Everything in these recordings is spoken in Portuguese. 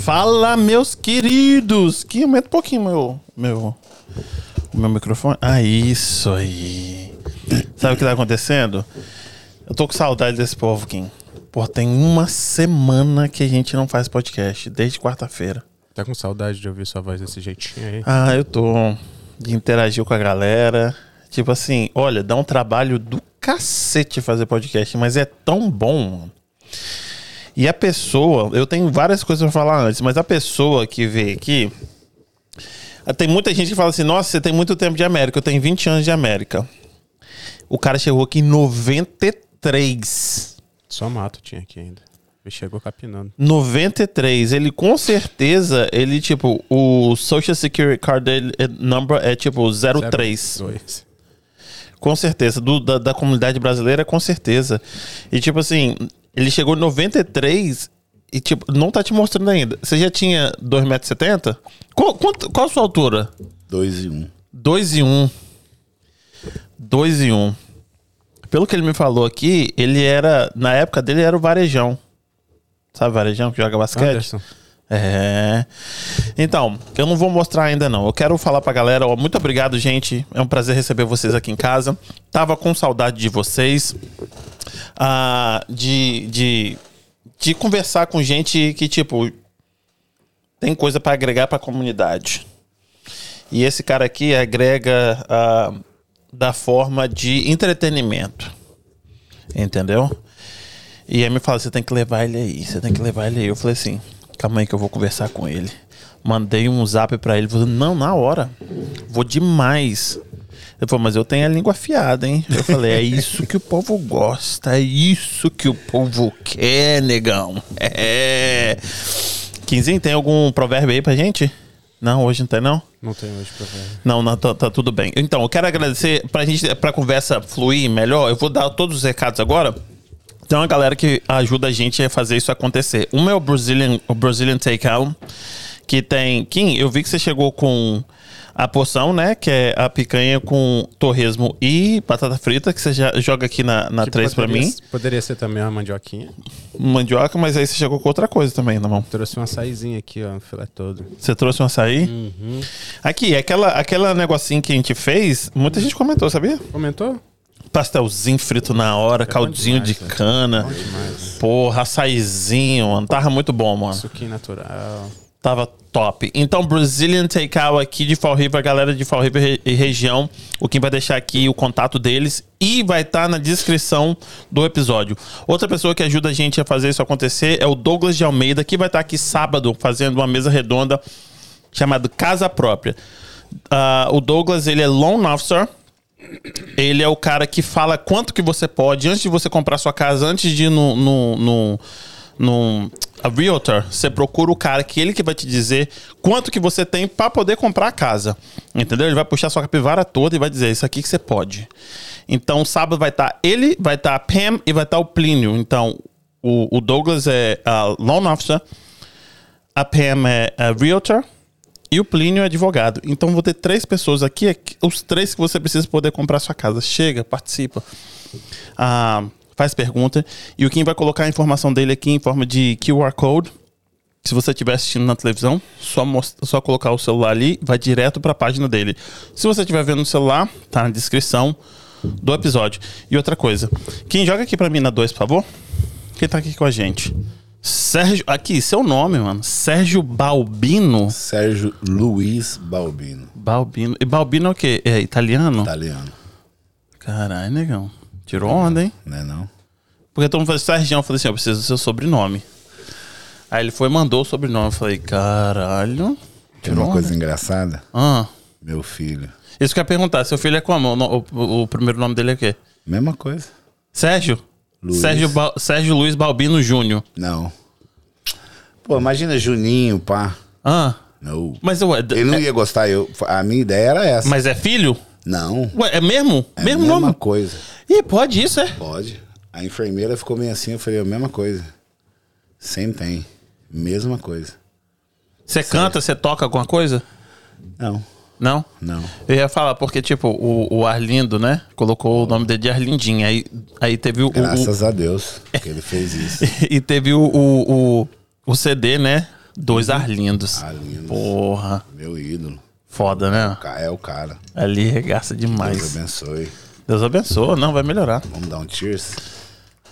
Fala, meus queridos! Que aumenta um pouquinho meu, meu, meu microfone. Ah, isso aí. Sabe o que tá acontecendo? Eu tô com saudade desse povo, Kim. Pô, tem uma semana que a gente não faz podcast, desde quarta-feira. Tá com saudade de ouvir sua voz desse jeitinho aí? Ah, eu tô de interagir com a galera. Tipo assim, olha, dá um trabalho do cacete fazer podcast, mas é tão bom, mano. E a pessoa, eu tenho várias coisas pra falar antes, mas a pessoa que vê aqui. Tem muita gente que fala assim: nossa, você tem muito tempo de América, eu tenho 20 anos de América. O cara chegou aqui em 93. Só mato tinha aqui ainda. Ele chegou capinando. 93. Ele com certeza, ele tipo, o Social Security Card dele é, number é tipo 03. Dois. Com certeza. Do, da, da comunidade brasileira, com certeza. E tipo assim, ele chegou em 93 e tipo, não tá te mostrando ainda. Você já tinha 2,70m? Qual, quanto- qual a sua altura? 2 e 1. Um. 2 e 1. 2 e 1. Pelo que ele me falou aqui, ele era. Na época dele era o varejão. Sabe o varejão que joga basquete? Anderson. É. Então, eu não vou mostrar ainda não. Eu quero falar pra galera, ó, muito obrigado, gente. É um prazer receber vocês aqui em casa. Tava com saudade de vocês. Ah, de, de, de conversar com gente que, tipo, tem coisa pra agregar pra comunidade. E esse cara aqui agrega ah, da forma de entretenimento. Entendeu? E aí me fala, você tem que levar ele aí, você tem que levar ele aí. Eu falei assim, calma aí que eu vou conversar com ele. Mandei um zap pra ele, falou, não, na hora, vou demais. Ele falou, mas eu tenho a língua afiada, hein? Eu falei, é isso que o povo gosta, é isso que o povo quer, negão. É. Quinzinho, tem algum provérbio aí pra gente? Não, hoje não tem não? Não tem hoje pra ver. Não, não tá, tá tudo bem. Então, eu quero agradecer pra gente, pra conversa fluir melhor. Eu vou dar todos os recados agora. Tem uma galera que ajuda a gente a fazer isso acontecer. Uma é o Brazilian, o Brazilian Takeout, que tem. Kim, eu vi que você chegou com a porção, né? Que é a picanha com torresmo e batata frita, que você já joga aqui na, Tipo na 3 pra mim. Poderia ser também uma mandioquinha. Mandioca, mas aí você chegou com outra coisa também na mão. Trouxe um açaizinho aqui, ó, um filé todo. Você trouxe um açaí? Aqui, é aquela, aquela negocinho que a gente fez, muita gente comentou, sabia? Comentou? Pastelzinho frito na hora, caldinho de demais, né? cana. Porra, açaizinho, mano. Tava muito bom, mano. Suquinho natural. Tava top. Então, Brazilian Takeout aqui de Fall River, galera de Fall River re- e região. O Kim vai deixar aqui o contato deles e vai estar na descrição do episódio. Outra pessoa que ajuda a gente a fazer isso acontecer é o Douglas de Almeida, que vai estar aqui sábado fazendo uma mesa redonda chamada Casa Própria. Ah, o Douglas, ele é loan officer. Ele é o cara que fala quanto que você pode antes de você comprar sua casa, antes de ir no, no, no, no- a realtor, você procura o cara que ele que vai te dizer quanto que você tem para poder comprar a casa. Entendeu? Ele vai puxar sua capivara toda e vai dizer isso aqui que você pode. Então, sábado vai estar ele, vai estar a Pam e vai estar o Plínio. Então, o, o Douglas é a loan officer, a Pam é a realtor e o Plínio é advogado. Então vou ter três pessoas aqui, aqui- os três que você precisa poder comprar sua casa. Chega, participa. Ah, faz pergunta. E o Kim vai colocar a informação dele aqui em forma de QR Code. Se você estiver assistindo na televisão, só, mos- só colocar o celular ali, vai direto para a página dele. Se você estiver vendo no celular, tá na descrição do episódio. E outra coisa, Kim, joga aqui para mim na 2, por favor. Quem tá aqui com a gente? Sérgio, aqui, seu nome, mano. Sérgio Balbino. Sérgio Luiz Balbino, Balbino. E Balbino é o quê? É italiano? italiano, Caralho, negão. Tirou onda, hein? né não? Porque todo mundo falou, Sergião, eu falei assim, eu preciso do seu sobrenome. Aí ele foi e mandou o sobrenome. Eu falei, caralho. Tem uma Tirou coisa onda. engraçada, Ah, meu filho, isso que eu ia perguntar. Seu filho é como? O, no- o- o primeiro nome dele é o quê? mesma coisa. Sérgio? Luiz. Sérgio, Ba- Sérgio Luiz Balbino Júnior. Não. Pô, imagina Juninho, pá. Ah, Não. mas ué, d- Ele não é- ia gostar, eu, a minha ideia era essa. mas é filho? Não, Ué, é mesmo? é a mesmo mesma nome? coisa. Ih, pode isso, é? Pode. A enfermeira ficou meio assim, eu falei, a mesma coisa. Sempre tem, mesma coisa. Você canta, você toca alguma coisa? Não, Não? não. Eu ia falar, porque, tipo, o, o Arlindo, né? Colocou o nome dele de Arlindinho. Aí, aí teve o. o- Graças a Deus que ele fez isso. e teve o, o, o, o CD, né? Uhum. Dois Arlindos. Arlindo. Porra. Meu ídolo. Foda, né? Ca- É o cara. Ali regaça Deus demais. abençoe. Deus abençoa. Não, vai melhorar. Vamos dar um cheers?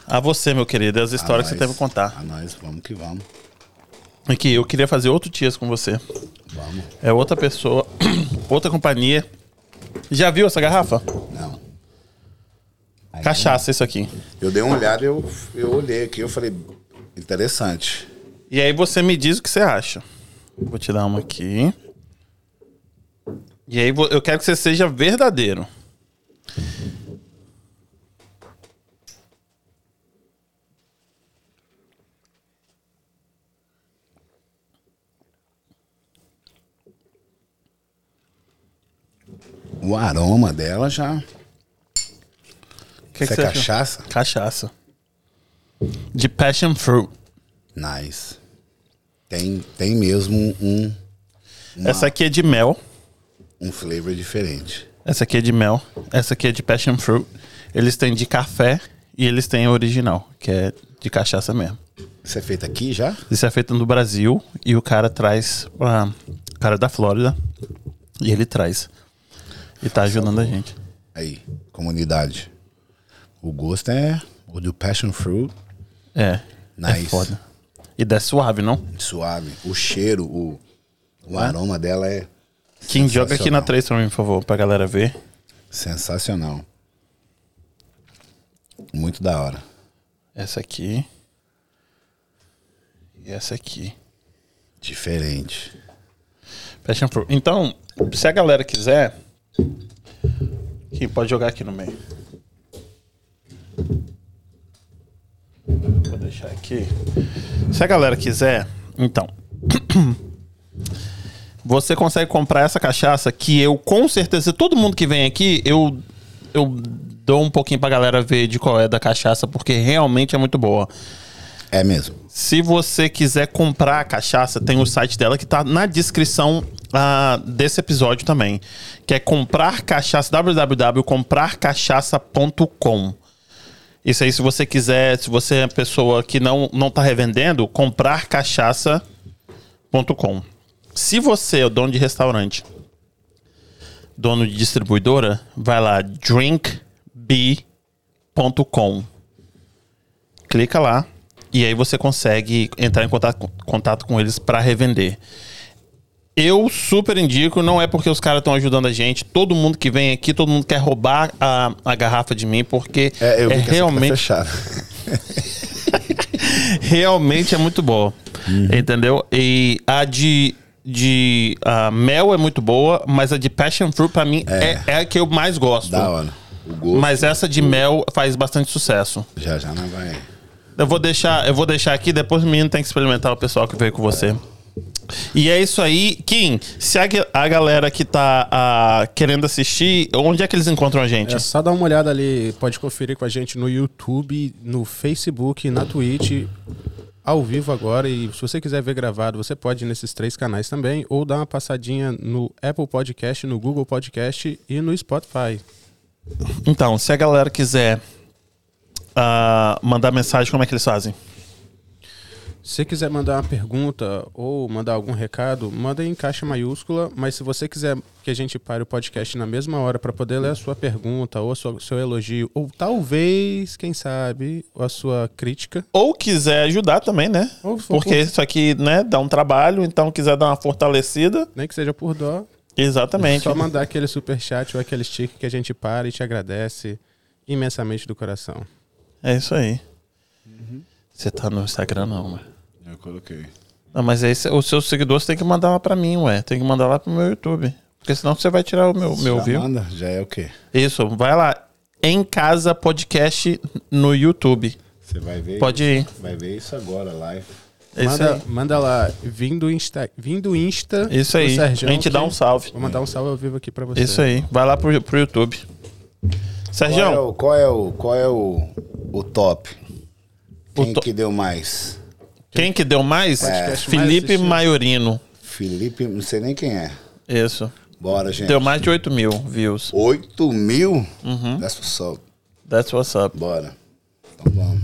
A você, meu querido, as histórias A que você nós. tem pra contar. A nós, vamos que vamos. Aqui, eu queria fazer outro dias com você. Vamos. É outra pessoa, outra companhia. Já viu essa garrafa? Não. Aí, Cachaça, isso aqui. Eu dei uma olhada, eu, eu olhei aqui, eu falei, interessante. E aí você me diz o que você acha. Vou te dar uma aqui. E aí vo- eu quero que você seja verdadeiro. O aroma dela já. O que, Isso que é você achou? cachaça? Cachaça. De passion fruit. Nice. Tem, tem mesmo um, Essa aqui é de mel. um flavor diferente. Essa aqui é de mel. Essa aqui é de passion fruit. Eles têm de café e eles têm a original, que é de cachaça mesmo. Isso é feito aqui já? Isso é feito no Brasil e o cara traz. pra- o cara é da Flórida. E ele traz. E tá ajudando a gente. Aí, comunidade. O gosto é o do passion fruit, É. É Nice. foda. E der suave, não? suave. O cheiro, o, o aroma dela é Quem joga aqui na Sensacional. 3 pra mim, por favor, pra galera ver. sensacional. Muito da hora. Essa aqui. E essa aqui. Diferente. Passion Fruit. Então, se a galera quiser. Quem pode jogar aqui no meio? Vou deixar aqui. Se a galera quiser, então. Você consegue comprar essa cachaça que eu com certeza, todo mundo que vem aqui, eu, eu dou um pouquinho pra galera ver de qual é da cachaça, porque realmente é muito boa. É mesmo. Se você quiser comprar a cachaça, tem o site dela que tá na descrição ah, desse episódio também. Que é comprar cachaça, www.comprarcachaça.com. Isso aí, se você quiser, se você é uma pessoa que não, não tá revendendo, comprarcachaça.com. Se você é o dono de restaurante, dono de distribuidora, vai lá, drinkb.com. Clica lá e aí você consegue entrar em contato, contato com eles para revender. Eu super indico, não é porque os caras estão ajudando a gente. Todo mundo que vem aqui, todo mundo quer roubar a, a garrafa de mim, porque É, eu é vi que realmente essa aqui tá fechada. realmente é muito boa. Entendeu? E a de, de ah, mel é muito boa, mas a de passion fruit pra mim é, é a que eu mais gosto. Da hora. O gosto Mas essa de mel faz bastante sucesso. já já não vai. Eu vou deixar, eu vou deixar aqui, depois o menino tem que experimentar o pessoal que veio com você. E é isso aí. Kim, se a, ga- a galera que tá ah, querendo assistir, onde é que eles encontram a gente? É só dar uma olhada ali, pode conferir com a gente no YouTube, no Facebook, na Twitch, ao vivo agora. E se você quiser ver gravado, você pode ir nesses três canais também, ou dar uma passadinha no Apple Podcast, no Google Podcast e no Spotify. Então, se a galera quiser ah, mandar mensagem, como é que eles fazem? Se quiser mandar uma pergunta ou mandar algum recado, manda em caixa maiúscula, mas se você quiser que a gente pare o podcast na mesma hora para poder ler a sua pergunta ou a sua- seu elogio, ou talvez, quem sabe, a sua crítica, ou quiser ajudar também, né? Ou for- Porque isso aqui, né, dá um trabalho, então quiser dar uma fortalecida. nem que seja por dó, Exatamente. Só mandar aquele superchat ou aquele stick que a gente para e te agradece imensamente do coração. É isso aí. Você tá no Instagram, não, ué. Eu coloquei. Não, mas aí cê- os seus seguidores têm que mandar lá pra mim, ué. Tem que mandar lá pro meu YouTube. Porque senão você vai tirar o meu, meu já view. manda? Já é o quê? Isso, vai lá. Em casa podcast no YouTube. Você vai ver. Pode ir. Vai ver isso agora, live. É Isso manda, aí. manda lá, vindo Insta, vindo Insta. Isso aí. do Sergião, A gente dá que um salve. Vou mandar um salve ao vivo aqui pra você. Isso aí. Vai lá pro, pro YouTube. Qual é Sergião, o, qual é o, qual é o, o top? Quem to- que deu mais? quem que deu mais? Podcast mais Felipe assistido. Maiorino. Felipe, não sei nem quem é. Isso. Bora, gente. Deu mais de 8 mil views. 8 mil? Uhum. That's what's up. That's what's up. Bora. Então vamos.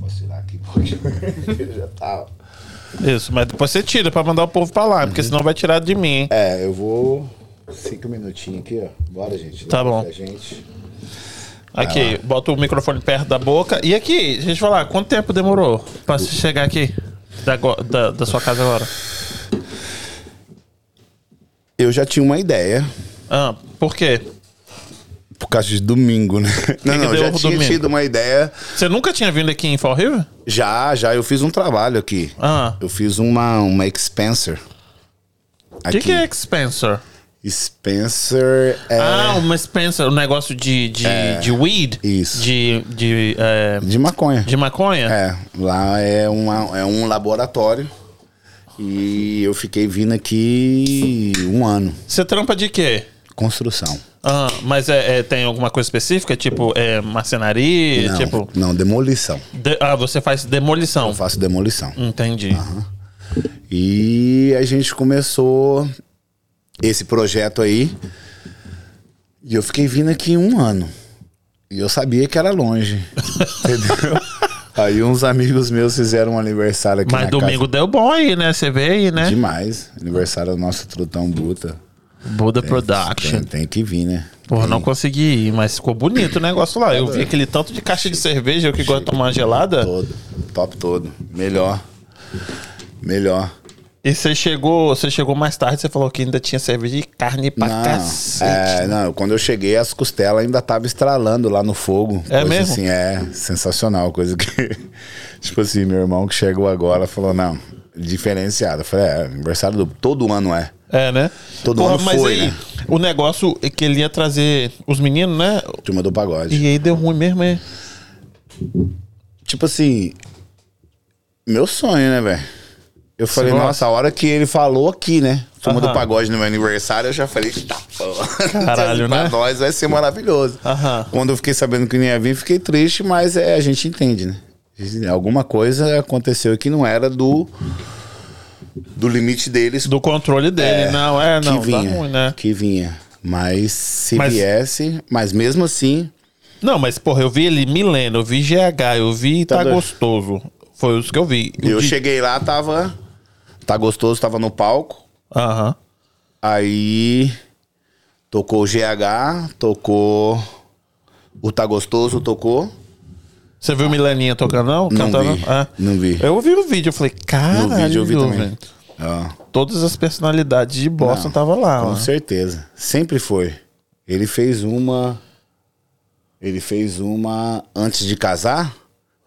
Posso tirar aqui porque já tá. ó. Isso, mas depois você tira pra mandar o povo pra lá, porque senão vai tirar de mim, hein? É, eu vou. Cinco minutinhos aqui, ó. Bora, gente. Tá bom. A gente. Aqui, bota o microfone perto da boca. E aqui, deixa eu te falar, quanto tempo demorou pra você chegar aqui da, go- da, da sua casa agora? Eu já tinha uma ideia, Ah, por quê? por causa de domingo, né? Não, que não, eu deu já o tinha domingo? tido uma ideia. Você nunca tinha vindo aqui em Fall River? Já, já, eu fiz um trabalho aqui. Ah. Eu fiz uma, uma Expenser. O que, que é Spencer? Spencer é. Ah, uma Spencer, um negócio de, de, de weed? Isso. De, de, é, De maconha. de maconha? É, lá é, uma, é um laboratório. E eu fiquei vindo aqui um ano. Você trampa de quê? Construção. Ah, mas é, é- tem alguma coisa específica? Tipo, é, marcenaria? Não, Tipo, não, demolição. de- ah, você faz demolição. Eu faço demolição. Hum. Entendi. E a gente começou esse projeto aí. E eu fiquei vindo aqui um ano. E eu sabia que era longe. entendeu? Aí uns amigos meus fizeram um aniversário aqui Mas na domingo deu bom aí, né? Você vê aí, né? casa. Demais. Aniversário do nosso Trutão Bruta. Buda Tem, Production. tem que vir, né? Porra, não consegui ir, mas ficou bonito o negócio lá. Eu vi aquele tanto de caixa de cerveja, eu que gosto de tomar uma gelada. Todo. Top todo. Melhor. Melhor. E você chegou, você chegou mais tarde, você falou que ainda tinha cerveja e carne pra Não, cacete. é, não, quando eu cheguei, as costelas ainda estavam estralando lá no fogo. É Coisa mesmo? Assim, é, sensacional. Coisa que. tipo assim, meu irmão que chegou agora falou: não, diferenciado. Eu falei: é, aniversário do. Todo ano é. É, né? Todo ano mas foi, aí, né? o negócio é que ele ia trazer os meninos, né? Turma do pagode. E aí deu ruim mesmo, hein? Tipo assim. Meu sonho, né, velho? Eu falei, gosta? nossa, a hora que ele falou aqui, né? Turma do Aham. pagode no meu aniversário, eu já falei, tá porra. Caralho, pra né? nós vai ser maravilhoso. Aham. Quando eu fiquei sabendo que não ia vir, fiquei triste, mas é, a gente entende, né? Alguma coisa aconteceu que não era do do limite deles Do controle dele. não, é, não. que vinha, Dá ruim, né? que vinha. Mas se Mas- viesse, mas mesmo assim, Não, mas, porra, eu vi ele Milena, eu vi GH, eu vi Tá, Tá doido. Gostoso. Foi os que eu vi. O eu de- cheguei lá, tava tá gostoso, tava no palco. Aham. Aí tocou o GH, tocou o Tá Gostoso, tocou. Você viu Mileninha tocando, não? Não Cantando? vi, Ah. não vi. Eu vi o vídeo, eu falei, caralho, No vídeo eu vi também. velho. Ah, Todas as personalidades de Boston estavam lá, né? com mano. certeza. Sempre foi. Ele fez uma. Ele fez uma antes de casar.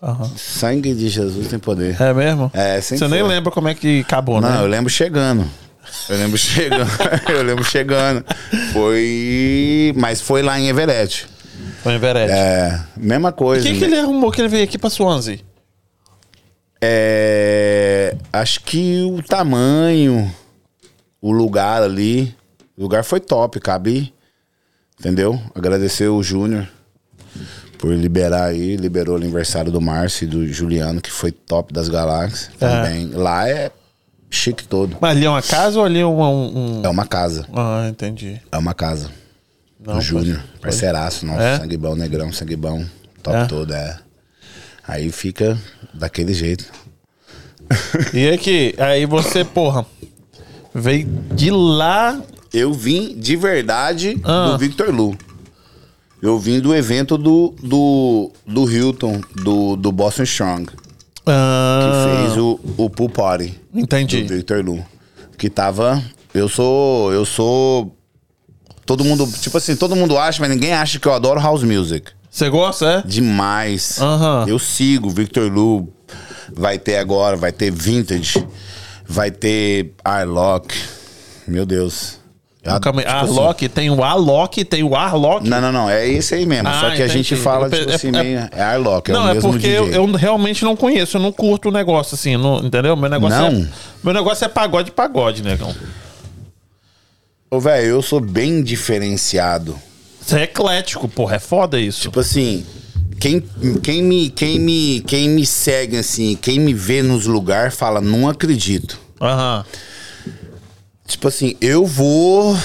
Aham. Sangue de Jesus tem poder. É mesmo? É, sempre Você nem foi. lembra como é que acabou, Não, eu né? lembro chegando. Eu lembro chegando. eu lembro chegando. Foi. Mas foi lá em Everett. Foi em Everett. É. Mesma O coisa. que, que né? ele arrumou que ele veio aqui pra Swansea? É, acho que o tamanho, o lugar ali, o lugar foi top, cabe, entendeu? Agradecer o Júnior por liberar aí, liberou o aniversário do Márcio e do Juliano, que foi top das galáxias também. Lá é chique todo. Mas ali é uma casa ou ali é uma- um. um- É uma casa, Ah, entendi. é uma casa. Não, o Júnior, parceiraço, nosso É? sangue bom, negrão, sangue bom, top É? todo, é. Aí fica daquele jeito. E aqui, aí você, porra, veio de lá. Eu vim de verdade Ah. do Victor Lu. Eu vim do evento do, do, do Hilton, do, do Boston Strong, que Ah, fez o, o Pool Party do Entendi. Victor Lu. Que tava. Eu sou. Eu sou. Todo mundo. Tipo assim, todo mundo acha, mas ninguém acha que eu adoro house music. Você gosta, é? Demais. Aham. Eu sigo. Victor Lu vai ter agora, vai ter Vintage, vai ter Arlock. Meu Deus. Eu Ah, ad- Calma aí. tipo assim, Arlock, tem o Alok, tem o Arlock. Não, não, não. É esse aí mesmo. Ah, Só que a gente entendi. fala, Eu pe- tipo é- assim, é- meio. É Arlock, é o Não, é mesmo porque DJ. eu, eu realmente não conheço, eu não curto o negócio assim, não- entendeu? Meu negócio, Não. É, meu negócio é pagode, pagode, negão. Ô, velho, eu sou bem diferenciado. Você é eclético, porra, é foda isso. Tipo assim, quem, quem, me, quem, me, quem me segue, assim, quem me vê nos lugares, fala, não acredito. Aham. Tipo assim, eu vou.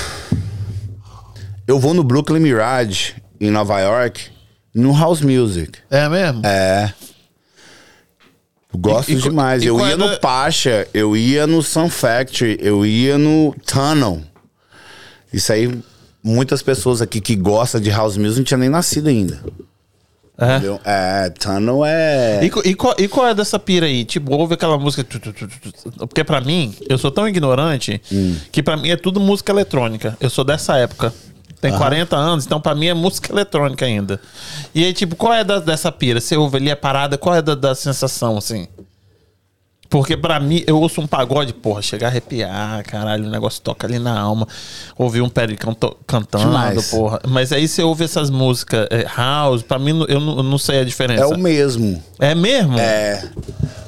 Eu vou no Brooklyn Mirage, em Nova York, no House Music. É mesmo? É. Gosto E- e- demais. e eu qual ia é no da- Pacha, eu ia no Sun Factory, eu ia no Tunnel. Isso aí, muitas pessoas aqui que gostam de house music não tinha nem nascido ainda. É. Entendeu? É, Tunnel é... E, co- e qual, e qual é dessa pira aí? Tipo, ouve aquela música. tu, tu, tu, tu, tu. Porque pra mim, eu sou tão ignorante Hum. que pra mim é tudo música eletrônica. Eu sou dessa época. Tem 40 anos, então pra mim é música eletrônica ainda. E aí, tipo, qual é da- dessa pira? Você ouve ali a parada, qual é da, da sensação, assim? Porque pra mim, eu ouço um pagode, porra, chegar a arrepiar, caralho, o negócio toca ali na alma. Ouvir um pericão to- cantando, Demais. porra. Mas aí você ouve essas músicas, é, house, pra mim, eu não, eu não sei a diferença. É o mesmo. É mesmo? É.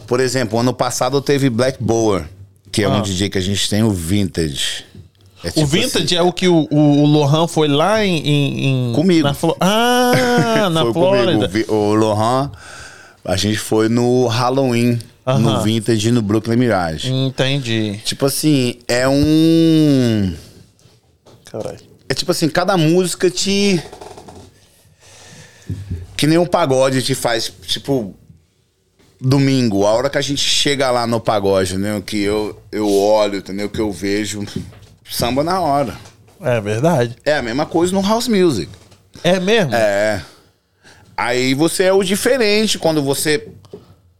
Por exemplo, ano passado teve Black Boer, que é um DJ que a gente tem, o Vintage. É Ah. O tipo vintage assim, é o que o, o, o Lohan foi lá em. em- em- Comigo. Na Flo- Ah, na foi comigo. O, Flórida. Vi- o Lohan, a gente foi no Halloween, no Aham. Vintage, no Brooklyn Mirage. Entendi. Tipo assim, é um. Caralho. É tipo assim, cada música te. Que nem um pagode te faz, tipo. Domingo, a hora que a gente chega lá no pagode, entendeu? Que eu, eu olho, entendeu? Que eu vejo samba na hora. É verdade. É a mesma coisa no house music. É mesmo? É. Aí você é o diferente quando você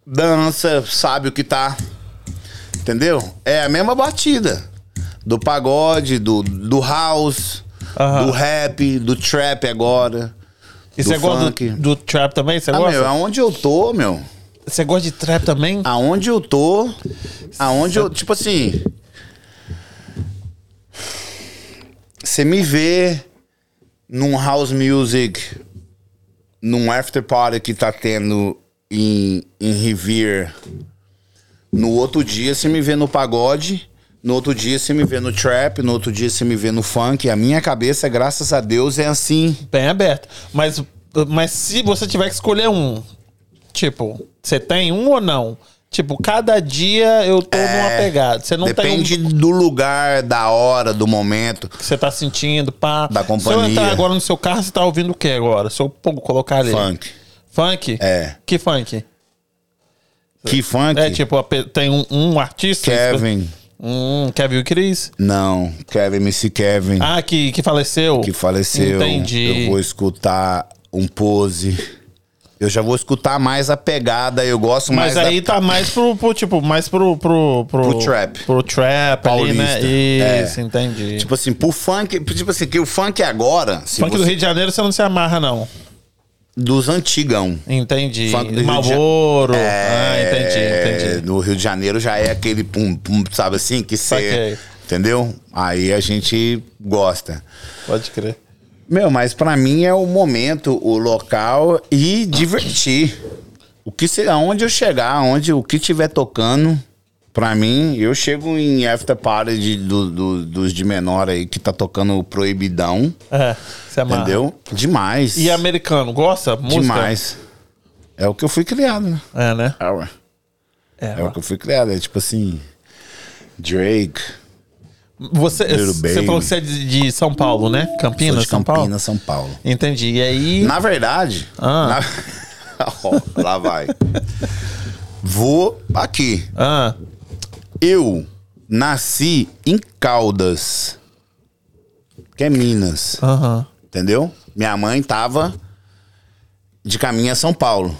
dança, sabe o que tá. Entendeu? É a mesma batida. Do pagode, do, do house, Aham. do rap, do trap agora. e do você gosta funk. do, do trap também? Você Ah, gosta? meu, Ah. aonde eu tô, meu? Você gosta de trap também? Aonde eu tô? Aonde eu. Tipo assim. Você me vê num house music, num after party que tá tendo em, em Revere. No outro dia você me vê no pagode. No outro dia você me vê no trap, no outro dia você me vê no funk. A minha cabeça, graças a Deus, é assim. Bem aberto. Mas, mas se você tiver que escolher um, tipo, você tem um ou não? Tipo, cada dia eu tô numa pegada. Você não É, Depende tem um do lugar, da hora, do momento. que você tá sentindo, pá. Da Se eu companhia. entrar agora no seu carro, você tá ouvindo o que agora? Se eu pô, colocar ali. Funk. Funk? É. Que funk? Que funk? É tipo, a pe- tem um, um artista. Kevin. Hum, Kevin Chris. Não, Kevin, MC Kevin, Ah, que, que faleceu. Hum. que faleceu. Entendi. Eu vou escutar um pose. Eu já vou escutar mais a pegada. Eu gosto Mas mais aí da... tá mais pro, pro, tipo, mais pro. Pro, pro, Pro trap. Pro trap ali, né? Paulista. Isso, É. entendi. Tipo assim, pro funk... Tipo assim, que o funk agora... se funk do você- Rio de Janeiro você não se amarra, não. Dos antigão. Entendi. Funk do Rio de Malboro. Ah, É, entendi, entendi. No Rio de Janeiro já é aquele pum, pum, sabe assim? Que Saquei. você... Entendeu? Aí a gente gosta. Pode crer. Meu, mas pra mim é o momento, o local e divertir. O que se, aonde eu chegar, aonde o que tiver tocando, pra mim, eu chego em after party de- do- do- dos de menor aí que tá tocando proibidão, É, se amarra. entendeu? Demais. E americano, gosta? Música? Demais. É o que eu fui criado, né? É, né? É, ué. É, É o que eu fui criado, é tipo assim, Drake, Você, Little você Baby. falou que você é de, de São Paulo, né? sou Campinas, de São Paulo? Campinas, São Paulo. Entendi. E aí. Na verdade. Ah. na- Ó, lá vai. Vou aqui. Ah, Eu nasci em Caldas, que é Minas, aham. entendeu? Minha mãe tava de caminho a São Paulo.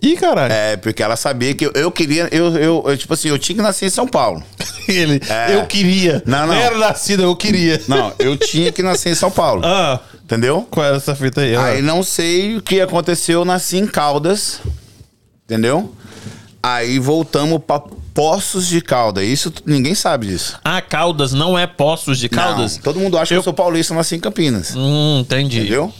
Ih, caralho. É, porque ela sabia que eu, eu queria. Eu, eu, eu, tipo assim, eu tinha que nascer em São Paulo. Ele, É. eu queria. Não, não. era nascido, eu queria. Não, eu tinha que nascer em São Paulo. Ah, Entendeu? qual era essa fita aí? Aí não sei o que aconteceu, eu nasci em Caldas, entendeu? Aí voltamos pra Poços de Caldas. Isso t- ninguém sabe disso. Ah, Caldas não é Poços de Caldas? Não, todo mundo acha que eu sou paulista, eu nasci em Campinas, Hum, entendi. entendeu?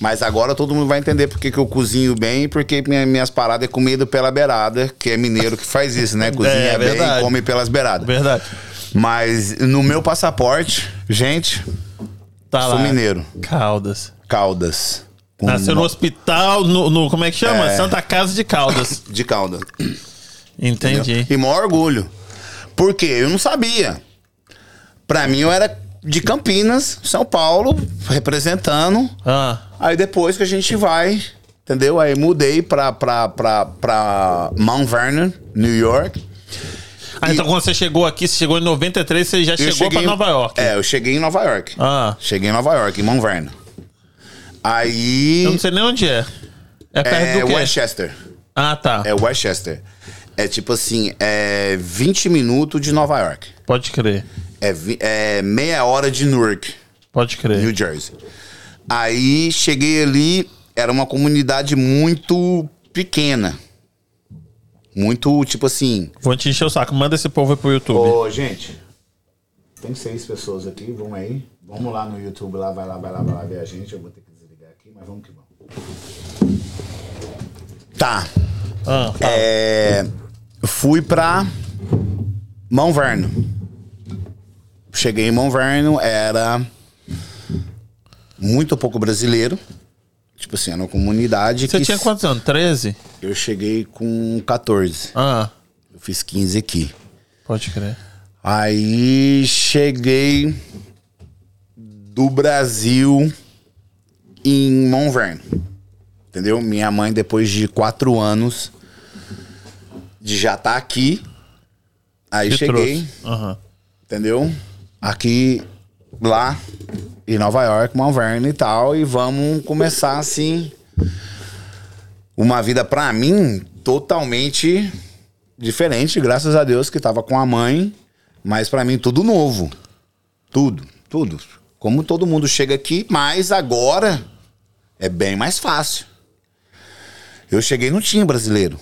Mas agora todo mundo vai entender porque que eu cozinho bem e porque minha- minhas paradas é comida pela beirada, que é mineiro que faz isso, né? Cozinha É, é bem verdade. e come pelas beiradas. Verdade. Mas no meu passaporte, gente, Tá sou lá. mineiro. Caldas. Caldas. Com Nasceu no no- hospital, no, no- como é que chama? É. Santa Casa de Caldas. De Caldas. Entendi. E maior orgulho. Por quê? Eu não sabia. Pra mim, eu era de Campinas, São Paulo, representando. Ah, Aí depois que a gente vai Entendeu? Aí mudei pra, pra, pra, pra Mount Vernon, New York. Ah, então quando você chegou aqui, você chegou em 93, você já Eu chegou pra Nova York. É, eu cheguei em Nova York. Ah. Cheguei em Nova York, em Mount Vernon. Eu não Aí. sei nem onde é. É perto É do quê? Westchester. Ah, tá. É Westchester. É tipo assim, é 20 minutos de Nova York. Pode crer. É, vi- é meia hora de Newark, Pode crer. New Jersey. Aí cheguei ali, era uma comunidade muito pequena. Muito, tipo assim. Vou te encher o saco. Manda esse povo aí pro YouTube. Ô, gente, tem seis pessoas aqui, vão aí. Vamos lá no YouTube, lá, vai lá, vai lá, vai lá ver a gente. Eu vou ter que desligar aqui, mas vamos que vamos. Tá. Ah, fala. É, fui pra Mão Verno. Cheguei em Mão Verno, era muito pouco brasileiro. Tipo assim, era uma comunidade Você que tinha quantos anos? 13? eu cheguei com 14. Ah, Eu fiz 15 aqui. pode crer. Aí cheguei do Brasil em Mont Vernon. Entendeu? Minha mãe, depois de quatro anos de já estar aqui, aí Te cheguei, trouxe. Aham. entendeu? Aqui, lá, em Nova York, Mount Vernon e tal, e vamos começar assim. Uma vida pra mim totalmente diferente, graças a Deus que tava com a mãe, mas pra mim tudo novo. Tudo, tudo. Como todo mundo chega aqui, mas agora é bem mais fácil. Eu cheguei não tinha brasileiro.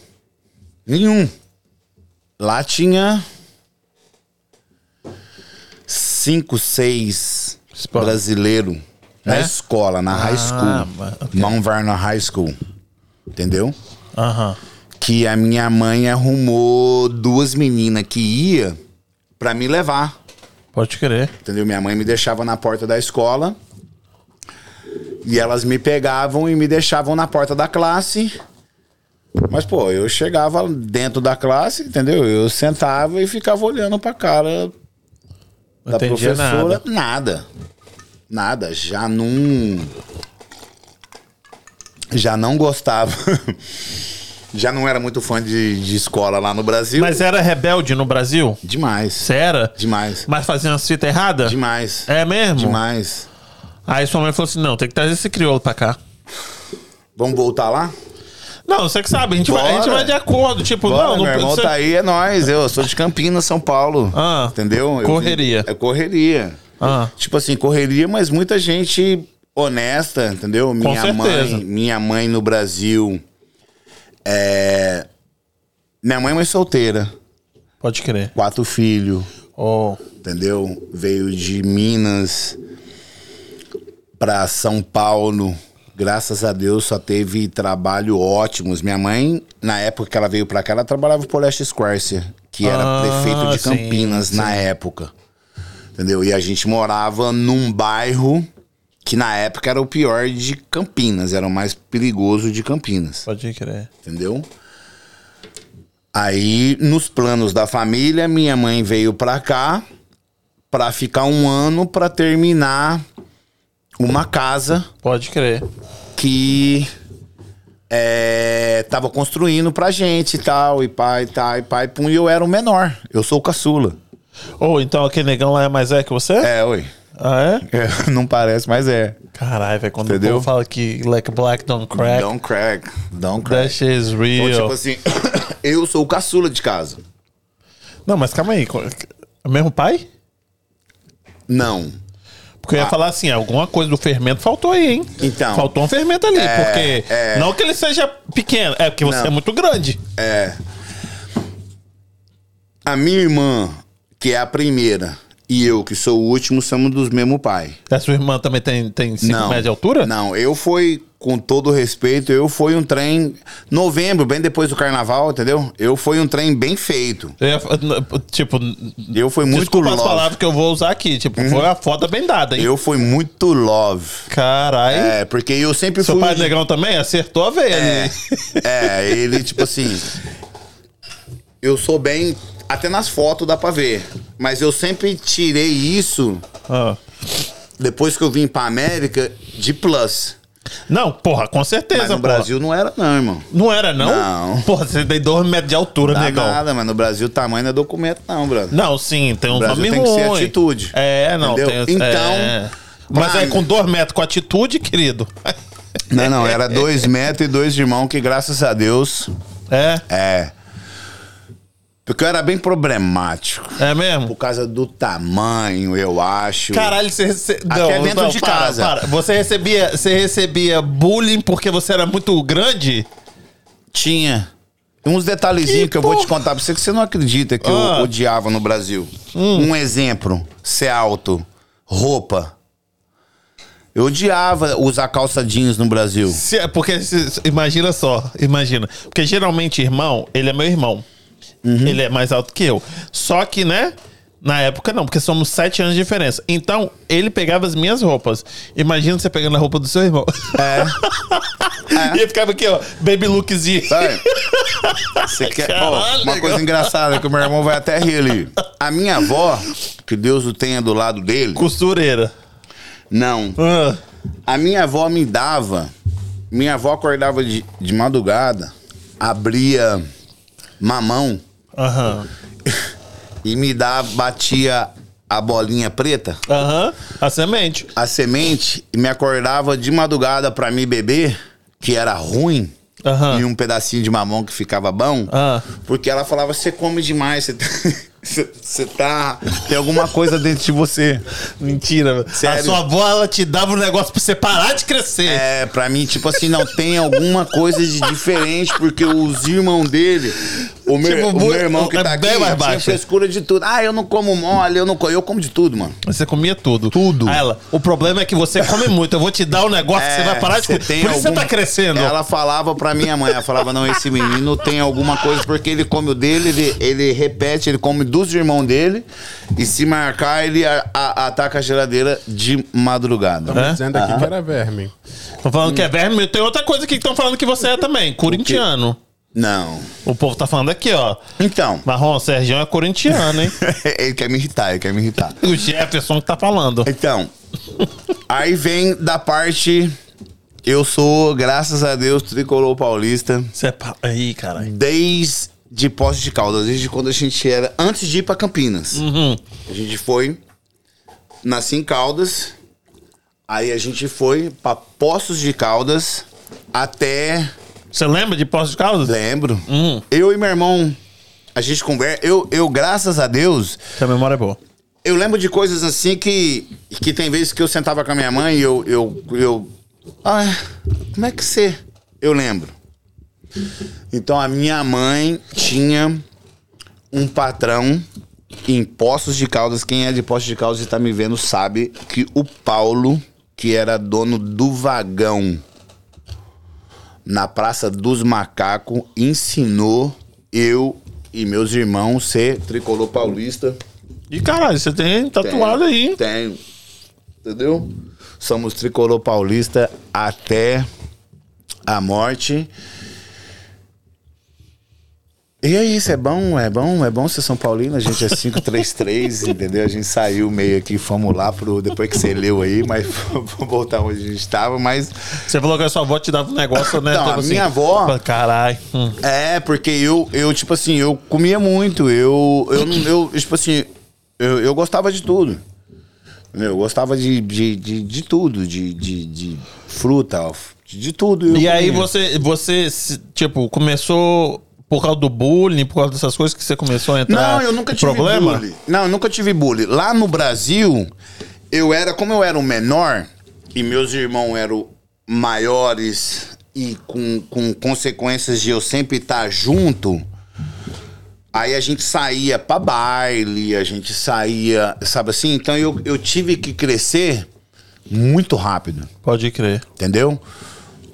Nenhum. Lá tinha cinco, seis Escola. brasileiros na É? escola, na high Ah, school. mas- ok. Mount Vernon High School. Entendeu? Aham. que a minha mãe arrumou duas meninas que ia pra me levar, Pode crer. entendeu? Minha mãe me deixava na porta da escola e elas me pegavam e me deixavam na porta da classe. Mas pô, eu chegava dentro da classe, entendeu? Eu sentava e ficava olhando pra cara Não da entendia professora, nada. nada. nada. já não já não gostava. já não era muito fã de, de escola lá no Brasil. Mas é- era rebelde no Brasil? Demais. Você era? Demais. Mas fazia as fitas erradas? Demais. É mesmo? Demais. Aí sua mãe falou assim: não, tem que trazer esse crioulo pra cá. Vamos voltar lá? Não, você que sabe, a gente, vai, a gente Bora. vai de acordo. Tipo, Bora, não, não meu irmão você- tá aí, é nós. Eu sou de Campinas, São Paulo. Ah, entendeu? Eu correria. vim- é correria. Ah. Tipo assim, correria, mas muita gente honesta, entendeu? Minha certeza. mãe, minha mãe no Brasil é minha mãe é mãe solteira, Pode crer. quatro filhos. Oh, entendeu? Veio de Minas para São Paulo. Graças a Deus só teve trabalho ótimos. Minha mãe, na época que ela veio para cá, ela trabalhava por Leste Squarcia, que era Ah, prefeito de sim, Campinas na época. Entendeu? E a gente morava num bairro que na época era o pior de Campinas, era o mais perigoso de Campinas pode crer. entendeu? Aí, nos planos da família, minha mãe veio pra cá pra ficar um ano pra terminar uma casa Pode crer. que é, tava construindo pra gente e tal, e pai, tal, e pai, pum, e eu era o menor. Eu sou o caçula. Ou então aquele negão lá é mais velho que você? É, oi. Ah, é? É, não parece, mas é. Caralho, velho, quando Entendeu? o povo fala que like black don't crack, Don't crack. Don't that crack. shit is Ou, real. tipo assim, eu sou o caçula de casa. assim- Não, mas calma aí. co- É o mesmo pai? Não. Porque eu ia falar assim, alguma coisa do fermento faltou aí, hein? Ah. Então. Faltou um fermento ali, É, porque... é. Não que ele seja pequeno, é porque você Não. é muito grande. É. A minha irmã, que é a primeira, e eu, que sou o último, somos dos mesmo pai. A sua irmã também tem 5 não. metros de altura? Não, eu fui, com todo respeito, eu fui um trem. Novembro, bem depois do carnaval, entendeu? Eu fui um trem bem feito. Eu ia fa- n- tipo, Eu fui muito desculpa as love. palavras que eu vou usar aqui. Tipo, foi a foda bem dada, hein? Eu fui muito love. Caralho. É, porque eu sempre Seu fui. pai é negão também acertou a veia É, ali. é, ele, tipo assim. Eu sou bem. Até nas fotos dá pra ver. Mas eu sempre tirei isso Ah, depois que eu vim pra América de plus. Não, porra, com certeza, Mas no porra. Brasil não era, não, irmão. Não era, não? Não. Porra, você tem dois metros de altura, Dá negão. nada, mas no Brasil tamanho não é documento, não, brother. Não, sim, tem um O Brasil nome tem que ruim. ser atitude. É, não. Entendeu? tem- Então, é. Mas pra- é com dois metros, com atitude, querido. Não, não, era dois metros e dois de mão, que graças a Deus. É, É. Porque eu era bem problemático. é mesmo? Por causa do tamanho, eu acho. Caralho, você recebia. Aqui é dentro de casa. Você recebia, você recebia bullying porque você era muito grande? Tinha. Uns detalhezinhos Que que, eu vou te porra. contar pra você que você não acredita que Ah. Hum. eu odiava no Brasil. Um exemplo: ser alto, roupa. Eu odiava usar calça jeans no Brasil. Se- porque, se- imagina só, imagina. Porque geralmente, irmão, ele é meu irmão. Uhum. Ele é mais alto que eu. Só que, né? Na época não, porque somos sete anos de diferença. Então, ele pegava as minhas roupas. Imagina você pegando a roupa do seu irmão. É. e eu ficava aqui, ó, baby lookzinho. Sabe? Você quer... Ó, Caralho, uma coisa engraçada que o meu irmão vai até rir ali. A minha avó, que Deus o tenha do lado dele, Costureira. não. Ah, A minha avó me dava. Minha avó acordava de, de madrugada, abria mamão Aham. e me dava, batia a bolinha preta, Aham. A semente. a semente, e me acordava de madrugada pra me beber, que era ruim, Aham. e um pedacinho de mamão que ficava bom. Ah. Porque ela falava, você come demais, você tá, você- você tá. Tem alguma coisa dentro de você. Mentira, velho. A Sério. sua avó, ela te dava um negócio pra você parar de crescer. É, pra mim, tipo assim, não tem alguma coisa de diferente, porque os irmãos dele, o meu, Tipo, o meu irmão que é tá aqui, bem mais tinha baixo. frescura de tudo. Ah, eu não como mole, eu não como, eu como de tudo, mano. Você comia tudo. Tudo. Aí ela, o problema é que você come muito. Eu vou te dar um negócio que você É, vai parar de você comer. Por isso você alguma- tá crescendo. Ela falava pra minha mãe, ela falava, não, esse menino tem alguma coisa, porque ele come o dele, ele, ele repete, ele come dos irmãos dele, e se marcar, ele a- a- ataca a geladeira de madrugada. É? Dizendo aqui que era verme. Estão falando que é verme. Tem outra coisa aqui que estão falando que você é também. Corintiano. Não. O povo tá falando aqui, ó. Então, Marrom, o Sergião é corintiano, hein? ele quer me irritar, ele quer me irritar. o Jefferson que tá falando. Então, aí vem da parte, eu sou, graças a Deus, tricolor paulista, Você é pa... Ih, caralho. desde de Poços de Caldas, desde quando a gente era, antes de ir pra Campinas. Uhum. A gente foi, nasci em Caldas, aí a gente foi pra Poços de Caldas até, Você lembra de Poço de Caldas? lembro, Hum. eu e meu irmão, a gente conversa, eu, eu, graças a Deus, Sua memória é boa. eu lembro de coisas assim que. que tem vezes que eu sentava com a minha mãe e eu. eu, eu ah, como é que você. Eu lembro. Então a minha mãe tinha um patrão em Poços de Caldas. Quem é de Poços de Caldas e tá me vendo sabe que o Paulo, que era dono do vagão na Praça dos Macacos, ensinou eu e meus irmãos ser tricolor paulista. E caralho, você tem tatuado Tenho, aí, hein? Tenho. Entendeu? Somos tricolor paulista até a morte. E é isso, é bom, é bom, é bom ser São Paulino, a gente é 533, entendeu? A gente saiu meio aqui, fomos lá pro. Depois que você leu aí, mas vamos voltar onde a gente estava, mas. Você falou que a sua avó te dava um negócio, né? Não, a minha avó- Caralho. Hum. É, porque eu, eu tipo assim, eu comia muito. Eu, eu, não- eu tipo assim, eu, eu gostava de tudo. Entendeu? Eu gostava de, de, de, de tudo, de, de, de fruta, alf- de, de tudo. eu E aí comia. você, você, se- tipo, começou por causa do bullying, por causa dessas coisas que você começou a entrar Não, eu nunca em tive problema? bullying. Não, eu nunca tive bullying. Lá no Brasil, eu era, como eu era o menor, e meus irmãos eram maiores e com, com consequências de eu sempre estar junto. Aí a gente saía pra baile, a gente saía, sabe assim? Então eu, eu tive que crescer muito rápido. Pode crer. Entendeu?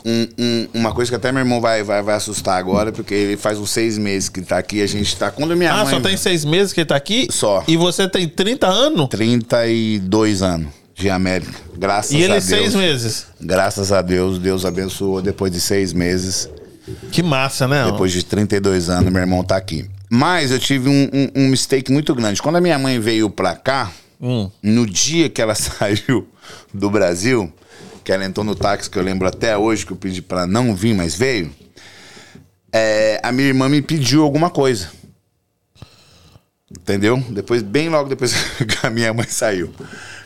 Um- um- uma coisa que até meu irmão vai, vai, vai assustar agora, porque ele faz uns seis meses que tá aqui, a gente tá. Quando minha Ah, mãe. só tem seis meses que ele tá aqui? Só. E você tem 30 anos? 32 anos de América. Graças E a ele Deus. seis meses. Graças a Deus, Deus abençoou depois de seis meses. Que massa, né? Depois de 32 anos, meu irmão tá aqui. Mas eu tive um, um, um mistake muito grande. Quando a minha mãe veio pra cá, Hum. no dia que ela saiu do Brasil, que ela entrou no táxi, que eu lembro até hoje que eu pedi pra não vir, mas veio. É, a minha irmã me pediu alguma coisa. Entendeu? Depois, bem logo depois que a minha mãe saiu.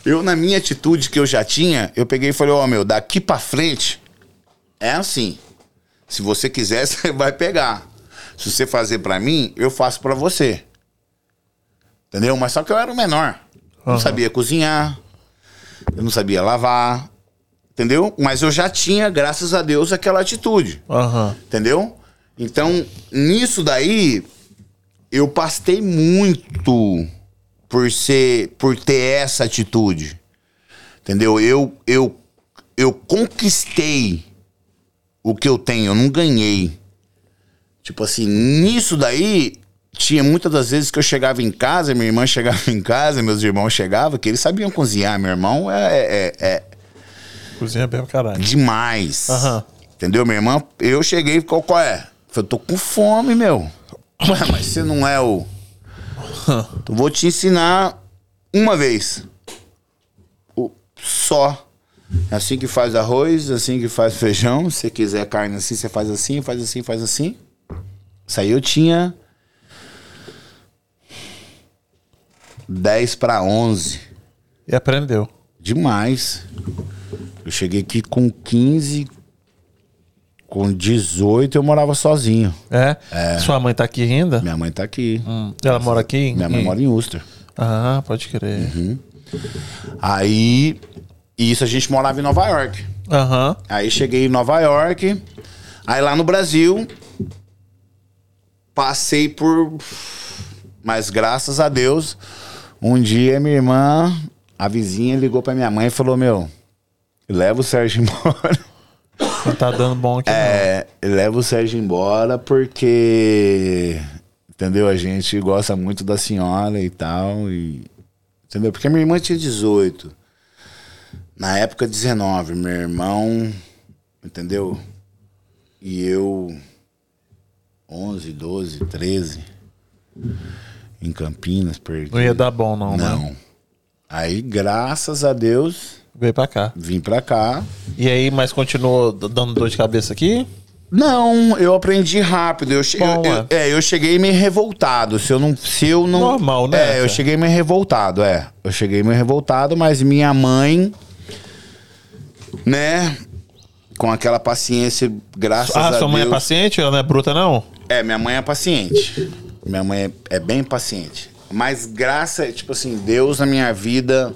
Eu, na minha atitude que eu já tinha, eu peguei e falei, ó, meu, daqui pra frente é assim. Se você quiser, você vai pegar. Se você fazer pra mim, eu faço pra você. Entendeu? Mas só que eu era o menor. Não Aham. sabia cozinhar. Eu não sabia lavar. Entendeu? Mas eu já tinha, graças a Deus, aquela atitude. Aham. Entendeu? Então, nisso daí, eu pastei muito por ser, por ter essa atitude. Entendeu? Eu eu eu conquistei o que eu tenho, eu não ganhei. Tipo assim, nisso daí tinha muitas das vezes que eu chegava em casa, minha irmã chegava em casa, meus irmãos chegavam, que eles sabiam cozinhar. Meu irmão é- é- é, Cozinha bem pra caralho. Demais. Aham. Entendeu, minha irmã? Eu cheguei e ficou, qual é? Falei, tô com fome, meu. Ué, mas você não é o. Eu vou te ensinar uma vez. O- Só. É assim que faz arroz, assim que faz feijão. Se você quiser carne assim, você faz assim, faz assim, faz assim. Isso aí eu tinha. 10 para 11. E aprendeu. Demais. Eu cheguei aqui com 15, com 18 eu morava sozinho. É? Sua mãe tá aqui ainda? Minha mãe tá aqui. Hum. Ela mora aqui? em- Minha mãe em- mora em Uhum. Ulster. Ah, pode crer. Aí, isso a gente morava em Nova York. Aham. Aí cheguei em Nova York. Aí lá no Brasil, passei por. Mas graças a Deus, um dia minha irmã, a vizinha, ligou pra minha mãe e falou: Meu, leva o Sérgio embora. Não tá dando bom aqui. É, leva o Sérgio embora porque. Entendeu? A gente gosta muito da senhora e tal. E, entendeu? Porque a minha irmã tinha 18. Na época, 19. Meu irmão. Entendeu? E eu. 11, 12, 13. Em Campinas, perdi. Não, não ia dar bom, não. né? Não. Aí, graças a Deus, Veio pra cá. vim pra cá. E aí, mas continuou d- dando dor de cabeça aqui? Não, eu aprendi rápido. Eu, che- Bom, eu- eu- é, eu cheguei meio revoltado. Se eu não. Se eu não Normal, né, É, eu cara? cheguei meio revoltado, é. Eu cheguei meio revoltado, mas minha mãe. Né? Com aquela paciência, graças a ah, Deus. sua mãe é paciente? Ela não é bruta, não? É, minha mãe é paciente. Minha mãe é, é bem paciente. Mas graça, tipo assim, Deus na minha vida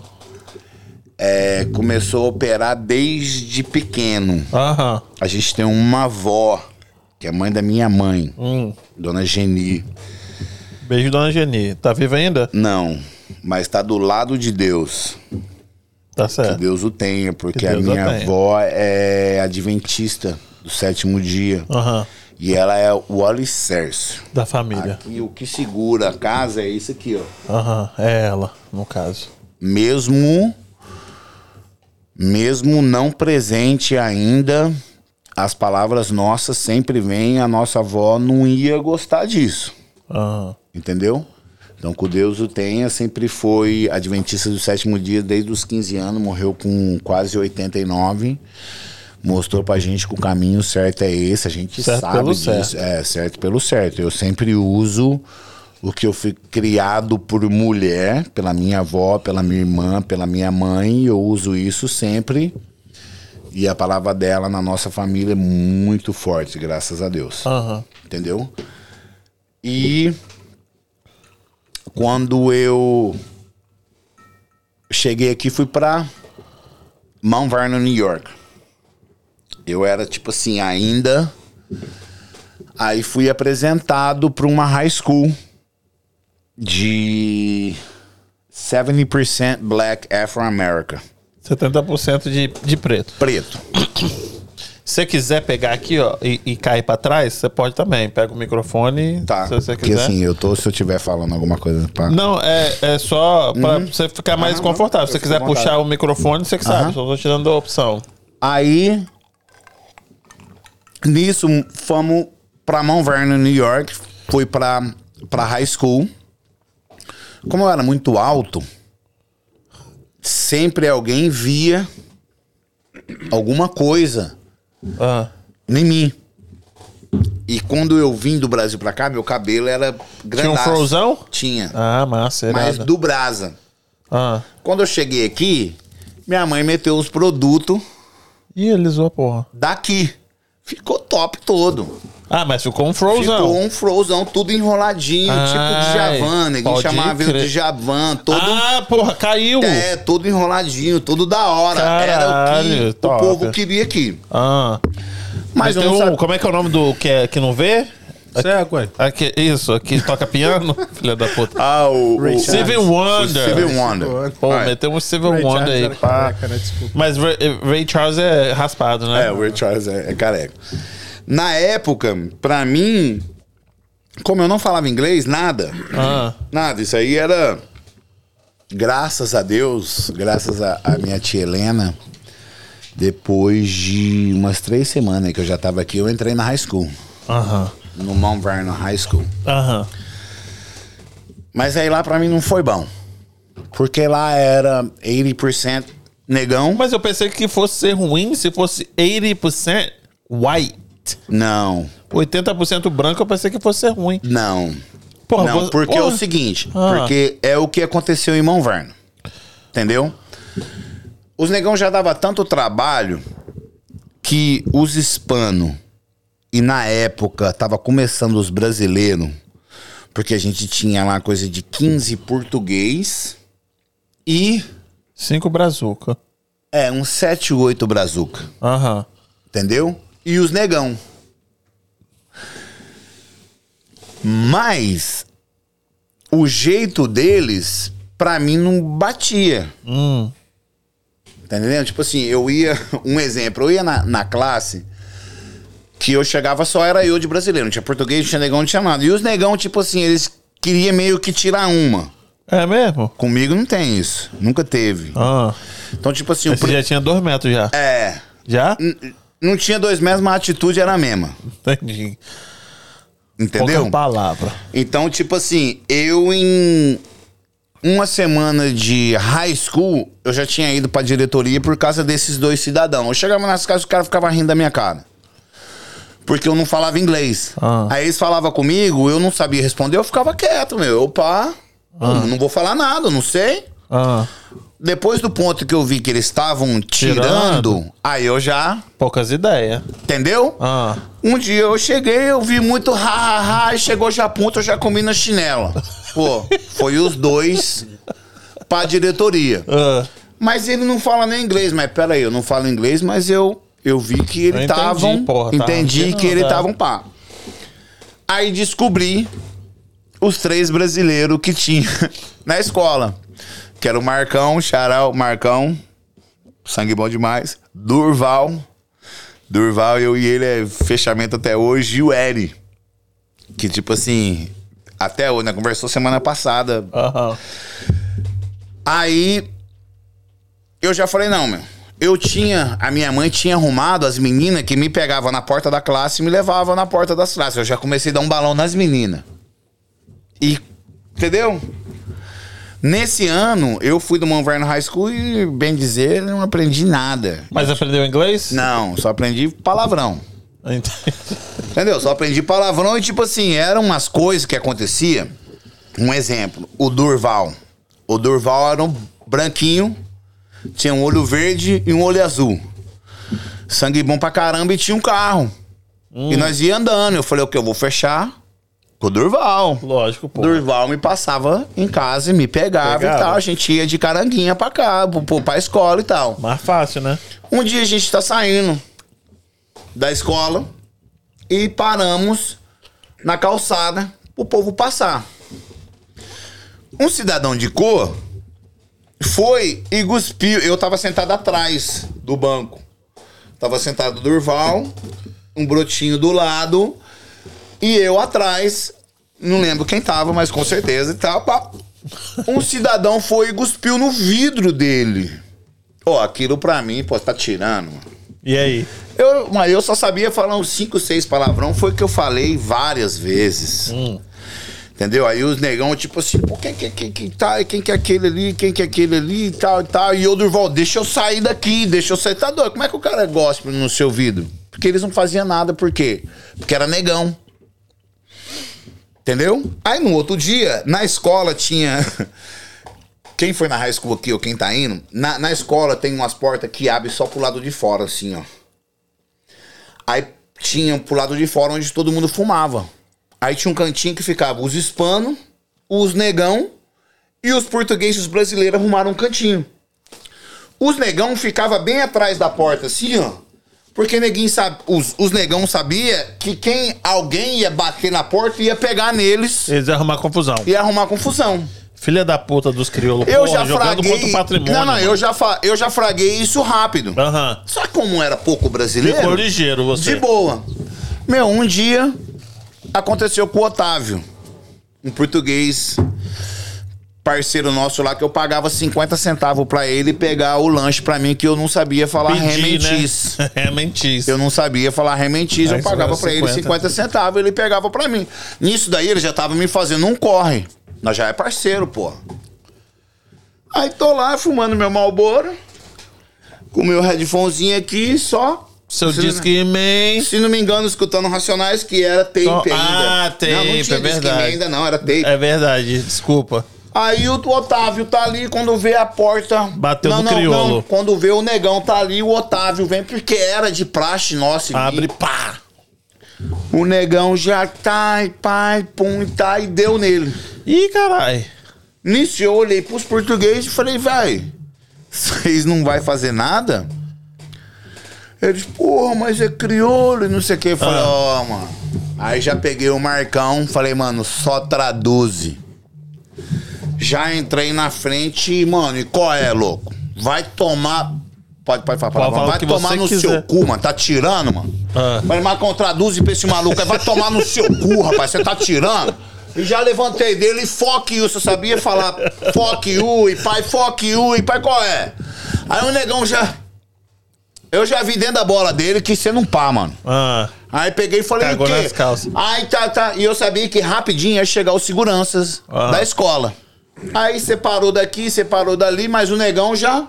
é, começou a operar desde pequeno. Aham. A gente tem uma avó, que é mãe da minha mãe, Hum. Dona Geni. Beijo, dona Geni. Tá viva ainda? Não, mas tá do lado de Deus. Tá Que certo. Deus o tenha, porque Que a Deus o minha tenha. avó é adventista do sétimo dia. Aham. E ela é o alicerce. Da família. E o que segura a casa é isso aqui, ó. Aham. É ela, no caso. mesmo mesmo não presente ainda, as palavras nossas sempre vêm, a nossa avó não ia gostar disso, Aham. entendeu? Então, que o Deus o tenha, sempre foi adventista do sétimo dia desde os 15 anos, morreu com quase 89. Mostrou pra gente que o caminho certo é esse, a gente Certo sabe pelo disso. certo. É, certo pelo certo. Eu sempre uso o que eu fui criado por mulher, pela minha avó, pela minha irmã, pela minha mãe, eu uso isso sempre. E a palavra dela na nossa família é muito forte, graças a Deus. Aham. Entendeu? E quando eu cheguei aqui, fui pra Mount Vernon, New York. Eu era tipo assim, ainda. Aí fui apresentado pra uma high school de 70% Black Afro-America. 70% de, de preto. Preto. Se você quiser pegar aqui, ó, e, e cair pra trás, você pode também. Pega o microfone. Tá. Se você Porque quiser. assim, eu tô, se eu tiver falando alguma coisa pra. Não, é, é só pra você ficar mais Aham, confortável. Se Uhum. Ah, eu você fico à quiser vontade. puxar o microfone, você que sabe. Aham. Só tô te dando a opção. Aí, nisso, fomos pra Mount Vernon, New York. Fui pra, pra high school. Como eu era muito alto, sempre alguém via alguma coisa Ah. em mim. E quando eu vim do Brasil pra cá, meu cabelo era Tinha um grandaço. frozão? Tinha. Ah, massa, mas irada. do Brasa. Ah. Quando eu cheguei aqui, minha mãe meteu os produtos Ih, ele zoou a porra. daqui. Ficou top todo. Ah, mas ficou um frozão. Ficou um frozão, tudo enroladinho, Ai, tipo Djavan. Ninguém pode chamava ele crer. de Djavan. Todo Ah, porra, caiu. É, todo enroladinho, todo da hora. Era Caralho, o que top. o povo queria aqui. Ah. Mas, Mas, eu tem não um, sabia. como é que é o nome do que, é- que não vê? Cego, ué. Aqui, isso, aqui toca piano, filha da puta. Ah, o, o Richard. Civil Wonder. Civil Wonder. Pô, Vai. meteu um Civil Ray Wonder Charles aí. era pá. careca, né? Desculpa. Mas Ray, Ray Charles é raspado, né? É, o Ray Charles é, é careca. Na época, pra mim, como eu não falava inglês, nada. Ah. Nada. Isso aí era. Graças a Deus, graças a, a minha tia Helena, depois de umas três semanas que eu já tava aqui, eu entrei na high school. Aham. No Mount Vernon High School. Aham. Mas aí lá pra mim não foi bom. Porque lá era 80% negão. Mas eu pensei que fosse ser ruim se fosse 80% white. Não, 80% branco, eu pensei que fosse ser ruim. não. Porra, não, você- porque é porra. o seguinte. Ah. Porque é o que aconteceu em Mão Verno. Entendeu? Os negão já dava tanto trabalho que os hispano e na época tava começando os brasileiros, porque a gente tinha lá coisa de 15 português e Cinco brazuca. é uns 7, 8 brazuca. Aham. Entendeu? E os negão. Mas o jeito deles, pra mim, não batia. Hum. Tá entendendo? Tipo assim, eu ia. Um exemplo, eu ia na, na classe que eu chegava só era eu de brasileiro. Não tinha português, não tinha negão, não tinha nada. E os negão, tipo assim, eles queriam meio que tirar uma. É mesmo? Comigo não tem isso. Nunca teve. Ah. Então, tipo assim, o. Esse pri- já tinha dois metros já. É. Já? n- Não tinha dois meses, mas a atitude era a mesma. Entendi. Entendeu? Pouca palavra. Então, tipo assim, eu em uma semana de high school, eu já tinha ido pra diretoria por causa desses dois cidadãos. Eu chegava nas casas, o cara ficava rindo da minha cara. Porque eu não falava inglês. Ah. Aí eles falavam comigo, eu não sabia responder, eu ficava quieto, meu. Opa, não vou falar nada, eu não sei. Ah. Depois do ponto que eu vi que eles estavam Tirando. tirando, aí eu já. Poucas ideias. Entendeu? Ah. Um dia eu cheguei, eu vi muito ha, ha, ha e chegou já ponto, eu já comi na chinela. Pô, foi os dois pra diretoria. Ah. Mas ele não fala nem inglês, mas peraí, eu não falo inglês, mas eu, eu vi que Eu ele entendi, tava. um- porra, tá. entendi que ele Não, tá. tava um pá. Aí descobri os três brasileiros que tinha na escola. Que era o Marcão, Charal, Marcão, sangue bom demais. Durval. Durval, eu e ele é fechamento até hoje. E o Eri. Que tipo assim, até hoje, né? Conversou semana passada, Aham. Aí eu já falei, não, meu. Eu tinha, a minha mãe tinha arrumado as meninas que me pegavam na porta da classe e me levavam na porta das classes. Eu já comecei a dar um balão nas meninas. E, entendeu? Nesse ano, eu fui do Mount Vernon High School e, bem dizer, não aprendi nada. Mas aprendeu inglês? Então, Não, só aprendi palavrão. Entendi. Entendeu? Só aprendi palavrão e, tipo assim, eram umas coisas que acontecia. Um exemplo, o Durval. O Durval era um branquinho, tinha um olho verde e um olho azul. Sangue bom pra caramba e tinha um carro. E nós ia andando. Eu falei, o que? Eu vou fechar com o Durval. Lógico, pô. Durval me passava em casa e me pegava, Pegava. e tal. A gente ia de caranguinha pra cá, pro- pro- pra escola e tal. Mais fácil, né? Um dia a gente tá saindo da escola e paramos na calçada pro povo passar. Um cidadão de cor foi e cuspiu. Eu tava sentado atrás do banco. Tava sentado Durval, um brotinho do lado e eu atrás. Não lembro quem tava, mas com certeza tava. Um cidadão foi e cuspiu no vidro dele. Ó, aquilo pra mim, pô, tá tirando. mano. E aí? Eu, mas eu só sabia falar uns 5, 6 palavrão, foi o que eu falei várias vezes. Entendeu? Aí os negão, tipo assim, pô, quem, quem, quem, quem tá, quem que é aquele ali, quem que é aquele ali e tal e tal. E eu, Durval, deixa eu sair daqui, deixa eu sair. Tá doido? Como é que o cara é gospel no seu ouvido? Porque eles não faziam nada, por quê? Porque era negão. Entendeu? Aí no outro dia, na escola tinha. Quem foi na high school aqui ou quem tá indo, na, na escola tem umas portas que abrem só pro lado de fora, assim, ó. Aí tinha pro lado de fora onde todo mundo fumava. Aí tinha um cantinho que ficava os hispanos, os negão e os portugueses e os brasileiros arrumaram um cantinho. Os negão ficava bem atrás da porta, assim, ó. Porque neguinho sabe, os, os negão sabia que quem alguém ia bater na porta ia pegar neles Eles iam arrumar confusão. e arrumar confusão. Filha da puta dos crioulos. Eu porra, já jogando fraguei. contra o patrimônio. não, não, eu já, fa- eu já fraguei isso rápido. Aham. Sabe como era pouco brasileiro? Ficou ligeiro você. De boa. Meu, um dia aconteceu com o Otávio, um português, parceiro nosso lá, que eu pagava 50 centavos pra ele pegar o lanche pra mim, que eu não sabia falar Pedir, né? rementiz. Rementis. Eu não sabia falar rementiz, Aí você eu pagava dava pra ele 50. 50 centavos, ele pegava pra mim. Nisso daí ele já tava me fazendo um corre. Nós já é parceiro, pô. Aí tô lá fumando meu Malboro, com meu headphonezinho aqui, só Seu disque man. se não me engano, escutando Racionais, que era tape Então, ainda. ah, tape, não, não é tinha Discman verdade. ainda não, era tape. É verdade, desculpa. Aí o Otávio tá ali, quando vê a porta... Bateu não, no não, crioulo. Não, quando vê o negão tá ali, o Otávio vem, porque era de praxe nossa. e- Abre, pá! O negão já tá, e pai, pum, e tá, e deu nele. Ih, caralho. Nisso eu olhei pros portugueses e falei, vai, vocês não vai fazer nada? Eles, porra, mas é crioulo e não sei o que. Eu Ah. falei, ó, mano. Aí já peguei o Marcão, falei, mano, só traduze. Já entrei na frente e, mano, e qual é, louco? Vai tomar. Pode, pode falar, pode, falar o Vai que tomar você no quiser. seu cu, mano. Tá tirando, mano. Ah. Mas Marcão traduze pra esse maluco. aí, Vai tomar no seu cu, rapaz. Você tá tirando. E já levantei dele e fuck you. Você sabia falar fuck you e pai, fuck you e pai, qual é? Aí o negão já. Eu já vi dentro da bola dele que você não pá, mano. Ah, Aí peguei e falei Cagou o quê? nas calças. Aí tá, tá. E eu sabia que rapidinho ia chegar os seguranças Ah. da escola. Aí separou daqui, separou dali, mas o negão já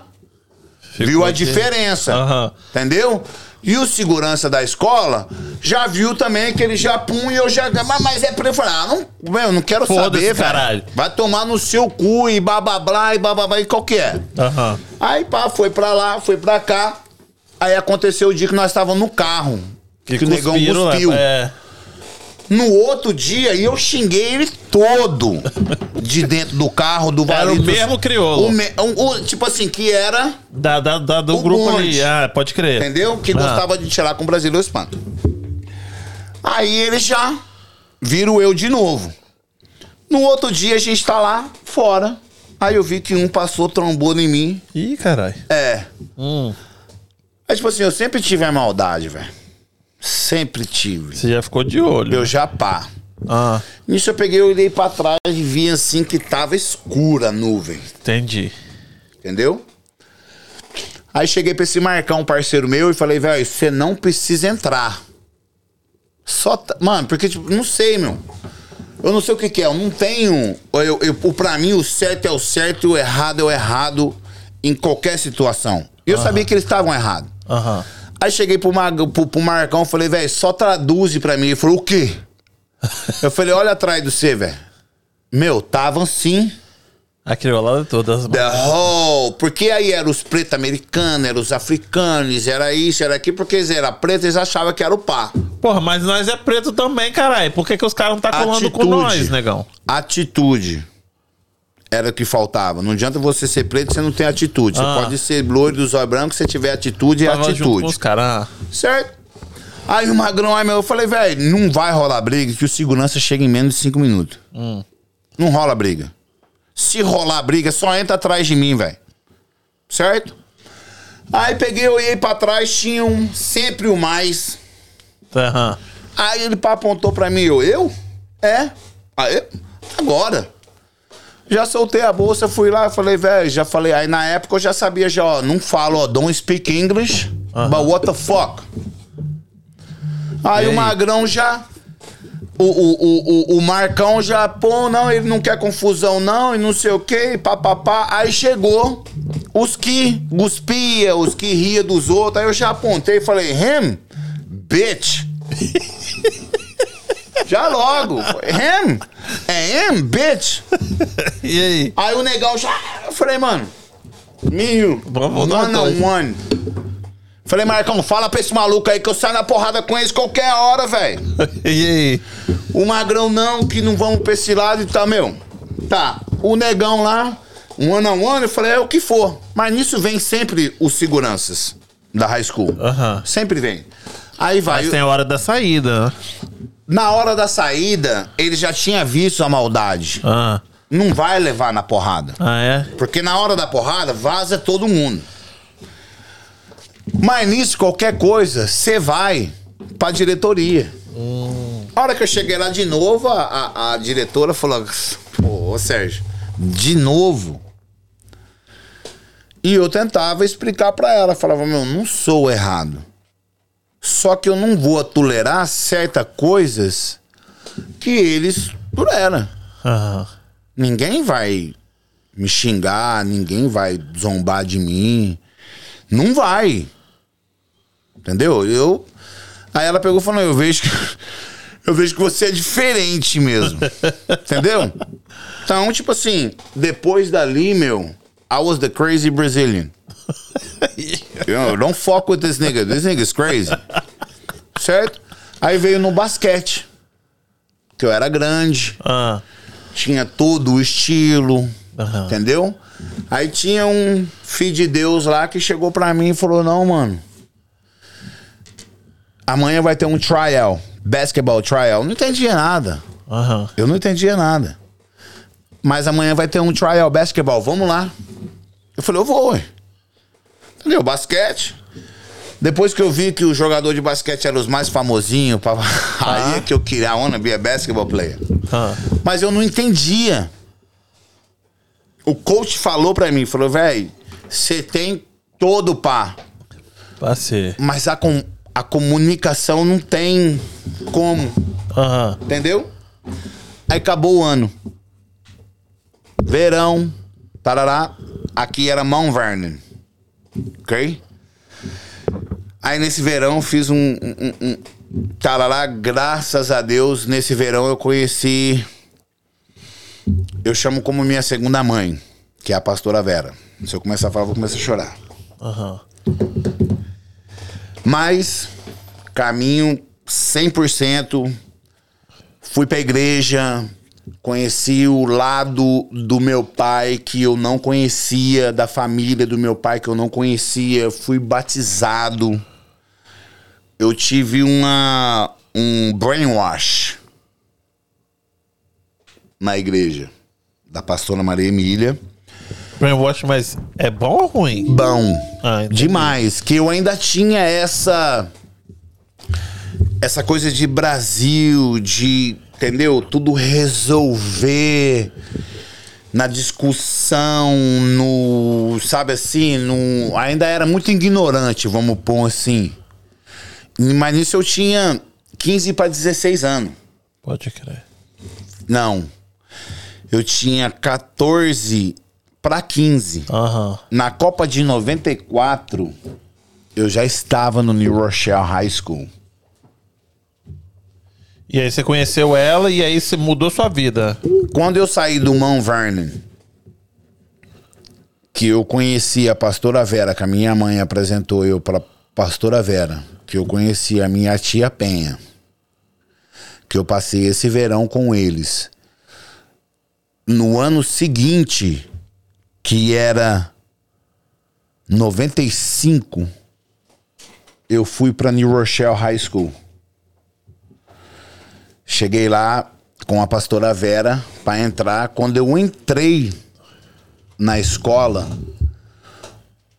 viu a aqui. diferença. Aham. Entendeu? E o segurança da escola já viu também que ele já punha e eu já. Mas, mas é pra eu falar, ah, não, meu, não quero Foda-se, saber, velho. caralho. Vai tomar no seu cu e blá blá blá e blá blá blá e qual que é? aham. Aí pá, foi pra lá, foi pra cá. Aí aconteceu o dia que nós estávamos no carro. Que, o negão cuspiram, né? cuspiu. É. No outro dia, e eu xinguei ele todo de dentro do carro, do Era o Varitos. mesmo crioulo. O me- o- o- tipo assim, que era, Da, da, da- do O grupo ali. bonde. Ah, pode crer. Um entendeu? Que Ah. gostava de tirar com o Brasil o espanto. Aí ele já vira o eu de novo. No outro dia, a gente tá lá, fora. Aí eu vi que um passou trombando em mim. Ih, caralho. É, Hum, Mas, tipo assim, eu sempre tive a maldade, velho. Sempre tive. você já ficou de olho. Eu já pá. Ah, Nisso eu peguei, eu olhei pra trás e vi assim que tava escura a nuvem, entendi. entendeu? Aí cheguei pra esse Marcão, parceiro meu, e falei, velho, você não precisa entrar. Só. tá- Mano, porque, tipo, não sei, meu. Eu não sei o que, que é, eu não tenho. Eu, eu, o- pra mim, o certo é o certo e o errado é o errado em qualquer situação. E eu sabia que eles estavam errados. Aham. Aí cheguei pro, Mag- pro- pro Marcão, falei, velho, só traduze pra mim. Ele falou, o quê? Eu falei, olha atrás do C, velho. Meu, tavam sim. A criolada toda. The whole. Porque aí eram os pretos americanos, eram os africanos, era isso, era aquilo, porque eles eram pretos, eles achavam que era o pá. Porra, mas nós é preto também, caralho. Por que, que os caras não tá colando com Atitude. nós, negão? Atitude. Era o que faltava. Não adianta você ser preto e você não tem atitude. Ah. Você pode ser loiro dos olhos brancos, se você tiver atitude, é Tava junto atitude. com os caras. Certo? Aí o Magrão, aí meu, eu falei, velho, não vai rolar briga que o segurança chega em menos de cinco minutos. Não rola briga. Se rolar briga, só entra atrás de mim, velho. Certo? Aí peguei, olhei pra trás, tinha um sempre o mais. Ah, Aham. Aí ele pá, apontou pra mim, eu, eu? É? Aí, agora. Já soltei a bolsa, fui lá, falei, velho, já falei. Aí na época eu já sabia, já, ó, não falo, ó, don't speak English, but what the fuck? Aí E aí? o Magrão já. O, o, o, o, o Marcão já, pô, não, ele não quer confusão, não, e não sei o quê, e papapá. Aí chegou os que guspia, os que ria dos outros. Aí eu já apontei e falei, him, bitch. já logo. Him, é him, bitch. E aí? Aí o negão já. Eu falei, mano. Minho. Vamos voltar One atrás. on one. Falei, Marcão, fala pra esse maluco aí que eu saio na porrada com eles qualquer hora, velho. E aí? O magrão não, que não vamos pra esse lado e tá, meu. Tá. O negão lá, um ano a um ano, eu falei, é o que for. Mas nisso vem sempre os seguranças da high school. Aham. Sempre vem. Aí vai. Mas tem a hora da saída. Na hora da saída, ele já tinha visto a maldade. Ah, Não vai levar na porrada. ah é? Porque na hora da porrada, vaza todo mundo. Mas nisso, qualquer coisa, você vai pra diretoria. A hora que eu cheguei lá de novo, a, a- a diretora falou: Pô, ô, Sérgio, de novo. E eu tentava explicar pra ela, falava, meu, não sou errado. Só que eu não vou tolerar certas coisas que eles toleram. Aham. Ninguém vai me xingar, ninguém vai zombar de mim. Não vai. Entendeu? Eu. Aí ela pegou e falou: "Não, eu vejo que. Eu vejo que você é diferente mesmo. Entendeu? Então, tipo assim, depois dali, meu, I was the crazy Brazilian. Eu don't fuck with this nigga. This nigga is crazy. Certo? Aí veio no basquete. Que eu era grande Ah, tinha todo o estilo, Aham. entendeu? Aí tinha um filho de Deus lá que chegou pra mim e falou: Não, mano, amanhã vai ter um trial, basketball trial. Não entendia nada, aham. eu não entendia nada. Mas amanhã vai ter um trial basketball, vamos lá. Eu falei: Eu vou, ué. entendeu? Basquete. Depois que eu vi que o jogador de basquete era os mais famosinhos, pra... aí é que eu queria, I wanna be a basketball player. Ah, Mas eu não entendia. O coach falou pra mim, falou, velho, você tem todo o par, passei. mas a, com- a comunicação não tem como, Aham. entendeu? Aí acabou o ano. Verão, tarará, aqui era Mount Vernon, ok? Aí nesse verão eu fiz um, um, um, um tarará, graças a Deus, nesse verão eu conheci eu chamo como minha segunda mãe, que é a pastora Vera. Se eu começar a falar, eu vou começar a chorar. Aham. Mas caminho 100%, fui pra igreja, conheci o lado do meu pai que eu não conhecia, da família do meu pai que eu não conhecia, fui batizado. Eu tive uma um brainwash na igreja da pastora Maria Emília. Brainwash, mas é bom ou ruim? bom Ah, entendi. demais. Que eu ainda tinha essa. Essa coisa de Brasil, de. Entendeu? Tudo resolver na discussão, no. Sabe assim? No, ainda era muito ignorante, vamos pôr assim. Mas nisso eu tinha 15 para 16 anos. Pode crer. Não. Eu tinha 14 para 15. Aham. Na Copa de 94, eu já estava no New Rochelle High School. E aí você conheceu ela e aí você mudou sua vida. Quando eu saí do Mount Vernon, que eu conheci a pastora Vera, que a minha mãe apresentou eu para pastora Vera, que eu conheci a minha tia Penha, que eu passei esse verão com eles. No ano seguinte, que era 95, eu fui para New Rochelle High School. Cheguei lá com a pastora Vera para entrar. Quando eu entrei na escola,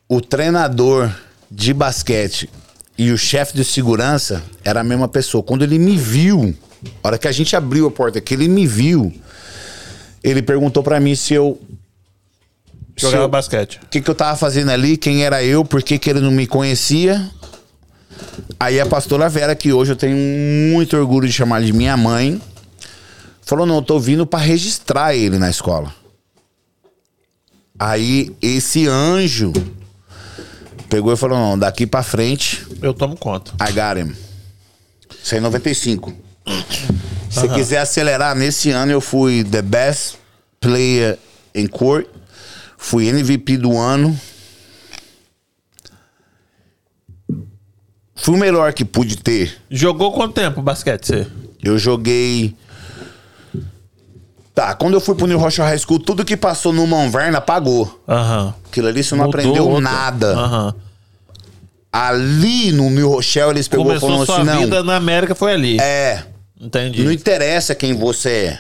o treinador de basquete e o chefe de segurança era a mesma pessoa. Quando ele me viu, a hora que a gente abriu a porta, que ele me viu, ele perguntou para mim se eu se Jogava eu- basquete. o que, que eu tava fazendo ali, quem era eu, por que, que ele não me conhecia. Aí a pastora Vera, que hoje eu tenho muito orgulho de chamar de minha mãe, falou: não, eu tô vindo pra registrar ele na escola. Aí esse anjo pegou e falou: não, daqui pra frente, Eu tomo conta. I got him. é 195. Se quiser acelerar, nesse ano eu fui the best player em court. Fui MVP do ano. Fui o melhor que pude ter. Jogou quanto tempo basquete você? Eu joguei. Tá, quando eu fui pro New Rocha High School, tudo que passou no Mount Vernon apagou. Aham. Aquilo ali você não Mudou aprendeu outra. nada. Aham. Ali no New Rochelle eles pegou e falou Começou assim: sua não. vida na América foi ali. É, Entendi. Não interessa quem você é.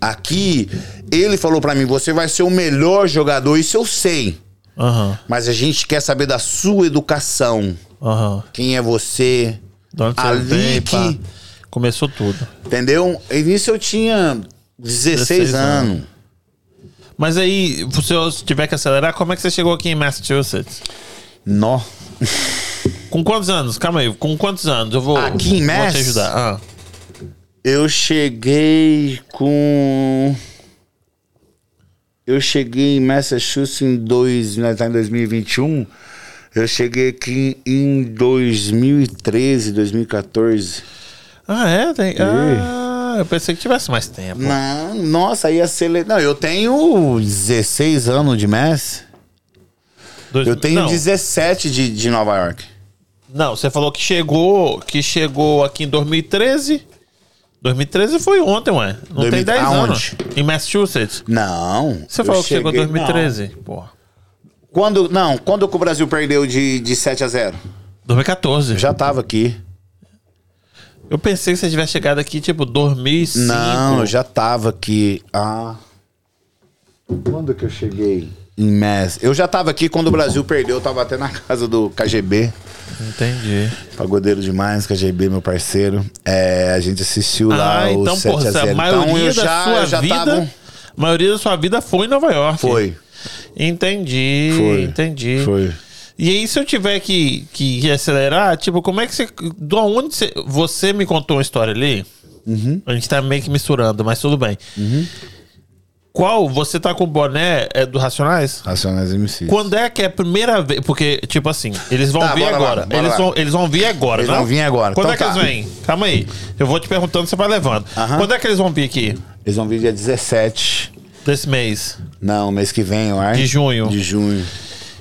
Aqui, ele falou pra mim, você vai ser o melhor jogador, isso eu sei. Aham. Mas a gente quer saber da sua educação. Aham. Quem é você? De onde você Ali veio, que- pá. Começou tudo. Entendeu? E nisso eu tinha 16, 16 anos. Mas aí, se eu tiver que acelerar, como é que você chegou aqui em Massachusetts? Nó. Com quantos anos? Calma aí, com quantos anos? Eu vou, Aqui em vou Mass? te ajudar. Ah, Eu cheguei com. Eu cheguei em Massachusetts em dois, nós tá em 2021. Eu cheguei aqui em 2013, 2014. ah é? Tem... Ah, eu pensei que tivesse mais tempo. Não, nossa, aí acelerou. Não, eu tenho 16 anos de Mass. Dois- Eu tenho não, 17 de, de Nova York. Não, você falou que chegou, que chegou aqui em 2013. 2013 foi ontem, ué. Não tem 2000 10 anos. aonde? Em Massachusetts. Não. Você eu falou que chegou em cheguei- 2013. Porra. Não. Quando, não, quando que o Brasil perdeu de, de 7 a 0? 2014. Eu já tava aqui. Eu pensei que você tivesse chegado aqui, tipo, 2005. Não, eu já tava aqui. Ah. Quando que eu cheguei? Em Mass. Eu já tava aqui quando o Brasil perdeu. Eu tava até na casa do KGB. Entendi. Pagodeiro demais, KGB, meu parceiro. É, a gente assistiu lá Ah, o então, 7 porra, se a 0. a maioria então eu da já, sua eu já vida. tava... um- A maioria da sua vida foi em Nova York. Foi, Entendi. Foi. Entendi. foi. E aí, se eu tiver que, que acelerar, tipo, como é que você. Do onde você. Você me contou uma história ali. Uhum. A gente tá meio que misturando, mas tudo bem. Qual? Você tá com o boné é, do Racionais? Racionais MC. Quando é que é a primeira vez? Porque, tipo assim, eles vão Tá, vir bora lá, agora. bora eles, lá. vão, eles vão vir agora, Eles não? vão vir agora, Quando então é que tá. eles vêm? Calma aí. Eu vou te perguntando, você vai levando. Aham. Quando é que eles vão vir aqui? Eles vão vir dia 17. Desse mês. Não, mês que vem, eu acho. De junho. De junho.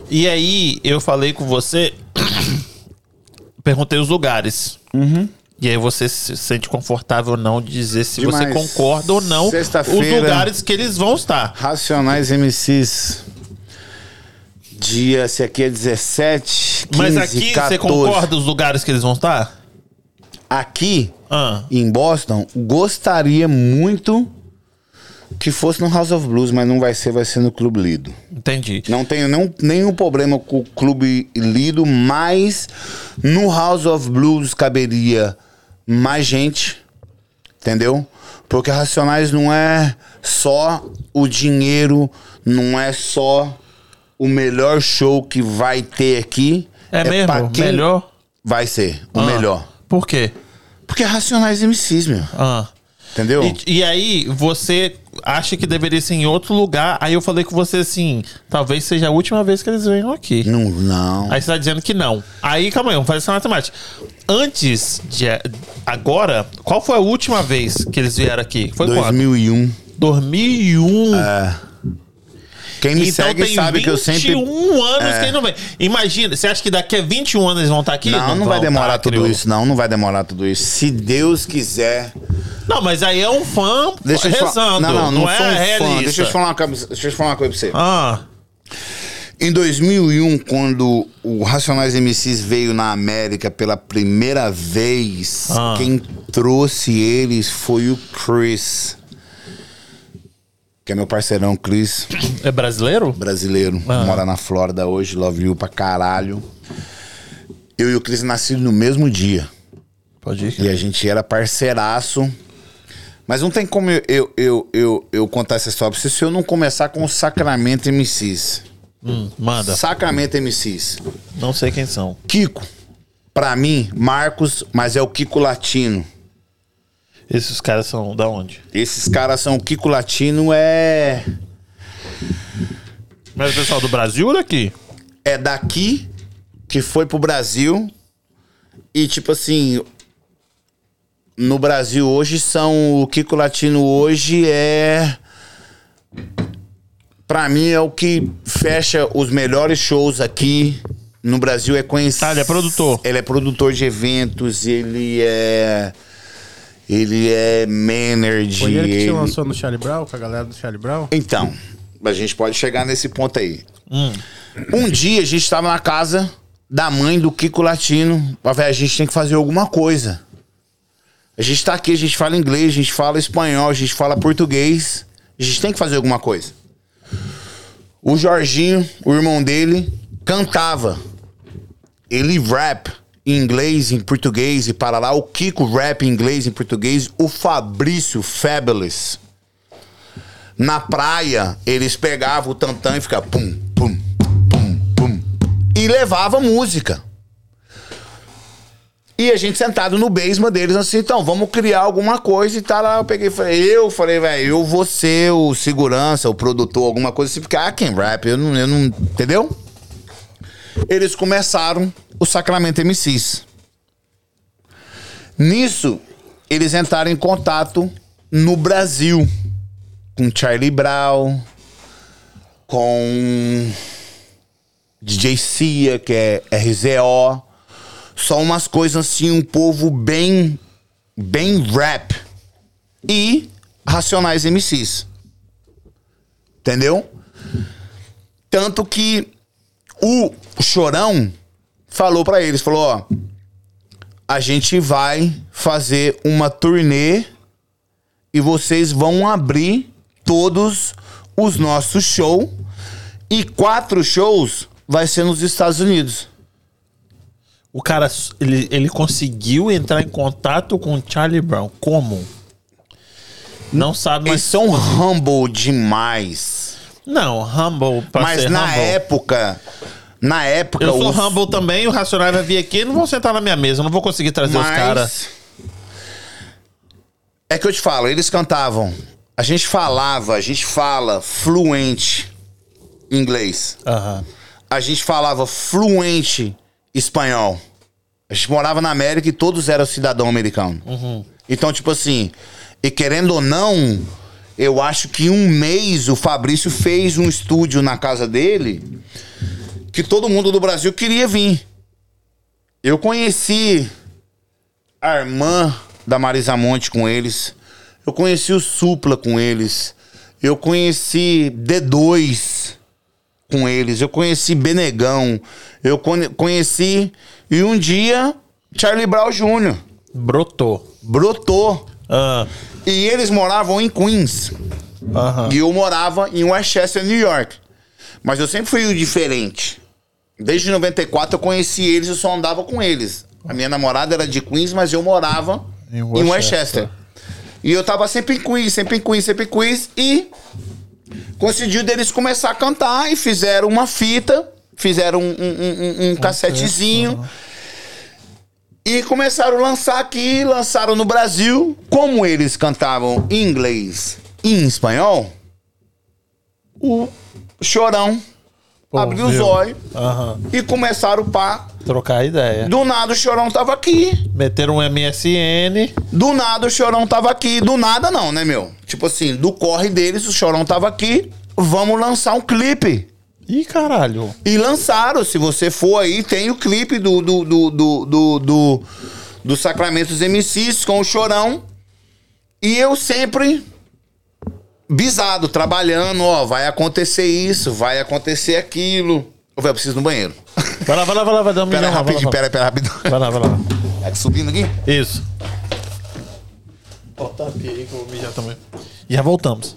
E aí, eu falei com você, perguntei os lugares. Uhum. E aí você se sente confortável ou não de dizer se você Demais. concorda ou não os Sexta-feira. lugares que eles vão estar. Racionais MCs. Dia, se aqui é 17, 15, Mas aqui 14. você concorda os lugares que eles vão estar? Aqui, Ah, em Boston, gostaria muito que fosse no House of Blues, mas não vai ser, vai ser no Clube Lido. entendi. Não tenho nenhum, nenhum problema com o Clube Lido, mas no House of Blues caberia mais gente, entendeu? Porque Racionais não é só o dinheiro, não é só o melhor show que vai ter aqui. É, pra mesmo? quem Melhor? Vai ser o Ah, melhor. Por quê? Porque é Racionais MCs, meu. Ah. Entendeu? E, e aí, você acha que deveria ser em outro lugar? Aí eu falei com você assim: talvez seja a última vez que eles venham aqui. Não, não. Aí você tá dizendo que não. Aí, calma aí, vamos fazer essa matemática. Antes de. Agora, qual foi a última vez que eles vieram aqui? Foi quando? 2001. 2001. Quem me É. Então segue sabe que eu sempre É. 21 anos que ele não vem. Imagina, você acha que daqui a 21 anos eles vão estar aqui? Não, não, vai vão, demorar tá, tudo criou. isso, não. Não vai demorar tudo isso. Se Deus quiser. Não, mas aí é um fã Deixa eu te rezando. falar. Não, não, não, é sou um realista. fã. Deixa eu, te falar uma coisa, deixa eu te falar uma coisa pra você. Ah, Em 2001, quando o Racionais MCs veio na América pela primeira vez, Ah. quem trouxe eles foi o Chris. Que é meu parceirão, Chris. é brasileiro? brasileiro, Ah. mora na Flórida hoje, love you pra caralho. Eu e o Cris nascidos no mesmo dia. Pode ir. E a gente era parceiraço. Mas não tem como eu, eu, eu, eu, eu contar essa história pra você se eu não começar com o Sacramento MCs. Hum, manda. Sacramento MCs. Não sei quem são. Kiko, Pra mim, Marcos, mas é o Kiko Latino. Esses caras são da onde? Esses caras são. O Kiko Latino é. Mas o pessoal do Brasil ou daqui? é daqui que foi pro Brasil e tipo assim no Brasil hoje são o Kiko Latino hoje é Pra mim é o que fecha os melhores shows aqui no Brasil é conhecido. Tá, Ah, ele é produtor. Ele é produtor de eventos, ele é ele é manager. Foi ele que te ele- lançou no Charlie Brown, com a galera do Charlie Brown? então, a gente pode chegar nesse ponto aí. Um dia a gente estava na casa da mãe do Kiko Latino. Mas, velho, a gente tem que fazer alguma coisa. A gente tá aqui, a gente fala inglês, a gente fala espanhol, a gente fala português. A gente tem que fazer alguma coisa. O Jorginho, o irmão dele, cantava. Ele rap em inglês, em português e para lá. O Kiko rap em inglês, em português. O Fabrício Fabulous. Na praia, eles pegavam o tantã e ficavam pum, pum, pum, pum. E levava música. E a gente sentado no basement deles, assim, então, vamos criar alguma coisa e tá lá. Eu peguei e falei, eu falei, velho, eu vou ser o segurança, o produtor, alguma coisa assim, porque, ah, quem rap, eu não, eu não. Entendeu? Eles começaram o Sacramento MCs. Nisso, eles entraram em contato no Brasil com Charlie Brown, com DJ Cia, que é RZO. Só umas coisas assim, um povo bem, bem rap. E Racionais MCs. Entendeu? Tanto que o Chorão falou pra eles, falou, ó, a gente vai fazer uma turnê e vocês vão abrir todos os nossos shows. E quatro shows vai ser nos Estados Unidos. O cara, ele, ele conseguiu entrar em contato com o Charlie Brown. Como? Não sabe, Eles mas... são humble demais. Não, Humble, pra mas ser na humble. época. Na época. Eu sou os- Humble também, o Racionais vai vir aqui, não vão sentar na minha mesa, não vou conseguir trazer os mas- caras. É que eu te falo, eles cantavam. A gente falava, a gente fala fluente inglês. Aham. a gente falava fluente espanhol. A gente morava na América e todos eram cidadão americano. Então, tipo assim, e querendo ou não, eu acho que um mês o Fabrício fez um estúdio na casa dele que todo mundo do Brasil queria vir. Eu conheci a irmã da Marisa Monte com eles. Eu conheci o Supla com eles. Eu conheci D2 com eles. Eu conheci Benegão. Eu cone- conheci. E um dia, Charlie Brown Jr. Brotou. brotou. Ah, E eles moravam em Queens. Aham. E eu morava em Westchester, New York. Mas eu sempre fui o diferente. Desde 94 eu conheci eles, eu só andava com eles. A minha namorada era de Queens, mas eu morava Em em Westchester. Westchester. E eu tava sempre em Queens, sempre em Queens, sempre em Queens. E conseguiu deles começar a cantar e fizeram uma fita, fizeram um, um, um- um cassetezinho. E começaram a lançar aqui, lançaram no Brasil. Como eles cantavam em inglês e em espanhol, o Chorão Pô, abriu os viu? olhos Aham. e começaram pá. Trocar ideia. Do nada o Chorão tava aqui. Meteram um MSN. Do nada o Chorão tava aqui. Do nada não, né, meu? Tipo assim, do corre deles, o Chorão tava aqui. Vamos lançar um clipe. Ih, caralho. E lançaram, se você for aí, tem o clipe do do, do, do, do, do, do Sacramentos MCs com o Chorão. E eu sempre bisado, trabalhando, ó, vai acontecer isso, vai acontecer aquilo. Eu, eu preciso ir no banheiro. Vai lá, vai lá, vai lá, vai dar um Pera milhão. aí, lá, vai rapidinho, lá, pera aí, pera aí, rapidinho. Vai lá, vai lá. É que subindo aqui? Isso. Bota a pia aí que eu vou mijar também. Já voltamos.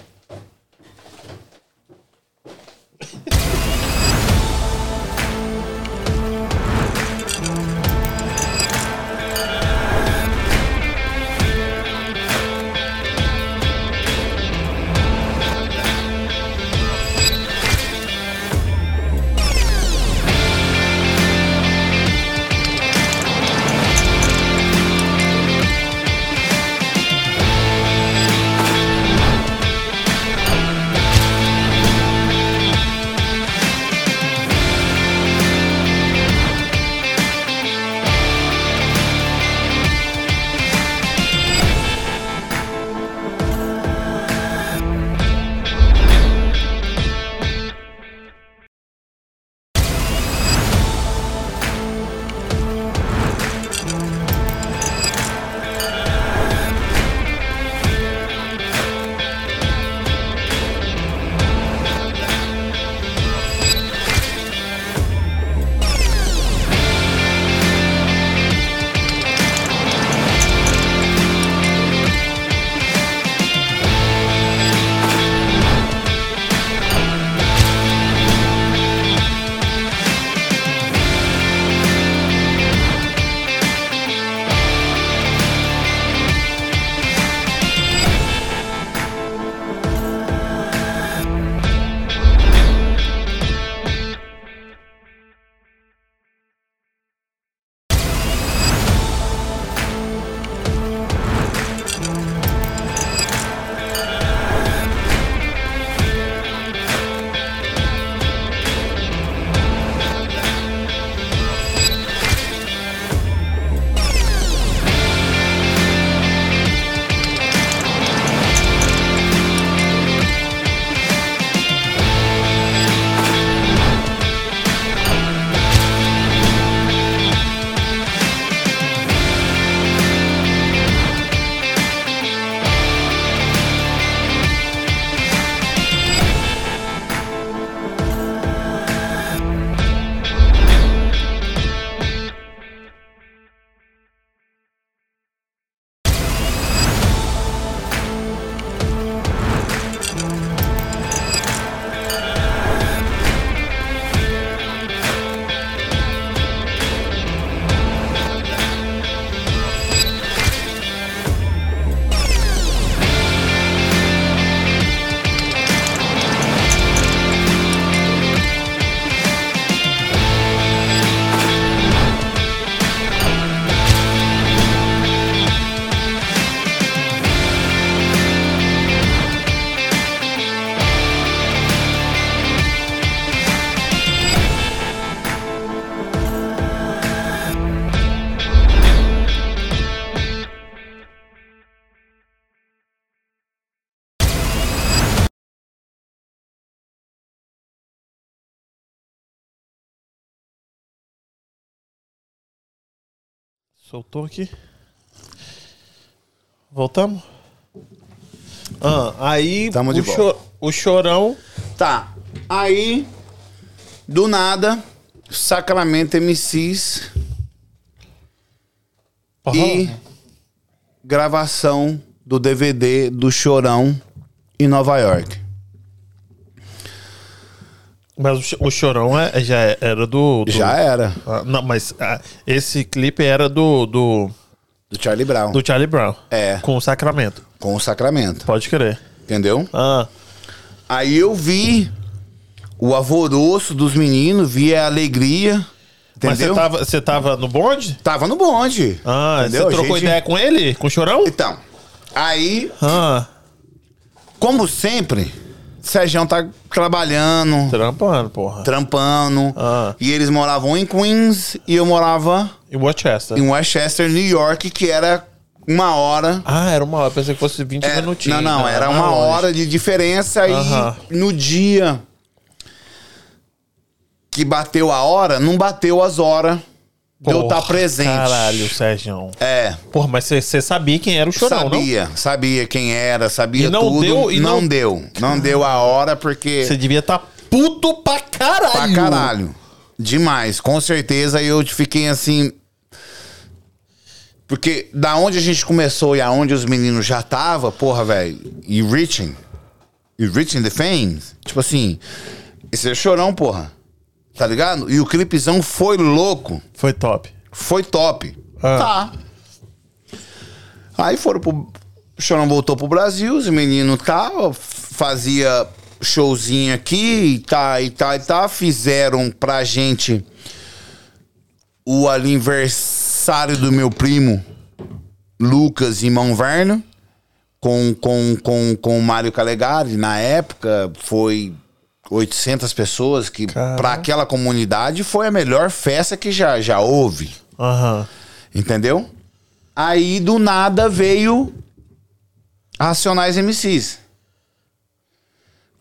Soltou aqui. Voltamos? Ah, aí Tamo o, de volta. o chorão. Tá. Aí, do nada, Sacramento MCs e gravação do DVD do Chorão em Nova York. Mas o, Cho- o chorão é, já é- era do. do- Já era, Ah, não, mas ah, esse clipe era do, do, do Charlie Brown, do Charlie Brown. É. Com o Sacramento. com o Sacramento, Pode crer. entendeu? Ah, Aí eu vi o alvoroço dos meninos, vi a alegria, mas você entendeu? tava, você tava no bonde? Tava no bonde. Ah, entendeu? A você trocou gente- ideia com ele? Com o chorão? Então, aí Ah, Como sempre, Sergião tá trabalhando, trampando, porra. trampando. Tá. Ah. E eles moravam em Queens e eu morava E Westchester. em Westchester, New York, que era uma hora. Ah, era uma hora. Pensei que fosse 20 É, minutinhos. não, não, era uma né? longe. hora de diferença Aham. e no dia que bateu a hora, não bateu as horas de eu estar Porra, presente. Caralho, Sérgio. É, Porra, mas você sabia quem era o chorão, não? sabia, sabia quem era, sabia E não tudo. deu- e não, não- deu, não deu a hora porque Você devia estar puto pra caralho. Pra caralho. Demais. Com certeza eu fiquei assim. Porque da onde a gente começou e aonde os meninos já tava, porra, velho. E reaching. E reaching the fans. Tipo assim. Esse é chorão, porra. Tá ligado? E o clipezão foi louco. Foi top. Foi top. Ah. Tá. Aí foram pro. O Chorão voltou pro Brasil, os meninos tal, fazia showzinho aqui e tá, e tá, e tá. Fizeram pra gente o aniversário do meu primo Lucas e Verno com, com, com, com o Mário Calegari. Na época foi 800 pessoas, que Caraca. pra aquela comunidade foi a melhor festa que já, já houve. Aham. Entendeu? Aí do nada veio Racionais MCs.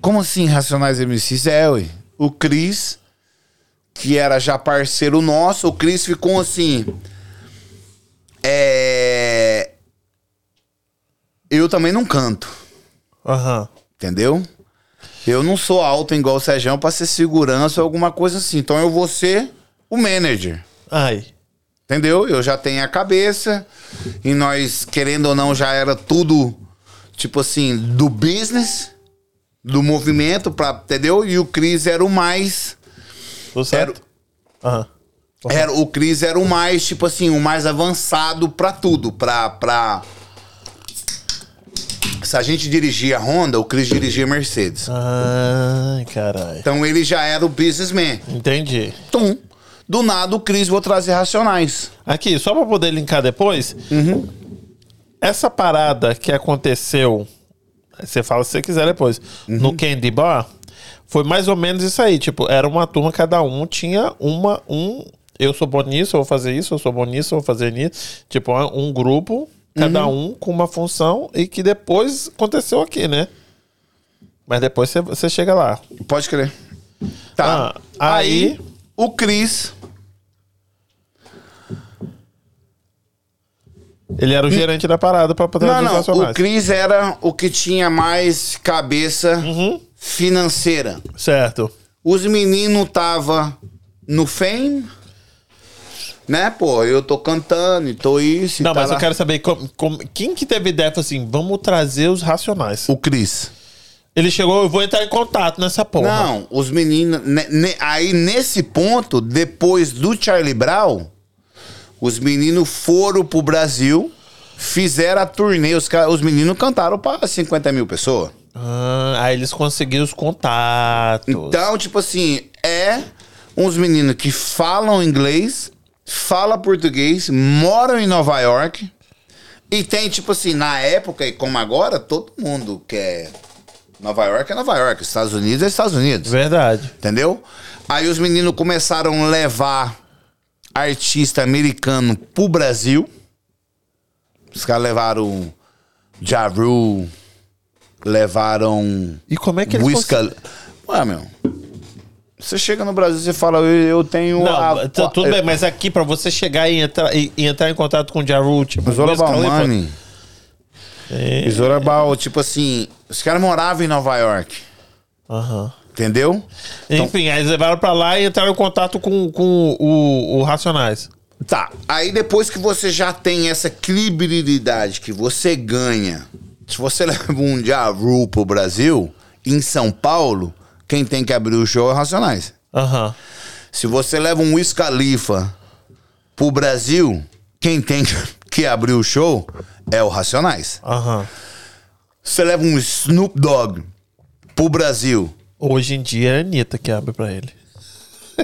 Como assim Racionais MCs? É, ué. O Cris, que era já parceiro nosso, o Cris ficou assim. É. Eu também não canto, Aham. entendeu? Eu não sou alto igual o Sérgio pra ser segurança ou alguma coisa assim. Então eu vou ser o manager. Aí. Entendeu? Eu já tenho a cabeça. E nós, querendo ou não, já era tudo, tipo assim, do business, do movimento, pra, entendeu? E o Cris era o mais. Tudo certo? Aham. Era, o Cris era o mais, tipo assim, o mais avançado pra tudo. Pra, pra... Se a gente dirigia Honda, o Cris dirigia Mercedes. Ai, caralho. Então ele já era o businessman. Entendi. Tum. Do nada o Cris vou trazer racionais. Aqui, só pra poder linkar depois. Uhum. Essa parada que aconteceu, você fala se você quiser depois, Uhum. no Candy Bar, foi mais ou menos isso aí. Tipo, era uma turma, cada um tinha uma, um. Eu sou bom nisso, eu vou fazer isso, eu sou bom nisso, eu vou fazer nisso. Tipo, um grupo, cada Uhum. um com uma função e que depois aconteceu aqui, né? Mas depois você- você chega lá. Pode crer. Tá. Ah, aí- aí, o Cris. Ele era o gerante da parada pra poder Hum. Não, ajudar não. os O nacionais. Cris era o que tinha mais cabeça Uhum. financeira. Certo. Os meninos tava no fame. Né, pô? Eu tô cantando e tô isso e Não, tá mas lá. eu quero saber como- como- quem que teve ideia falou assim, vamos trazer os racionais. O Cris. Ele chegou, eu vou entrar em contato nessa porra. Não, os meninos... ne- ne- aí, nesse ponto, depois do Charlie Brown, os meninos foram pro Brasil, fizeram a turnê. Os, ca- os meninos cantaram pra 50 mil pessoas. Ah, aí eles conseguiram os contatos. Então, tipo assim, é uns meninos que falam inglês, falam português, moram em Nova York. E tem, tipo assim, na época e como agora, todo mundo quer. Nova York é Nova York, Estados Unidos é Estados Unidos. Verdade. Entendeu? Aí os meninos começaram a levar artista americano pro Brasil. Os caras levaram Ja Rule, levaram E como é que eles Whisca... Ué, meu. Você chega no Brasil e fala, eu, eu tenho. Não, a- é. tá tudo eu- bem, mas aqui pra você chegar e entrar, e, e entrar em contato com o Jaru, tipo, Mas olha Wiz Khalifa- Balmani. É, Zorabal, tipo assim, os caras moravam em Nova York, aham. entendeu? Então- Enfim, aí eles levaram pra lá e entraram em contato com, com o, o Racionais. Tá, aí depois que você já tem essa credibilidade que você ganha, se você leva um Jaru pro Brasil, em São Paulo, quem tem que abrir o show é o Racionais. Aham. Se você leva um Wiz Khalifa pro Brasil, quem tem que abrir o show é o Racionais. Aham. Se você leva um Snoop Dogg pro Brasil, Hoje em dia é a Anitta que abre pra ele.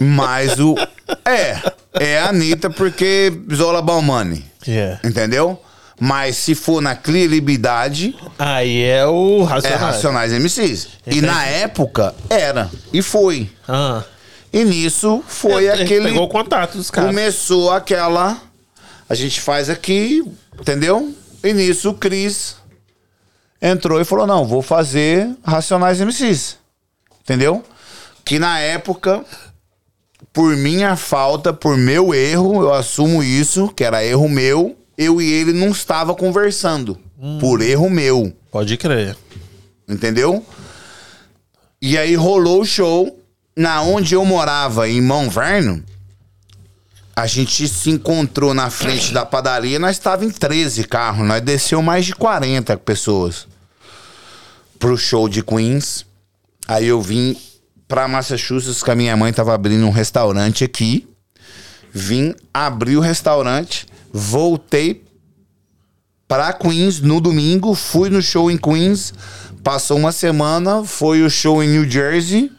mais o... É, é a Anitta porque Zola Balmani. Que é. Entendeu? Mas se for na credibilidade, Aí é o é Racionais. Racionais MCs. E Entendi. na época, era. E foi. Ah. E nisso foi Ele aquele. É, Pegou o contato dos caras. Começou aquela. A gente faz aqui, entendeu? E nisso o Cris entrou e falou: não, vou fazer Racionais MCs. Entendeu? Que na época, por minha falta, por meu erro, eu assumo isso, que era erro meu, eu e ele não estava conversando. Por erro meu. Pode crer. Entendeu? E aí rolou o show. Na onde eu morava, em Mão Verno, a gente se encontrou na frente da padaria. Nós estava em 13 carros. Nós desceu mais de 40 pessoas pro show de Queens. Aí eu vim pra Massachusetts, que a minha mãe tava abrindo um restaurante aqui. Vim, abri o restaurante, voltei pra Queens no domingo, fui no show em Queens, passou uma semana, foi o show em New Jersey,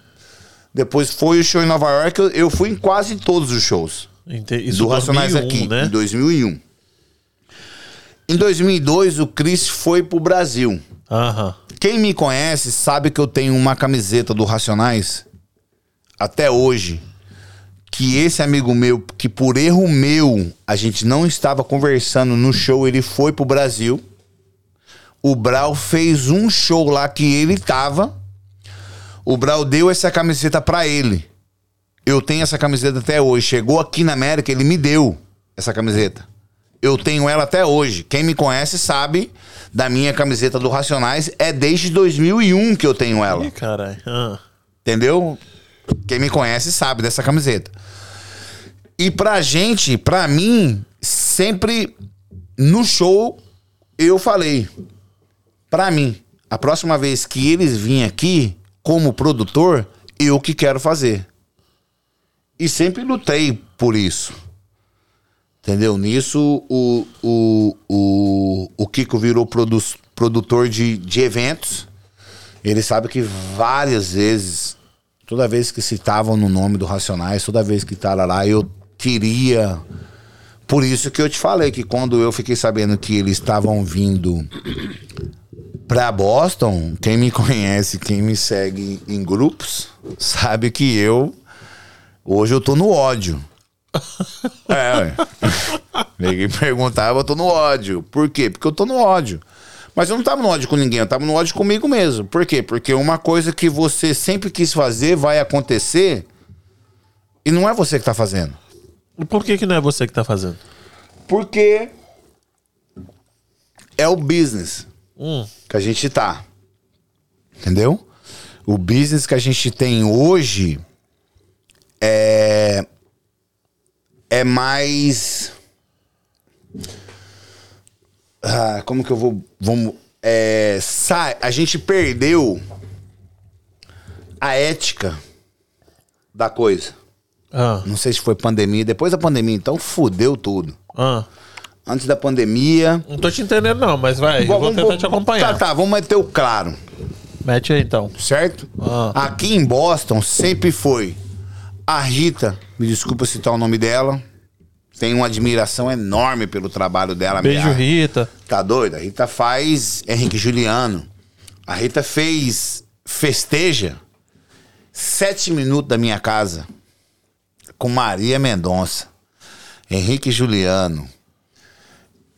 depois foi o show em Nova York, eu- eu fui em quase todos os shows Ente- do Isso Racionais 2001, aqui, né? em 2001. Em 2002, o Chris foi pro Brasil. Aham. Quem me conhece sabe que eu tenho uma camiseta do Racionais até hoje. Que esse amigo meu, que por erro meu, a gente não estava conversando no show, ele foi pro Brasil. O Brau fez um show lá que ele tava. O Brau deu essa camiseta pra ele. Eu tenho essa camiseta até hoje. Chegou aqui na América, ele me deu essa camiseta. Eu tenho ela até hoje. Quem me conhece sabe da minha camiseta do Racionais. É desde 2001 que eu tenho ela. Ih, caralho. Ah. Entendeu? Quem me conhece sabe dessa camiseta. E pra gente, pra mim, sempre no show eu falei. Pra mim, a próxima vez que eles virem aqui, como produtor, eu que quero fazer. E sempre lutei por isso. Entendeu? Nisso, o, o, o, o Kiko virou produ- produtor de, de eventos. Ele sabe que várias vezes, toda vez que citavam no nome do Racionais, toda vez que tava lá, eu queria. Por isso que eu te falei que quando eu fiquei sabendo que eles estavam vindo pra Boston, quem me conhece, quem me segue em grupos, sabe que eu. Hoje eu tô no ódio. É, ué. Ninguém perguntava, eu tô no ódio. Por quê? Porque eu tô no ódio. Mas eu não tava no ódio com ninguém, eu tava no ódio comigo mesmo. Por quê? Porque uma coisa que você sempre quis fazer vai acontecer e não é você que tá fazendo. E por que que não é você que tá fazendo? Porque é o business Hum. que a gente tá. Entendeu? O business que a gente tem hoje é é mais Ah, como que eu vou vamos é, sai, a gente perdeu a ética da coisa. Ah. Não sei se foi pandemia, depois da pandemia, então fudeu tudo. Ah. Antes da pandemia, Não tô te entendendo, não, mas vai. eu vou Vamos- tentar te Tá, acompanhar. tá, vamos meter o claro. Mete aí então. certo? Ah. Aqui em Boston sempre foi a Rita, me desculpa citar o nome dela, tenho uma admiração enorme pelo trabalho dela. Beijo, minha- Rita. Tá doida? A Rita faz Henrique Juliano. A Rita fez Festeja, sete minutos da minha casa, com Maria Mendonça, Henrique Juliano,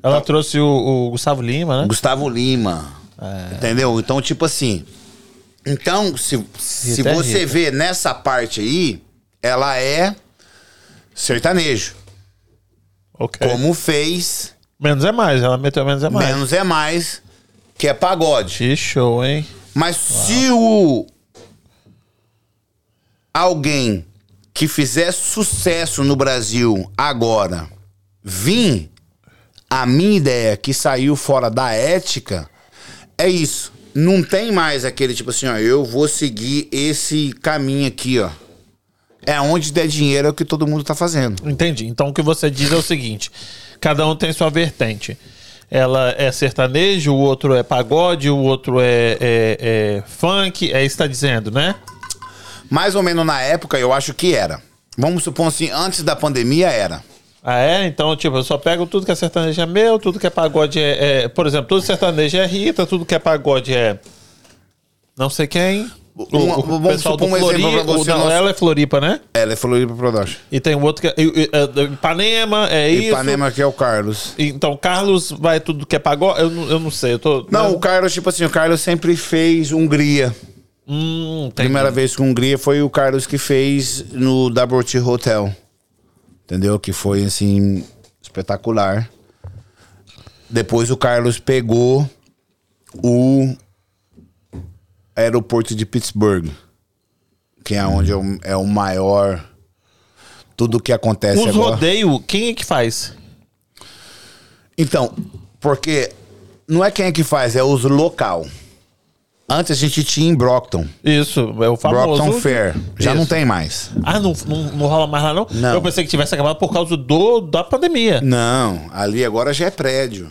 Ela Tá. trouxe o, o Gustavo Lima, né? Gustavo Lima. Entendeu? Então, tipo assim, Então, se, se Rita é você Rita. vê nessa parte aí, ela é sertanejo. Ok. Como fez, Menos é mais, ela meteu menos é mais. menos é mais, que é pagode. Que show, hein? Mas se o alguém que fizer sucesso no Brasil agora vir, a minha ideia que saiu fora da ética é isso. Não tem mais aquele tipo assim, ó, eu vou seguir esse caminho aqui, ó. É onde der dinheiro é o que todo mundo tá fazendo. Entendi. Então o que você diz é o seguinte: cada um tem sua vertente. Ela é sertanejo, o outro é pagode, o outro é, é- é funk. É isso que tá dizendo, né? Mais ou menos na época eu acho que era. Vamos supor assim, antes da pandemia era. Ah, é? Então, tipo, eu só pego tudo que é sertanejo é meu, tudo que é pagode é. é- por exemplo, tudo sertanejo é Rita, tudo que é pagode é. Não sei quem. O, Uma- o vamos pessoal do supor um exemplo Floripa. pra o você, da nosso- Ela é Floripa, né? Ela falou ir pro Prodash. E tem um outro que é. e- e- é Ipanema, é isso. Ipanema que é o Carlos. Então, Carlos vai tudo que é pagode. Eu, não- eu não sei, eu tô. Não, né? o Carlos, tipo assim, o Carlos sempre fez Hungria. Hum, tem. Primeira vez com Hungria foi o Carlos que fez no Double T Hotel. Entendeu? Que foi, assim, espetacular. Depois o Carlos pegou o aeroporto de Pittsburgh. Que é onde é o, é o maior... Tudo que acontece Os agora. rodeios, quem é que faz? Então, porque não é quem é que faz, é os local. Antes a gente tinha em Brockton. Isso, é o famoso. Brockton Fair. Já Isso. não tem mais. Ah, não, não, não rola mais lá, não? Não. Eu pensei que tivesse acabado por causa do, da pandemia. Não, ali agora já é prédio.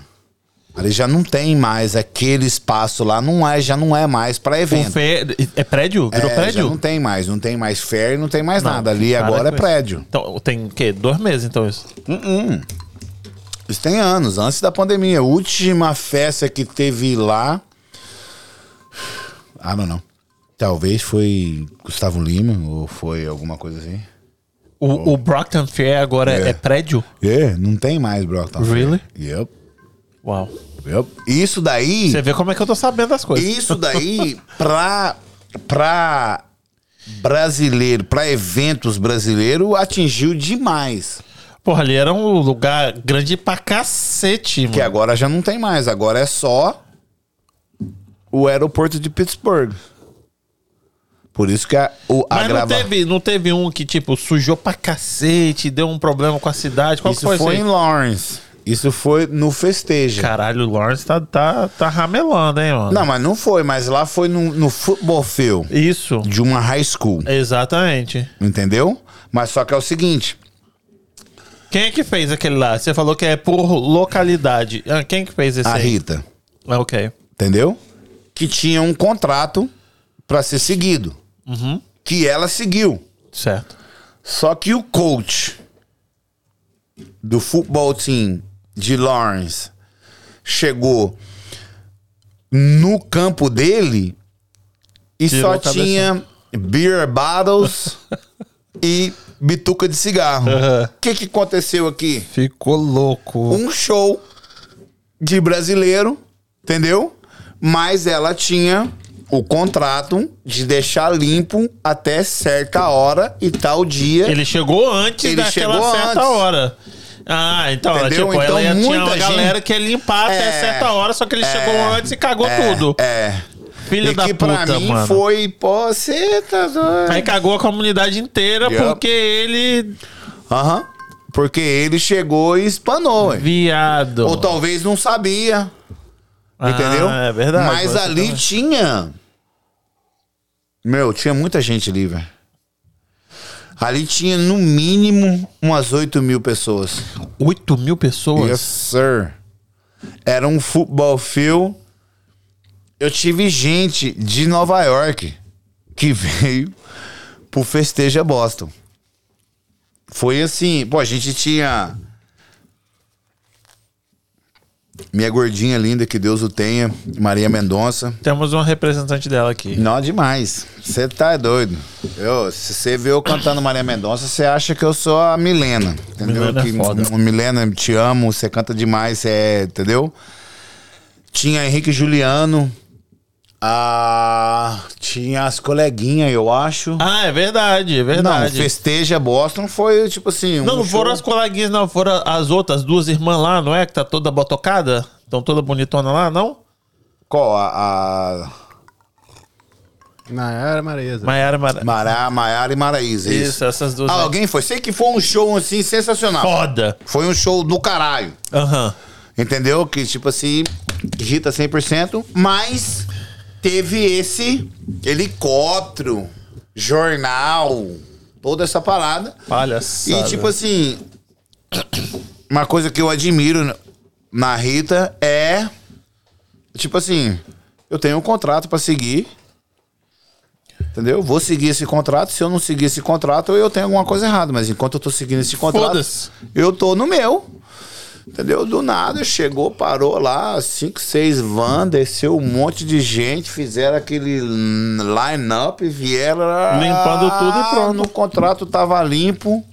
Ali já não tem mais aquele espaço lá, não é, já não é mais para O evento. fair, é prédio? Virou É, já prédio? não tem mais, não tem mais fair, não tem mais Não, nada. Ali nada agora é com isso. prédio. Então, tem o quê? Dois meses, então, isso. Isso tem anos, antes da pandemia. A última festa que teve lá. Ah, não, não. Talvez foi Gustavo Lima ou foi alguma coisa assim. O, o Brockton Fair agora é, É. é prédio? É, não tem mais Brockton. Fair. Really? Yep, Uau. yep. Isso daí. Você vê como é que eu tô sabendo das coisas. Isso daí, pra, pra brasileiro, pra eventos brasileiros, atingiu demais. Porra, ali era um lugar grande pra cacete, mano. Que agora já não tem mais. Agora é só o aeroporto de Pittsburgh. Por isso que a, o, a Mas não grava... teve, não teve um que, tipo, sujou pra cacete, deu um problema com a cidade. Qual que Isso foi, assim? foi, isso aí? em Lawrence. Isso foi no festejo. Caralho, o Lawrence tá, tá, tá ramelando, hein, mano? Não, mas não foi. Mas lá foi no, no futebol field Isso, de uma high school. É. exatamente. Entendeu? Mas só que é o seguinte. Quem é que fez aquele lá? Você falou que é por localidade. Ah, Quem que fez esse A aí? Rita... Ah, ok. entendeu? Que tinha um contrato pra ser seguido, Uhum, que ela seguiu. certo. Só que o coach do futebol team de Lawrence chegou no campo dele e Tirou só o cabeção. tinha beer bottles e bituca de cigarro. O Aham. que, que aconteceu aqui? Ficou louco. um show de brasileiro, entendeu? Mas ela tinha o contrato de deixar limpo até certa hora e tal dia. Ele chegou antes é- Ele daquela chegou certa antes. hora. Ah, então, ela, Entendeu? tipo, Então, ela ia, tinha muita uma gente- galera que ia limpar até É, certa hora, só que ele chegou antes e cagou é, tudo. É. Filho e da que puta, pra mim mano. foi, pô, você tá doido. Aí cagou a comunidade inteira Yup. porque ele. Aham. Porque ele chegou e espanou. hein? Viado. Ou talvez não sabia. Ah, Entendeu? É verdade. Mas você ali também. tinha. Meu, tinha muita gente ali, velho. Ali tinha no mínimo umas 8 mil pessoas. 8 mil pessoas? Yes, sir. Era um futebol field. Eu tive gente de Nova York que veio pro festeja Boston. Foi assim, pô, a gente tinha minha gordinha linda, que Deus o tenha, Maria Mendonça. Temos um representante dela aqui. Não, demais. Você tá doido. Eu, se você vê eu cantando Maria Mendonça, você acha que eu sou a Milena. Entendeu? Milena é que, foda. "Ô, Milena, te amo, você canta demais, você é. Entendeu? Tinha Henrique Juliano, Ah, tinha as coleguinhas, eu acho. Ah, é verdade, é não, verdade. Festeja Boston foi tipo assim. um Não, não foram show- as coleguinhas, não. Foram as outras duas irmãs lá, não é? Que tá toda botocada? Estão toda bonitona lá, não? Qual? A, a Na era Mareza. Maiara Mara... Mara, Maiara e Maraísa. Isso. Isso, essas duas. Ah, aí. alguém foi. Sei que foi um show assim sensacional. Foda. Foi um show do caralho. Aham. Entendeu? Que tipo assim, irrita 100%, mas teve esse helicóptero, jornal, toda essa parada. E Palhaçada. tipo assim, uma coisa que eu admiro na- na Rita é tipo assim, eu tenho um contrato pra seguir. Entendeu? Eu Vou seguir esse contrato. Se eu não seguir esse contrato, eu tenho alguma coisa errada. Mas enquanto eu tô seguindo esse contrato, Foda-se. eu tô no meu. Entendeu? Do nada, chegou, parou lá, cinco, seis van, desceu um monte de gente, fizeram aquele line-up, vieram... Limpando tudo e pronto. O contrato tava limpo.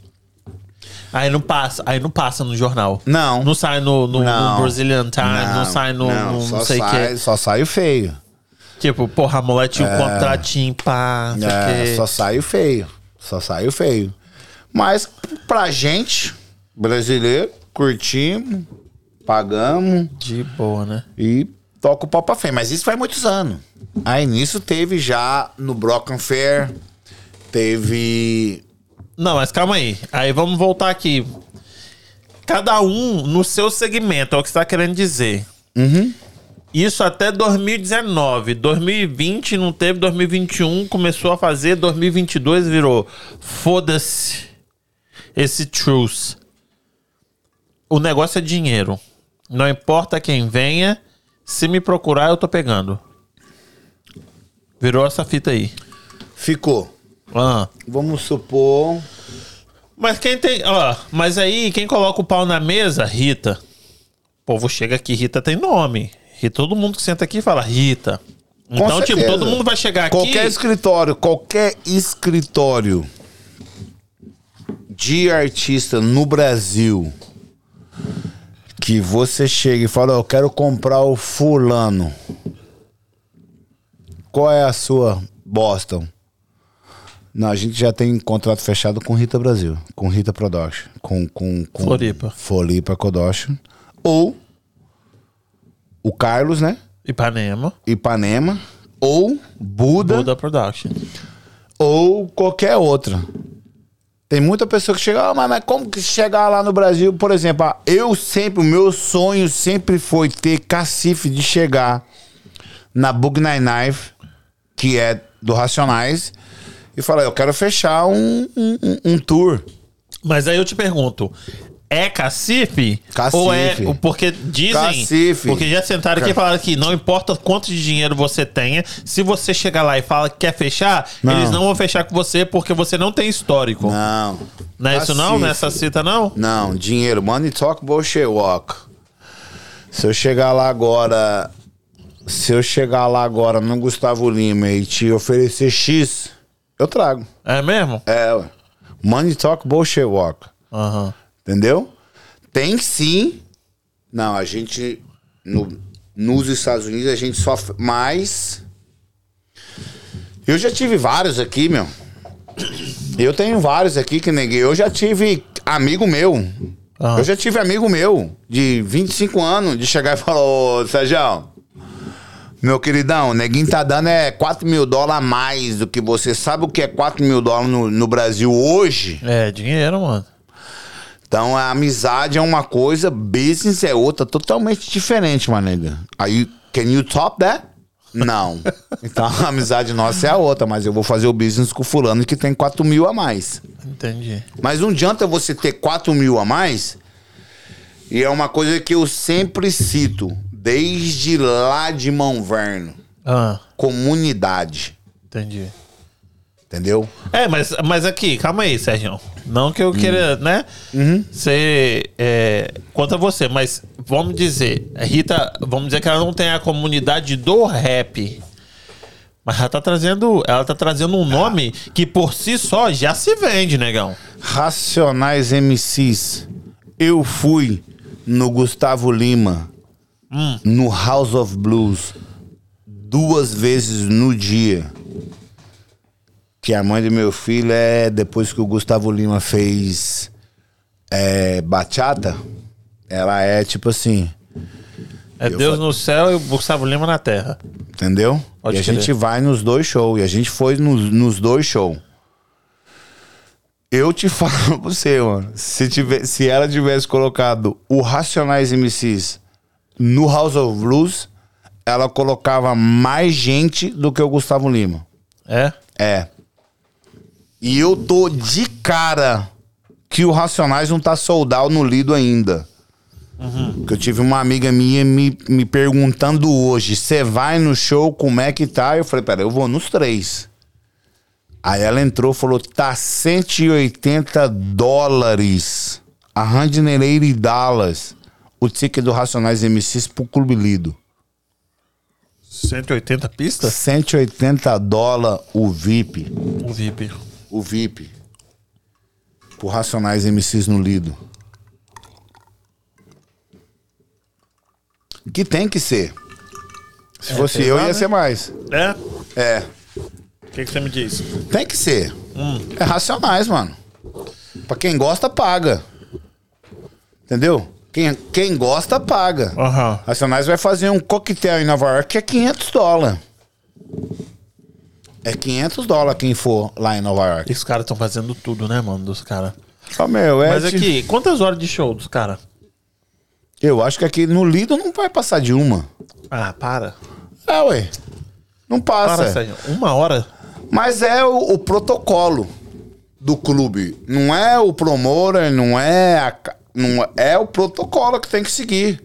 Aí não passa, aí não passa no jornal. Não. Não sai no, no, Não. no Brazilian Times, não, sai no não, não, só sei o sai, que. Só sai o feio. Tipo, porra, a mulher tinha um contratinho, pá, não sei o É, quê. só sai o feio. Só sai o feio. Mas pra gente, brasileiro, curtimos, pagamos De boa, né? e toca o pau pra frente. Mas isso faz muitos anos. Aí nisso teve já no Broken Fair, teve. Não, mas calma aí. Aí vamos voltar aqui. Cada um no seu segmento, é o que você tá querendo dizer. Isso até 2019. 2020 não teve, 2021 começou a fazer, 2022 virou. Foda-se esse truth. O negócio é dinheiro. Não importa quem venha, se me procurar, eu tô pegando. Virou essa fita aí. Ficou. Ah. Vamos supor. Mas quem tem. Ó, mas aí, quem coloca o pau na mesa, Rita. O povo chega aqui, Rita tem nome. E todo mundo que senta aqui fala Rita. Então, tipo, certeza. todo mundo vai chegar aqui. Qualquer escritório, qualquer escritório de artista no Brasil que você chega e fala, "Ó, eu quero comprar o fulano. Qual é a sua Boston? Não, a gente já tem contrato fechado com Rita Brasil, com Rita Production, com, com, com Floripa. Floripa Production. Ou o Carlos, né? Ipanema, Ipanema, ou Buda, Buda Production. ou qualquer outra. Tem muita pessoa que chega, "Ah, mas, mas como que chegar lá no Brasil? Por exemplo, ah, eu sempre, o meu sonho sempre foi ter cacife de chegar na Bug Nine Knife, que é do Racionais, e falar, eu quero fechar um, um, um- um tour. Mas aí eu te pergunto. É cacife? Cacife. Ou é. Porque dizem. Cacife. Porque já sentaram aqui e falaram que não importa quanto de dinheiro você tenha, se você chegar lá e fala que quer fechar, Não. eles não vão fechar com você porque você não tem histórico. Não, Não, é isso não? Cacife. Nessa cita não? não, dinheiro, money talk, bullshit walk. Se eu chegar lá agora, se eu chegar lá agora no Gustavo Lima e te oferecer X, eu trago. É mesmo? É, ué. Money talk, bullshit walk. Aham. Entendeu? Tem sim. Não, a gente. no- nos Estados Unidos a gente sofre mais. Eu já tive vários aqui, meu. Eu tenho vários aqui que neguei. Eu já tive amigo meu. Ah. Eu já tive amigo meu de 25 anos de chegar e falar: Ô, Sérgio, meu queridão, o neguinho tá dando é 4 mil dólares a mais do que você. Sabe o que é 4 mil dólares no- no Brasil hoje? É, dinheiro, mano. Então a amizade é uma coisa, business é outra, totalmente diferente, my nigga. Are you, can you top that? Não. Então a amizade nossa é a outra, mas eu vou fazer o business com fulano que tem 4 mil a mais. Entendi. Mas não adianta você ter 4 mil a mais. E é uma coisa que eu sempre cito, desde lá de Mão Verno. Ah, Comunidade. entendi. Entendeu? É, mas, mas aqui, calma aí, Sérgio. Não que eu queira, né? Ser é, contra você, mas vamos dizer, a Rita, vamos dizer que ela não tem a comunidade do rap. Mas ela tá trazendo, ela tá trazendo um nome que por si só já se vende, negão. Racionais MCs. Eu fui no Gustavo Lima, no House of Blues, duas vezes no dia. Que a mãe do meu filho é depois que o Gustavo Lima fez é, bachata, ela é tipo assim, É Deus no céu e o Gustavo Lima na terra. entendeu? Pode e a crer. gente vai nos dois shows. E a gente foi nos, nos dois shows. Eu te falo pra você, mano. Se, tiver, se ela tivesse colocado o Racionais MCs no House of Blues, ela colocava mais gente do que o Gustavo Lima. É? É. E eu tô de cara que o Racionais não tá soldado no Lido ainda. Que eu tive uma amiga minha me, me perguntando hoje: você vai no show, como é que tá? Eu falei: pera, eu vou nos três. Aí ela entrou falou: tá 180 dólares. A Randineira e Dallas. O ticket do Racionais MCs pro Clube Lido. 180 pistas? 180 dólares o VIP. Um VIP. o VIP por Racionais MCs no Lido. Que tem que ser. Se fosse eu, pesado, ia né? ser mais. É? É. O que, que você me diz? Tem que ser. Hum. É Racionais, mano. Pra quem gosta, paga. Entendeu? Quem, quem gosta, paga. Aham. Racionais vai fazer um coquetel em Nova York que é 500 dólares. É 500 dólares quem for lá em Nova York. Esses caras estão fazendo tudo, né, mano, dos caras. Ó, meu, é Mas tipo- aqui, quantas horas de show dos caras? Eu acho que aqui no Lido não vai passar de uma. Ah, para. É, ué. Não passa. Para, Sérgio. Uma hora? Mas é o, o protocolo do clube. Não é o promoter, não é a ca- não é- é o protocolo que tem que seguir.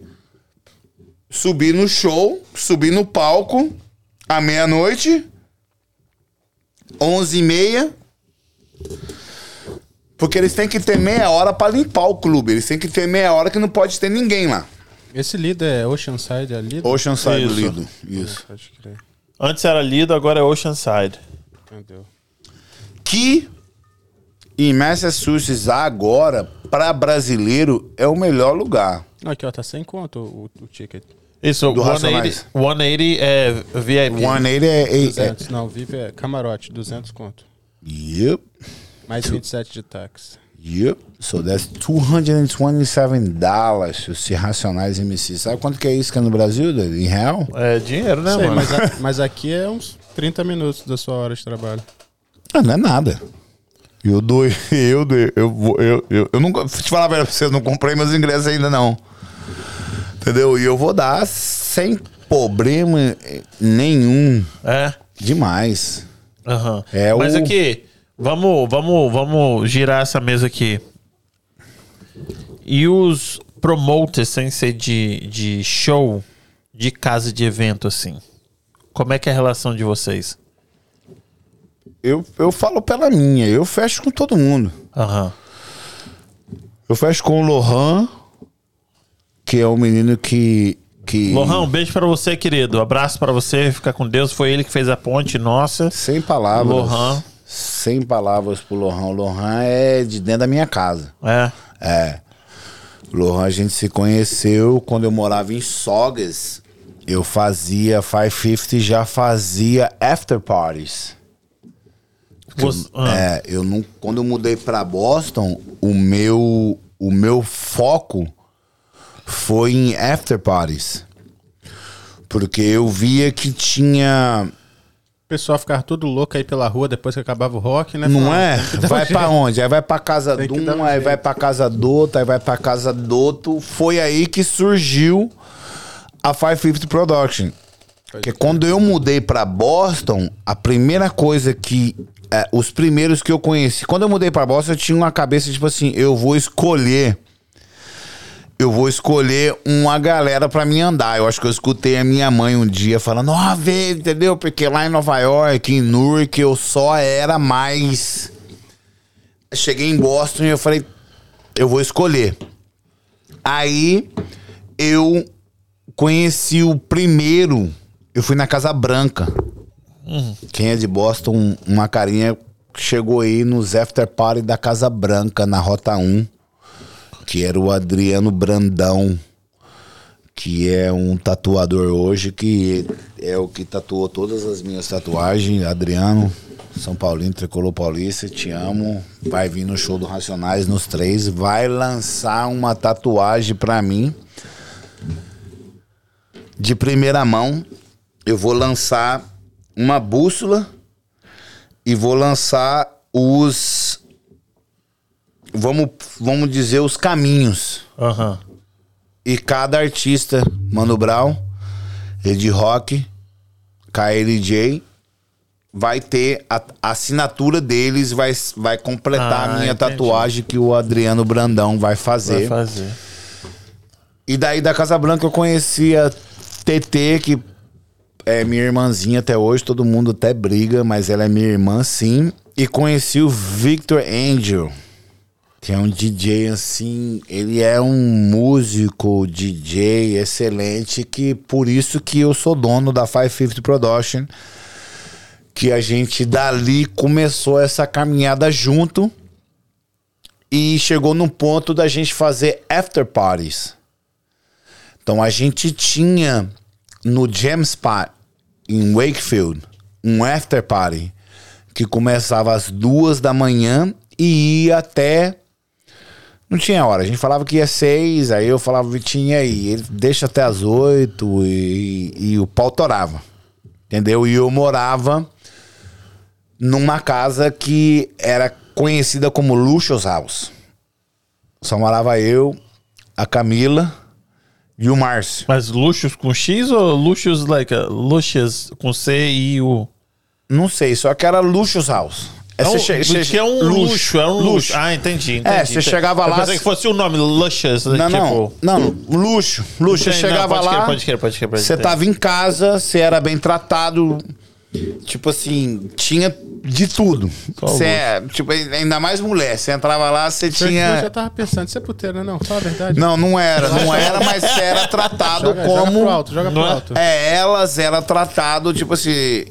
Subir no show, subir no palco à meia-noite, onze e meia. Porque eles têm que ter meia hora pra limpar o clube. Eles têm que ter meia hora que não pode ter ninguém lá. Esse líder é Oceanside ali? Oceanside Isso. Lido. Isso. Pode crer. Antes era Lido, agora é Oceanside. Entendeu? que em Massachusetts agora para brasileiro é o melhor lugar. Aqui, ó, tá sem conto o, o ticket. É. Isso, Do 180, Racionais. 180 é VIP. O Aneira é, é, é 200, não, vive é camarote, 200 conto. yep, Mais 27 de táxi. yep. So that's 227 dólares se racionais MC. Sabe quanto que é isso que é no Brasil, doido? em real? É dinheiro, né, Sei, mano? mas, a- mas aqui é uns 30 minutos da sua hora de trabalho. Ah, não é nada. Eu dou, eu dou, eu vou, eu, eu, eu nunca, vou te falar pra vocês, não comprei meus ingressos ainda não. Entendeu? E eu vou dar sem problema eh, nenhum. É. Demais. Aham. É Mas o- aqui, vamos, vamos, vamos girar essa mesa aqui. E os promoters, sem ser de, de show, de casa de evento, assim? Como é que é a relação de vocês? eu, eu falo pela minha, eu fecho com todo mundo. Aham. Eu fecho com o Lohan, que é um menino que. que Lohan, um beijo pra você, querido. Abraço pra você, fica com Deus. Foi ele que fez a ponte, nossa. Sem palavras. Lohan. Sem palavras pro Lohan. O Lohan é de dentro da minha casa. É. O Lohan, a gente se conheceu quando eu morava em Sogas. Eu fazia 550 já fazia after parties. Você- ah, É, eu não, quando eu mudei pra Boston, o meu o meu foco foi em after parties. Porque eu via que tinha, O pessoal ficava tudo louco aí pela rua depois que acabava o rock, né? não Falava, é? tem que dar um Vai jeito. pra onde? Aí vai pra casa Tem de que dar um, um aí jeito. vai pra casa do outro, aí vai pra casa do outro. Foi aí que surgiu a 550 Production. Porque quando eu mudei pra Boston, a primeira coisa que. é, os primeiros que eu conheci. Quando eu mudei pra Boston, eu tinha uma cabeça tipo assim: eu vou escolher. Eu vou escolher uma galera pra me andar. Eu acho que eu escutei a minha mãe um dia falando: Ó, vê, entendeu? Porque lá em Nova York, em Newark, eu só era mais. Cheguei em Boston e eu falei: eu vou escolher. Aí eu conheci o primeiro. Eu fui na Casa Branca. Quem é de Boston, uma carinha chegou aí nos after party da Casa um, Branca, na Rota 1. Que era o Adriano Brandão. que é um tatuador hoje, que é o que tatuou todas as minhas tatuagens, Adriano, São Paulino, Tricolor Paulista, te amo. Vai vir no show do Racionais nos três, vai lançar uma tatuagem pra mim. De primeira mão, eu vou lançar uma bússola e vou lançar os vamos vamos dizer os caminhos Aham. e cada artista, Mano Brown, Ed Rock, KLJ, vai ter a, a assinatura deles, vai, vai completar Ah, a minha entendi. tatuagem que o Adriano Brandão vai Vai fazer. fazer. E daí da Casa Branca eu conheci a TT, que é minha irmãzinha até hoje, todo mundo até briga, mas ela é minha irmã sim. E conheci o Victor Angel, que é um DJ assim, ele é um músico, DJ excelente, que por isso que eu sou dono da 550 Production, que a gente dali começou essa caminhada junto e chegou num ponto da gente fazer after parties. Então a gente tinha no Jam Spot em Wakefield um after party que começava às duas da manhã e ia até não tinha hora. A gente falava que ia seis, aí eu falava Vitinho e aí ele deixa até às oito e, e o pau torava, entendeu? E eu morava numa casa que era conhecida como Luxus House. Só morava eu, a Camila e o Márcio. Mas luxos com X ou luxos like uh, luxos com C e U? Não sei, só que era Luxus House. É, Então, cê che- diz che- que é um luxo, é um luxo. Ah, entendi. entendi É, você entendi. chegava lá, Eu pensei cê- que fosse o nome Luscious. Não, não, tipo... não, luxo. Luxo, você Entendi, não, chegava pode lá, Crer, pode crer, pode crer. pode você tá- crer. tava em casa, você era bem tratado. Tipo assim, tinha de tudo. Só o Você é, tipo, ainda mais mulher. Você entrava lá, você Eu já tinha... tava pensando, você é puteiro, né? Não, fala a verdade. Não, não era, não era, mas você era tratado joga, joga como... pro alto, joga pro Não é? alto. É, elas era tratado, tipo assim...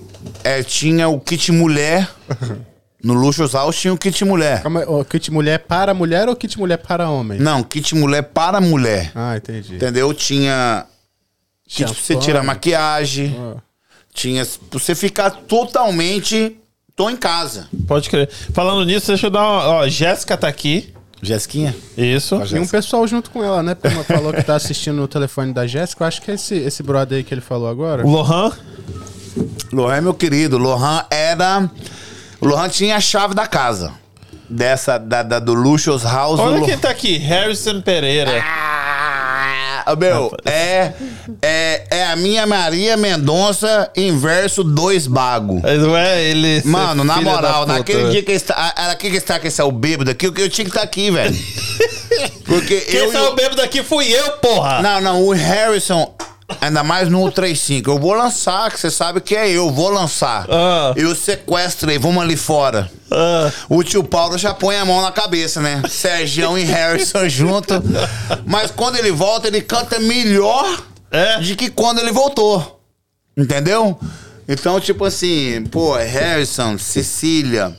é, tinha o kit mulher... No Luxus House tinha o kit mulher. Calma, ó, kit mulher para mulher ou kit mulher para homem? Não, kit mulher para mulher. Ah, entendi. Entendeu? Tinha. Kit pra você Champanhe. tirar maquiagem. Ah. Tinha. Pra você ficar totalmente. Tô em casa. Pode crer. Falando nisso, deixa eu dar uma... Ó, Jéssica tá aqui. Jesquinha? Isso. Tem um pessoal junto com ela, né? Porque ela falou que tá assistindo no telefone da Jéssica. Eu acho que é esse, esse brother aí que ele falou agora. O Lohan. Lohan, é meu querido. Lohan era. Lohan tinha a chave da casa. Dessa. Da, da- do Luxus House. o Olha Lohan- quem tá aqui. Harrison Pereira. Ah, ô, meu, é, é, é a minha Maria Mendonça inverso dois bago. Não é ele... ser Mano, na filha da moral, puta, naquele né? dia que ele está. a- Era aqui que está que esse é o bêbado aqui, eu, eu tinha que estar aqui, velho. Porque eu. Quem e saiu é bêbado aqui fui eu, porra. Não, não, o Harrison, ainda mais no 35. Eu vou lançar, que você sabe que é eu, vou lançar. Ah. Eu sequestrei, vamos ali fora. Ah, O tio Paulo já põe a mão na cabeça, né? Sergião e Harrison junto. Mas quando ele volta, ele canta melhor É. de que quando ele voltou. Entendeu? Então, tipo assim, pô, Harrison, Cecília.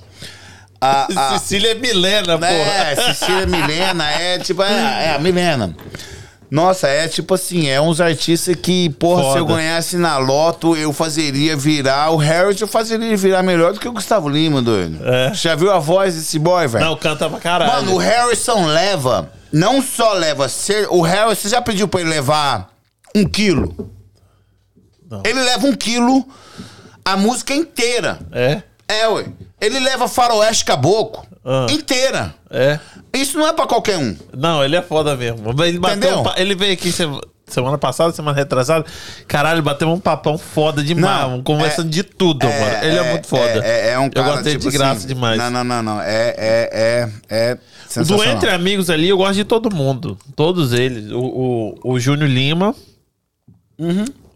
A, a, Cecília é Milena, porra. Ah. é, Cecília Milena, é tipo, é, é a Milena. Nossa, é tipo assim, é uns artistas que, porra, se eu Foda. ganhasse na loto, eu fazeria virar. O Harris eu fazeria ele virar melhor do que o Gustavo Lima, doido. É. Você Já viu a voz desse boy, velho? Não, canta pra caralho. Mano, o Harrison leva, não só leva, ser- o Harrison, você já pediu pra ele levar um quilo? Não. Ele leva um quilo a música inteira. É, É, ué. Ele leva faroeste caboclo Ah. inteira. é. Isso não é pra qualquer um. Não, ele é foda mesmo. Ele, bateu Entendeu? um pa- ele veio aqui se- semana passada, semana retrasada. Caralho, bateu um papão foda demais. Não, conversando de tudo, mano. Ele é, muito foda. É, é- é um cara, Eu gosto dele tipo de graça assim, demais. Não, não, não, não. É, é, é, é Do sensacional. Entre Amigos ali, eu gosto de todo mundo. Todos eles. O, o, o Júnior Lima.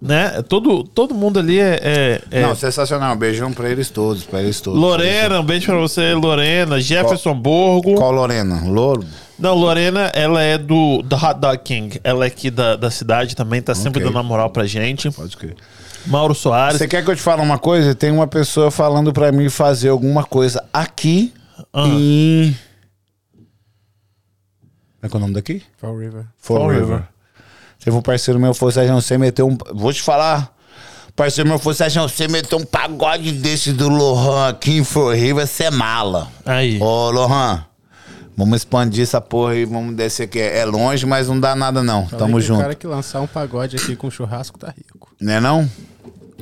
Né? Todo, todo mundo ali é. é- é- Não, sensacional. Beijão pra eles todos, pra eles todos. Lorena, um beijo pra você, Lorena. Jefferson Borgo. Qual Lorena? Louro? Não, Lorena, ela é do, do Hot Dog King. Ela é aqui da, da cidade também, tá sempre Ok. dando a moral pra gente. Pode crer. Mauro Soares. Você quer que eu te fale uma coisa? Tem uma pessoa falando pra mim fazer alguma coisa aqui Ah. em... Como é que é o nome daqui? Fall River. Fall Fall River. River. Teve um parceiro meu, foi o Sérgio Você meteu um. Vou te falar. Parceiro meu, foi o Sérgio Você meteu um pagode desse do Lohan aqui em Forriva, você é mala. Aí. Ô, Lohan, vamos expandir essa porra aí, vamos descer aqui. É longe, mas não dá nada não. Falei Tamo que O junto. cara que lançar um pagode aqui com churrasco tá rico. Né não?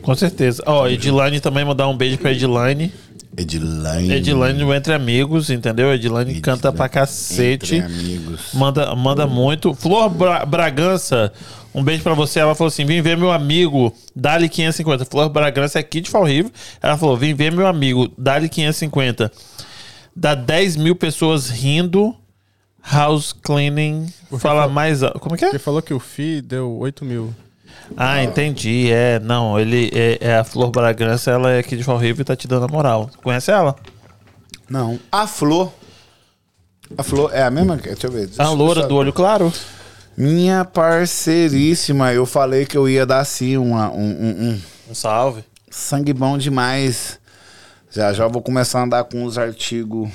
Com certeza. Ó, Edilane também mandar um beijo pra Edilane. Edilane. Edilane do Entre Amigos, entendeu? Edilane canta pra cacete. né? Entre amigos. Manda, manda muito. Flor Bra- Bragança, um beijo pra você. Ela falou assim: vim ver meu amigo, dá-lhe 550. Flor Bragança é aqui de Fall River. Ela falou: vim ver meu amigo, dá-lhe 550. Dá 10 mil pessoas rindo. House cleaning. Fala mais. al- Como é que é? Ele falou que o FI deu 8 mil. Ah, entendi. É, não, ele é, é a Flor Bragança, ela é aqui de Fall River e tá te dando a moral. Conhece ela? Não. A Flor. A Flor é a mesma? que- Deixa eu ver. A loura do olho claro? Minha parceiríssima. Eu falei que eu ia dar assim uma, um, um, um Um salve. sangue bom demais. Já já eu vou começar a andar com os artigos,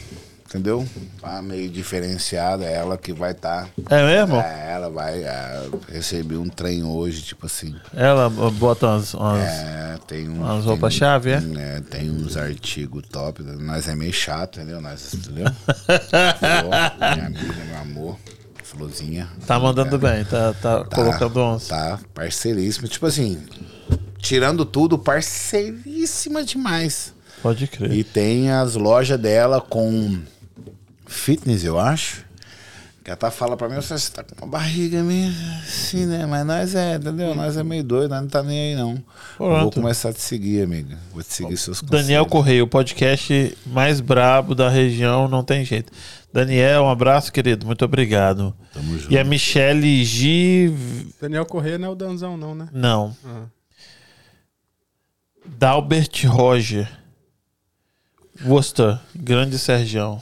entendeu? Tá meio diferenciado. É ela que vai estar. É mesmo? É, ela vai. é, recebi um trem hoje, tipo assim. Ela ah, bota umas. umas- É, tem um. Umas tem roupas-chave, é? um- tem uns artigos top. Nós é meio chato, entendeu? Nós, entendeu? Flor, minha amiga, meu amor. Florzinha. Tá mandando bem, tá, tá colocando uns. Tá, parceiríssima. Tipo assim, tirando tudo, parceiríssima demais. Pode crer. E tem as lojas dela com fitness, eu acho. Que ela tá fala pra mim, você tá com uma barriga meio assim, né? Mas nós é, entendeu? Nós é meio doido, nós não tá nem aí, não. Pronto. Vou começar a te seguir, amiga. Vou te seguir seus conselhos. Daniel Correia, o podcast mais brabo da região, não tem jeito. Daniel, um abraço, querido. Muito obrigado. Tamo junto. E a Michele G. Daniel Corrêa não é o Danzão, não, né? Não. Ah. Dalbert Roger. Worcester, grande Sergião.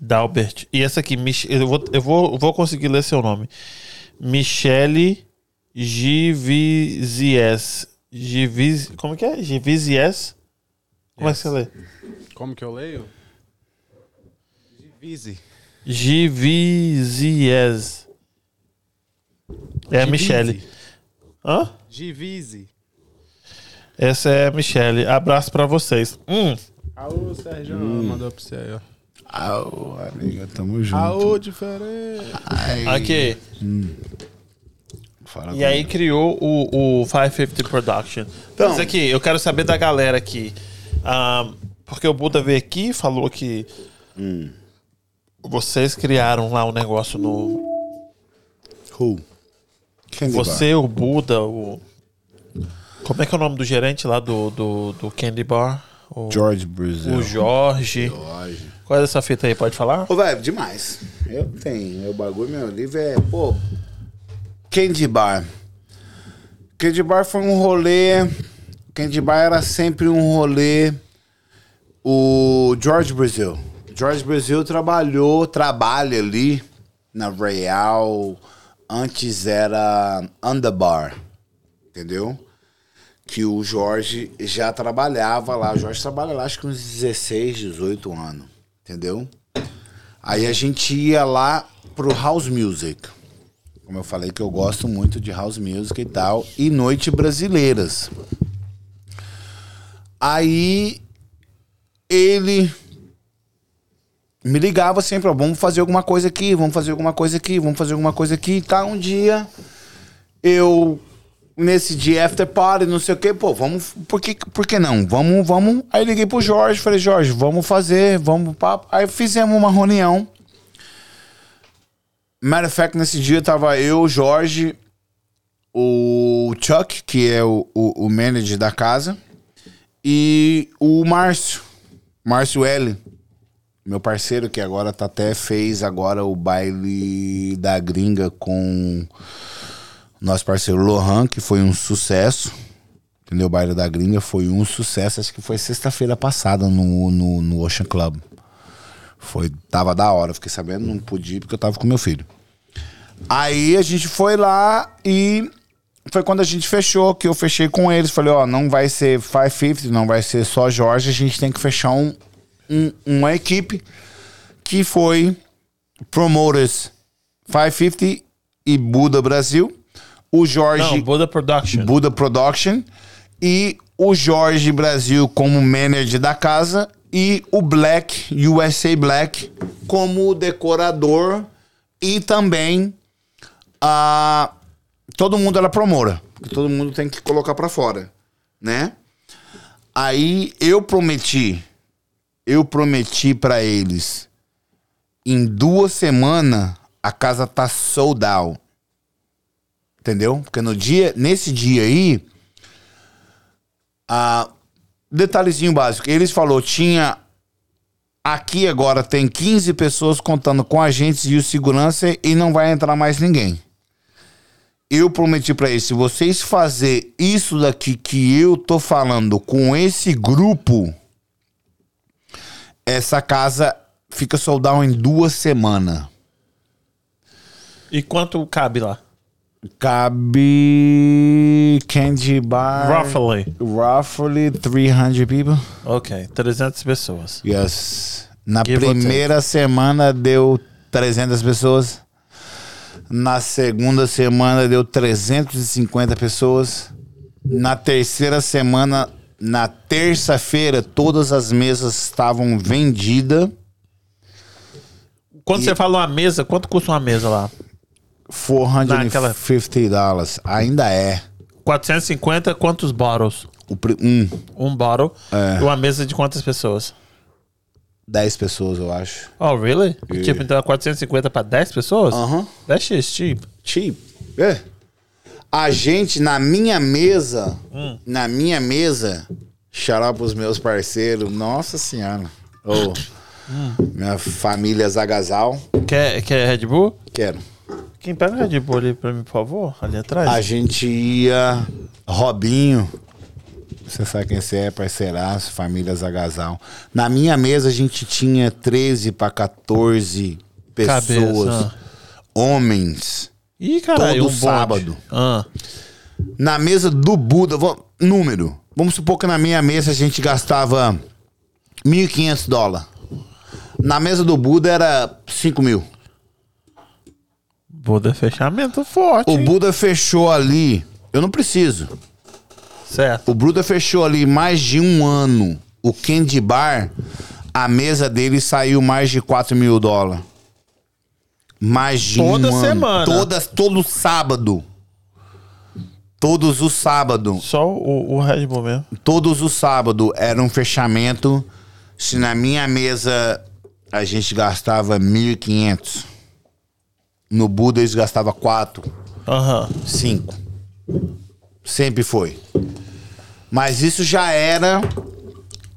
Dalbert. E essa aqui, Mich eu, vou, eu vou, eu vou conseguir ler seu nome. Michele Givizies. Giviz, como que é? Givizies? Como é que você lê? Como que eu leio? Divise. Givizies. É a Michele. Hã? Divise. Essa é a Michele. Abraço pra vocês. Hum. Aô, Sérgio, Hum. mandou pra você aí, ó. Aô, amiga, tamo junto. Aô, diferente. Ai, Aqui. fala E aí criou o, o 550 Production. Então, Então- Mas aqui, eu quero saber da galera aqui. Ah, porque o Buda veio aqui e falou que vocês criaram lá um negócio no. Who? Candy Você, o Buda, o. Como é que é o nome do gerente lá do, do, do Candy Bar? O, Bar. George Brazil. o Jorge. Jorge. Qual é essa fita aí? Pode falar? Ô, velho, demais. Eu tenho. Meu bagulho, meu livro é, pô. Candy Bar. Candy Bar foi um rolê. Candy Bar era sempre um rolê. O George Brazil. George Brazil trabalhou, trabalha ali na Real. Antes era Underbar. Entendeu? Que o Jorge já trabalhava lá. O Jorge trabalha lá acho que uns 16, 18 anos. Entendeu? Aí a gente ia lá pro house music. Como eu falei que eu gosto muito de house music e tal, e noite brasileiras. Aí ele me ligava sempre, ó, vamos fazer alguma coisa aqui, vamos fazer alguma coisa aqui, vamos fazer alguma coisa aqui. Tá um dia eu nesse dia after party, não sei o quê, pô, vamos, por que, por que não? Vamos, vamos. Aí liguei pro Jorge, falei, Jorge, vamos fazer, vamos papo. Aí fizemos uma reunião. Matter of fact, nesse dia tava eu, Jorge, o Chuck, que é o, o, o manager da casa, e o Márcio, Márcio L., meu parceiro, que agora tá até fez agora o baile da gringa com nosso parceiro Lohan, que foi um sucesso. Entendeu? O baile da gringa foi um sucesso. Acho que foi sexta-feira passada no, no, no Ocean Club. Foi, tava da hora, fiquei sabendo, não pude ir porque eu tava com meu filho. Aí a gente foi lá e foi quando a gente fechou, que eu fechei com eles. Falei, ó, não vai ser 550, não vai ser só Jorge, a gente tem que fechar um, um- uma equipe que foi Promoters 550 e Buda Brasil, o Jorge Não, Buda Production. Buda Production e o Jorge Brasil como manager da casa e o Black, USA Black, como decorador e também a todo mundo era promora, porque todo mundo tem que colocar pra fora, né? Aí eu prometi, eu prometi pra eles, em duas semanas a casa tá sold out. Entendeu? Porque no dia, nesse dia aí, ah, detalhezinho básico. Eles falou, tinha aqui agora tem 15 pessoas contando com agentes e o segurança e não vai entrar mais ninguém. Eu prometi pra eles, se vocês fazer isso daqui que eu tô falando com esse grupo, essa casa fica soldado em duas semanas. E quanto cabe lá? Cabe Candy Bar. Roughly. Roughly 300 people. Ok, 300 pessoas. Yes. Na Give or primeira semana deu 300 pessoas. Na segunda semana deu 350 pessoas. Na terceira semana, na terça-feira, todas as mesas estavam vendidas. Quando você fala uma mesa, quanto custa uma mesa lá? 450 dólares. Ainda é. 450, quantos bottles? O pri- um, Um bottle. É. E uma mesa de quantas pessoas? 10 pessoas, eu acho. Oh, really? Tipo, então é 450 pra 10 pessoas? Aham. That shit is cheap. Cheap. É. A gente, na minha mesa, na minha mesa, xará pros meus parceiros, nossa senhora. Ô, Minha família Zagazal, Quer, quer Red Bull? quero. Quem pega o Red Bull ali pra mim, por favor? Ali atrás. A gente ia. Robinho. Você sabe quem você é, parceiraço, família Zagazal. Na minha mesa a gente tinha 13 para 14 pessoas. Cabeça. Homens. Ih, caralho, todo um bonde. sábado. Ah, Na mesa do Buda, vou- número. Vamos supor que na minha mesa a gente gastava 1.500 dólares. Na mesa do Buda era 5 mil. Buda é fechamento forte. O hein? Buda fechou ali. Eu não preciso. Certo. O Buda fechou ali mais de um ano. O Candy Bar, a mesa dele saiu mais de 4 mil dólares. Mais de Toda um ano. semana. Todas, todo sábado. Todos os sábados. Só o, o Red Bull mesmo. todos os sábados era um fechamento. Se na minha mesa a gente gastava 1.500, no Buda eles gastavam 4, Aham. 5. Sempre foi. Mas isso já era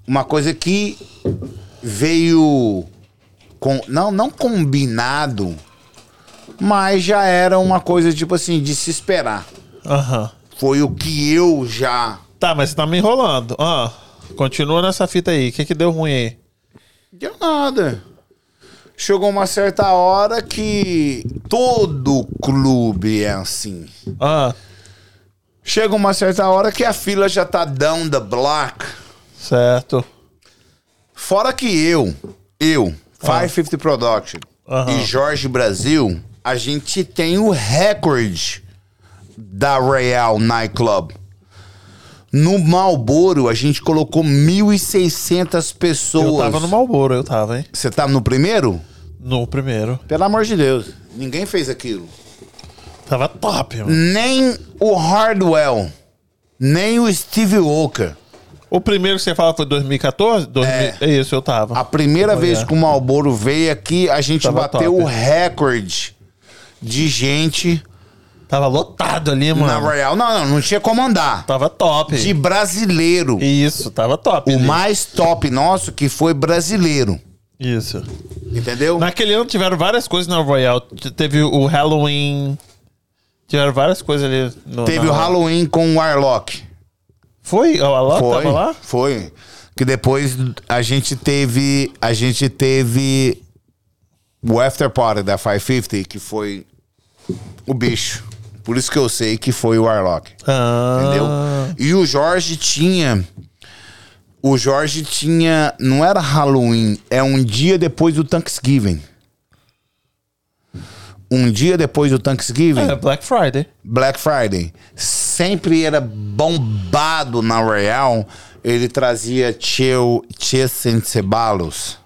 uma coisa que veio com não não combinado, mas já era uma coisa tipo assim de se esperar. Aham. Foi o que eu já Tá, mas você tá me enrolando. Ah, continua nessa fita aí. O que que deu ruim aí? Deu nada. Chegou uma certa hora que todo clube é assim. Ah, Chega uma certa hora que a fila já tá down the block. certo. Fora que eu, eu, 550 Production Aham. e Jorge Brasil, a gente tem o recorde da Real Nightclub. No Malboro, a gente colocou 1.600 Eu pessoas. tava no Malboro, eu tava, hein? Você tava no primeiro? No primeiro. Pelo amor de Deus, ninguém fez aquilo. Tava top, mano. Nem o Hardwell, nem o Steve Walker. O primeiro que você fala foi 2014? 2000... É. É isso, eu tava. A primeira Olha. vez que o Malboro veio aqui, a gente Tava bateu top. o recorde de gente Tava lotado ali, mano. na Royal. Não, não, não tinha como andar. Tava top. De brasileiro. Isso, tava top. O ali. mais top nosso que foi brasileiro. Isso. Entendeu? Naquele ano tiveram várias coisas na Royal. T- Teve o Halloween. Tiveram várias coisas ali. No, Teve na- o Halloween com o Warlock. Foi? O Alok Foi, tava lá? foi. Que depois a gente teve, a gente teve o after party da 550, que foi o bicho. Por isso que eu sei que foi o Warlock, Ah, entendeu? E o Jorge tinha o Jorge tinha, não era Halloween, é um dia depois do Thanksgiving. um dia depois do Thanksgiving, É Black Friday. Black Friday, sempre era bombado na Royal. Ele trazia Cheu Chesencebalos.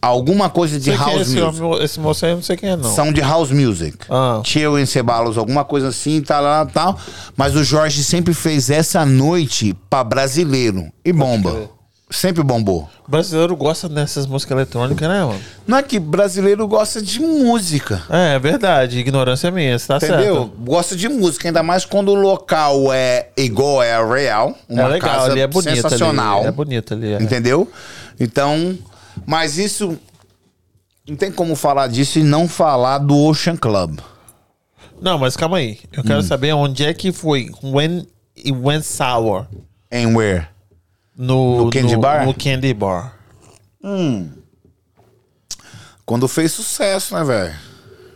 Alguma coisa de Sei que é house esse, music. homem- esse moço aí, eu não sei quem é, não. São de house music. Ah. Cheu Encebalos, alguma coisa assim, tá lá tal. Mas o Jorge sempre fez essa noite pra brasileiro. E bomba. crer. Sempre bombou. O brasileiro gosta dessas músicas eletrônicas, né, mano? Não é que brasileiro gosta de música. É, é verdade. Ignorância é minha, você tá Entendeu? certo. Gosta de música, ainda mais quando o local é igual é a Real. Uma é legal, casa ele é bonito. ali, sensacional. É bonito ali. É. Entendeu? Então, mas isso. Não tem como falar disso e não falar do Ocean Club. Não, mas calma aí. Eu Hum. quero saber onde é que foi When e When Sour Em Where? no, No Candy Bar? No Candy Bar. Quando fez sucesso, né, velho?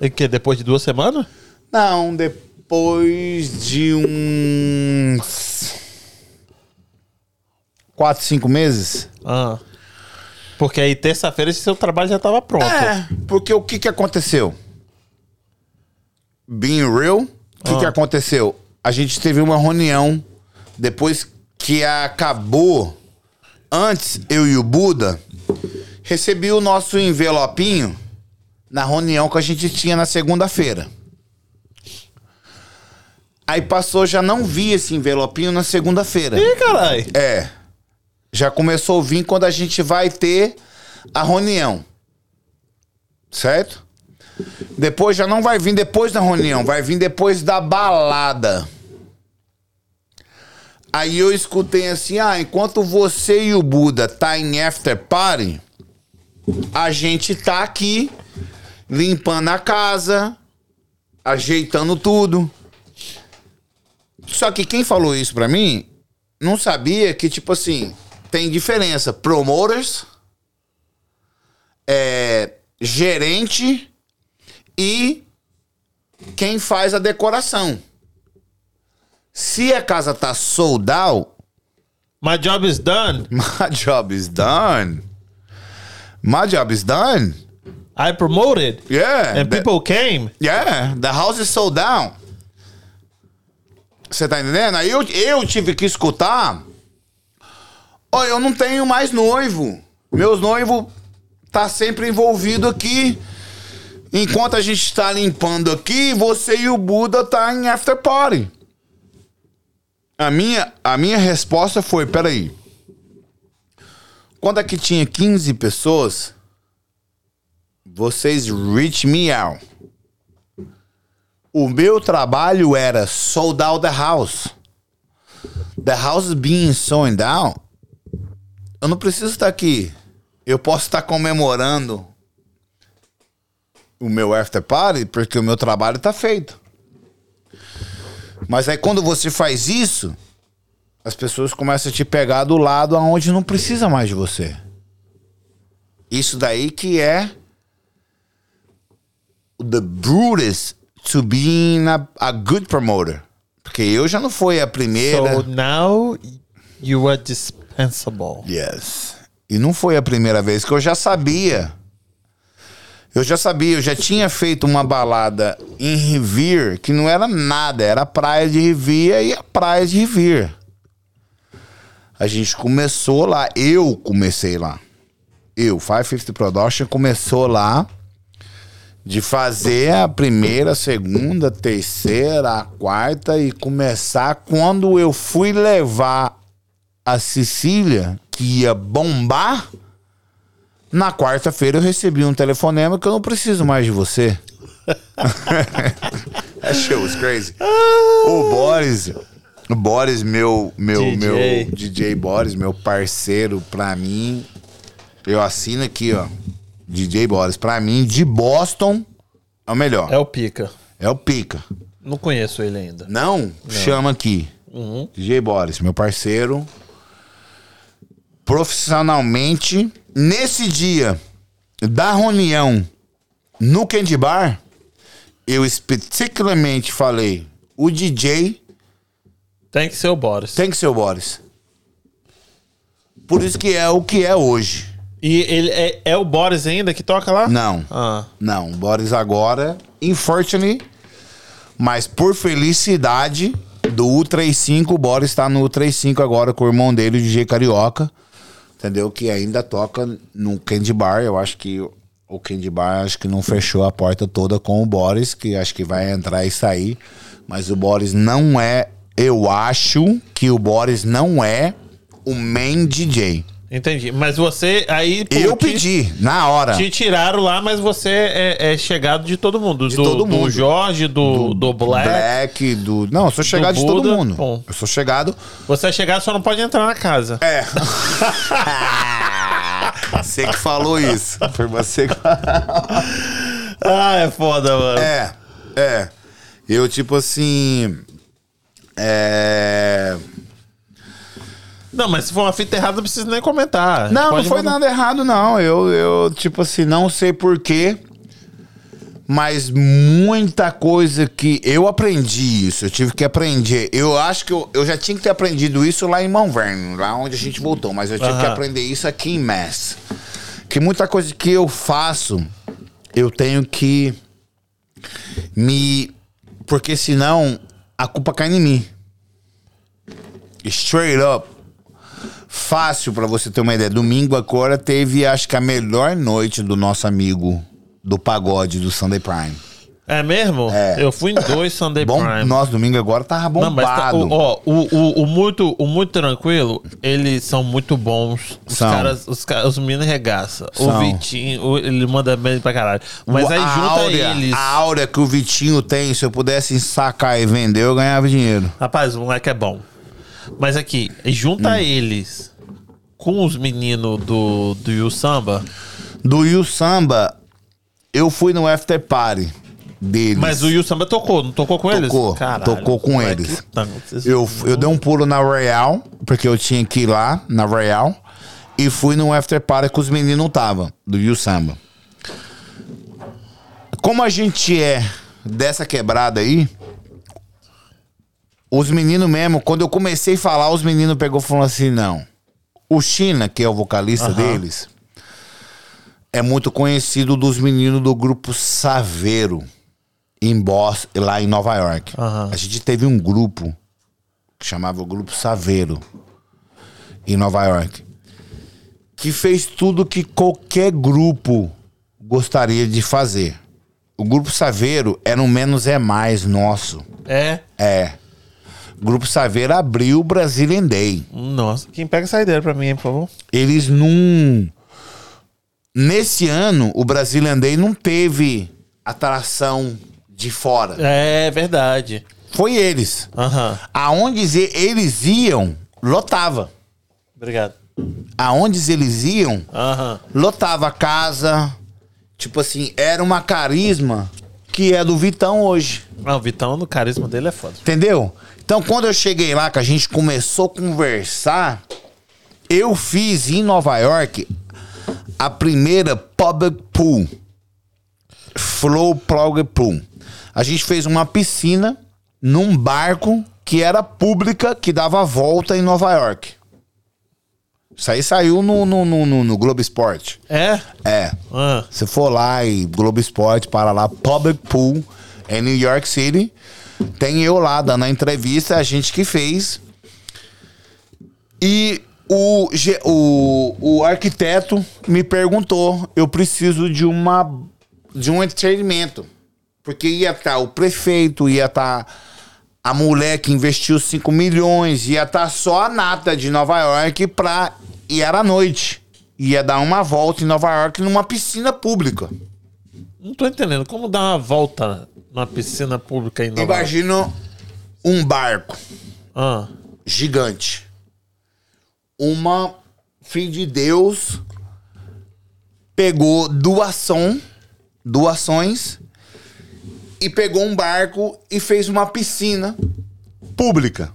E que depois de duas semanas? Não, depois de uns. Quatro, cinco meses? Ah. Porque aí terça-feira esse seu trabalho já tava pronto. É, porque o que que aconteceu? Being real, o que que aconteceu? A gente teve uma reunião depois que acabou. Antes, eu e o Buda recebi o nosso envelopinho na reunião que a gente tinha na segunda-feira. Aí passou, já não vi esse envelopinho na segunda-feira. Ih, caralho. É. Já começou a vir quando a gente vai ter a reunião. Certo? Depois já não vai vir depois da reunião, vai vir depois da balada. Aí eu escutei assim: ah, enquanto você e o Buda tá em after party, a gente tá aqui limpando a casa, ajeitando tudo. Só que quem falou isso pra mim não sabia que, tipo assim, tem diferença. Promoters, é, gerente e quem faz a decoração. Se a casa tá sold out, My job is done. my job is done. My job is done. I promoted. Yeah. And that- people came. Yeah, the house is sold down. Você tá entendendo? Aí eu, eu tive que escutar. Olha, eu não tenho mais noivo. Meus noivos tá sempre envolvido aqui. Enquanto a gente tá limpando aqui, você e o Buda tá em after party. A minha, a minha resposta foi, peraí. Quando aqui tinha 15 pessoas, vocês reach me out. O meu trabalho era sold out the house. The house being sold out. Eu não preciso estar aqui. Eu posso estar comemorando o meu after party porque o meu trabalho está feito. Mas aí quando você faz isso, as pessoas começam a te pegar do lado aonde não precisa mais de você. Isso daí que é the Brutus to being a, a good promoter. Porque eu já não fui a primeira. So now you are dispensable. Yes. E não foi a primeira vez que eu já sabia. Eu já sabia, eu já tinha feito uma balada em Revere, que não era nada, era a praia de Revere e a praia de Revere. A gente começou lá, eu comecei lá. Eu, 550 Production, começou lá de fazer a primeira, segunda, terceira, a quarta e começar quando eu fui levar a Cecília, que ia bombar, na quarta-feira eu recebi um telefonema que eu não preciso mais de você. That shit was crazy. o Boris, o Boris, meu, meu, DJ. meu DJ Boris, meu parceiro, pra mim, eu assino aqui, ó. DJ Boris, pra mim, de Boston, é o melhor. É o Pica. É o pica. Não conheço ele ainda. Não, chama aqui. Uhum. DJ Boris, meu parceiro. Profissionalmente, nesse dia da reunião no Candy Bar, eu especificamente falei: o DJ Tem que ser o Boris. tem que ser o Boris. Por isso que é o que é hoje. E ele é, é o Boris ainda que toca lá? Não, Ah. não. O Boris agora Unfortunately. Mas por felicidade do U35, o Boris está no U35 agora com o irmão dele, o DJ Carioca. Entendeu? Que ainda toca no Candy Bar. Eu acho que o Candy Bar acho que não fechou a porta toda com o Boris, que acho que vai entrar e sair. Mas o Boris não é. Eu acho que o Boris não é o main DJ. Entendi. Mas você aí. pô, Eu te- pedi, na hora. Te tiraram lá, mas você é, é chegado de todo mundo. do, todo Do mundo. Jorge, do, do, Black. Black, do. Não, eu sou chegado de todo Buda, mundo. bom. Eu sou chegado. Você é chegado, só não pode entrar na casa. É. você que falou isso. Foi você que. Ah, é foda, mano. É, é. Eu, tipo assim. É. Não, mas se for uma fita errada, não precisa nem comentar. Não, Pode não foi mandar- nada errado, não. Eu, eu, tipo assim, não sei porquê. Mas muita coisa que eu aprendi isso, eu tive que aprender. Eu acho que eu, eu já tinha que ter aprendido isso lá em Mount Vernon, lá onde a gente voltou, mas eu tive que Uhum. Aham. aprender isso aqui em Mass. Que muita coisa que eu faço, eu tenho que me. Porque senão a culpa cai em mim. Straight up. Fácil pra você ter uma ideia. Domingo agora teve, acho que a melhor noite do nosso amigo do pagode do Sunday Prime. É mesmo? É. Eu fui em dois Sunday Bom, Prime. nós domingo agora tava Não, mas tá- bombado. o, ó, o, o, o muito, o muito tranquilo, eles são muito bons. Os São. caras, os, ca- os meninos regaça. O São. Vitinho, o- ele manda bem pra caralho. Mas aí a junta áurea, eles. a áurea que o Vitinho tem, se eu pudesse sacar e vender, eu ganhava dinheiro. Rapaz, o moleque é bom. Mas aqui, junta Hum. eles com os meninos do, do Yu Samba. Do Yu Samba, eu fui no after party deles. Mas o Yu Samba tocou, não tocou com eles? Tocou, tocou com moleque, eles. tá, vocês- Eu, eu dei um pulo na Royal, porque eu tinha que ir lá na Royal. E fui num after party que os meninos não estavam, do Yu Samba. Como a gente é dessa quebrada aí, os meninos mesmo, quando eu comecei a falar, os meninos pegou e falou assim: não. O China, que é o vocalista deles, é muito conhecido dos meninos do grupo Saveiro, em Boston, lá em Nova York. Aham. A gente teve um grupo que chamava o Grupo Saveiro, em Nova York, que fez tudo que qualquer grupo gostaria de fazer. O Grupo Saveiro era um menos é mais nosso. É? É. Grupo Saveiro abriu o Brazilian Day. Nossa. Quem pega essa ideia pra mim, hein, por favor? Eles não. Nesse ano, o Brazilian Day não teve atração de fora. É verdade. Foi eles. Aham. Aonde ze- eles iam, lotava. Obrigado. Aonde eles iam, Aham. lotava a casa. Tipo assim, era uma carisma que é do Vitão hoje. Ah, o Vitão, no carisma dele é foda. Entendeu? Então, quando eu cheguei lá, que a gente começou a conversar, eu fiz em Nova York a primeira public pool. Flow Plug Pool. A gente fez uma piscina num barco que era pública, que dava volta em Nova York. Isso aí saiu no, no, no, no- no Globo Esporte. É? É. Ah. Você for lá e Globo Esporte, para lá, Public Pool, em New York City. Tem eu lá dando a entrevista, a gente que fez. E o, ge- o, o arquiteto me perguntou: eu preciso de uma de um entretenimento. Porque ia estar o prefeito, ia estar a mulher que investiu 5 milhões, ia estar só a nata de Nova York pra. E era à noite. Ia dar uma volta em Nova York numa piscina pública. Não tô entendendo. Como dar uma volta na piscina pública em Nova York? Imagina um barco. Ah. gigante. Uma filho de Deus pegou doação, doações e pegou um barco e fez uma piscina pública.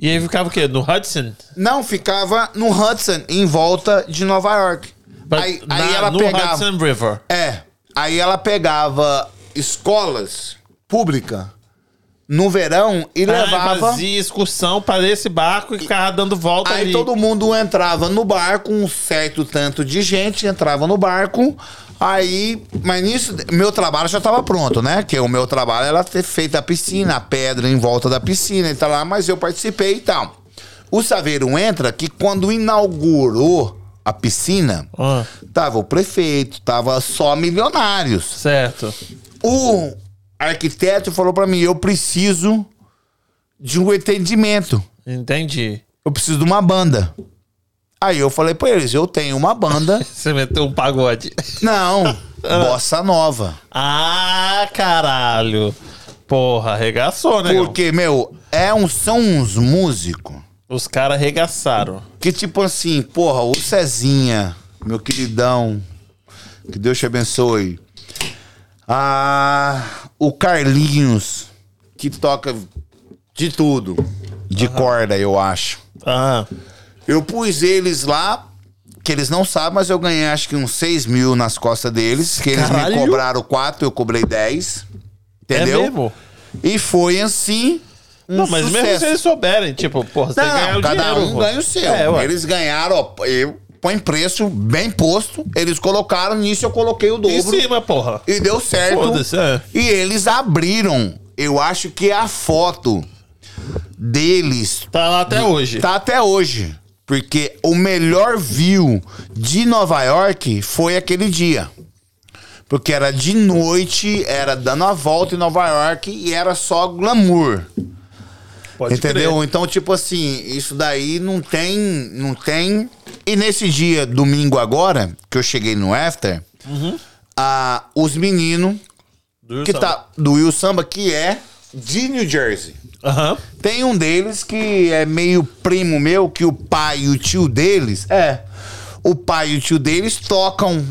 E aí ficava o quê? No Hudson? Não, ficava no Hudson, em volta de Nova York. Pra- aí, na- aí ela no pegava. Hudson River. É. Aí ela pegava escolas pública no verão Ah, e e levava. fazia excursão para esse barco e ficava dando volta Aí ali. todo mundo entrava no barco, um certo tanto de gente entrava no barco, Aí, mas nisso, meu trabalho já estava pronto, né? Que o meu trabalho era ter feito a piscina, a pedra em volta da piscina e tal, lá, mas eu participei e tal. O Saveiro entra que quando inaugurou a piscina, Ah, tava o prefeito, tava só milionários. certo. O arquiteto falou pra mim: eu preciso de um entendimento. Entendi. Eu preciso de uma banda. Aí eu falei pra eles: eu tenho uma banda. Você meteu um pagode. Não, bossa nova. Ah, caralho. Porra, arregaçou, né? Porque, meu, é um, são uns músicos Os caras arregaçaram. que, tipo assim, porra, o Cezinha, meu queridão, que Deus te abençoe. Ah, o Carlinhos, que toca de tudo, de corda, eu acho. Ah, Eu pus eles lá, que eles não sabem, mas eu ganhei acho que uns 6 mil nas costas deles. Que eles Caralho! me cobraram 4, eu cobrei 10. Entendeu? é mesmo? E foi assim. Um não, mas sucesso. mesmo se eles souberem, tipo, porra, você tem que ganhar Não, o cada dinheiro. um pô. ganha o seu. É, ué. eles ganharam, ó, eu põe preço bem posto. Eles colocaram nisso, eu coloquei o Em dobro. cima, porra. E deu certo. Foda-se, é. E eles abriram. Eu acho que a foto deles Tá lá até hoje. Tá até hoje. Porque o melhor view de Nova York foi aquele dia. Porque era de noite, era dando a volta em Nova York e era só glamour. Pode entendeu? crer. Então, tipo assim, isso daí não tem. Não tem. E nesse dia, domingo agora, que eu cheguei no after, ah, os meninos Uhum. Do que Samba. tá. Do Will Samba, que é de New Jersey. Aham. Tem um deles que é meio primo meu, que o pai e o tio deles. É. O pai e o tio deles tocam.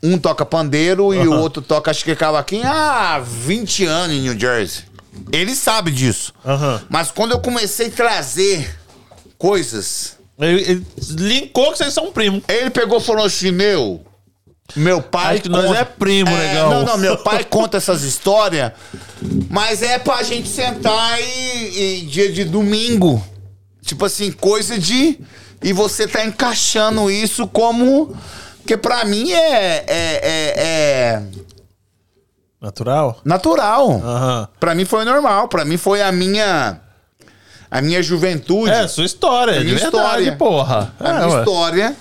Um toca pandeiro e o outro toca, acho que é cavaquinho, há 20 anos em New Jersey. Ele sabe disso. Aham. Mas quando eu comecei a trazer coisas, Ele, ele linkou que vocês são primo. ele pegou e falou assim: meu, meu pai. Acho que nós conta- é primo, negão. Não, não, meu pai conta essas histórias, mas é pra gente sentar e, e dia de domingo. Tipo assim, coisa de. E você tá encaixando isso como. Porque pra mim é. é, é, é Natural? natural. Aham. Pra mim foi normal. Pra mim foi a minha. A minha juventude. É, sua história, de Hum. minha verdade, história. porra. A é, minha ué. história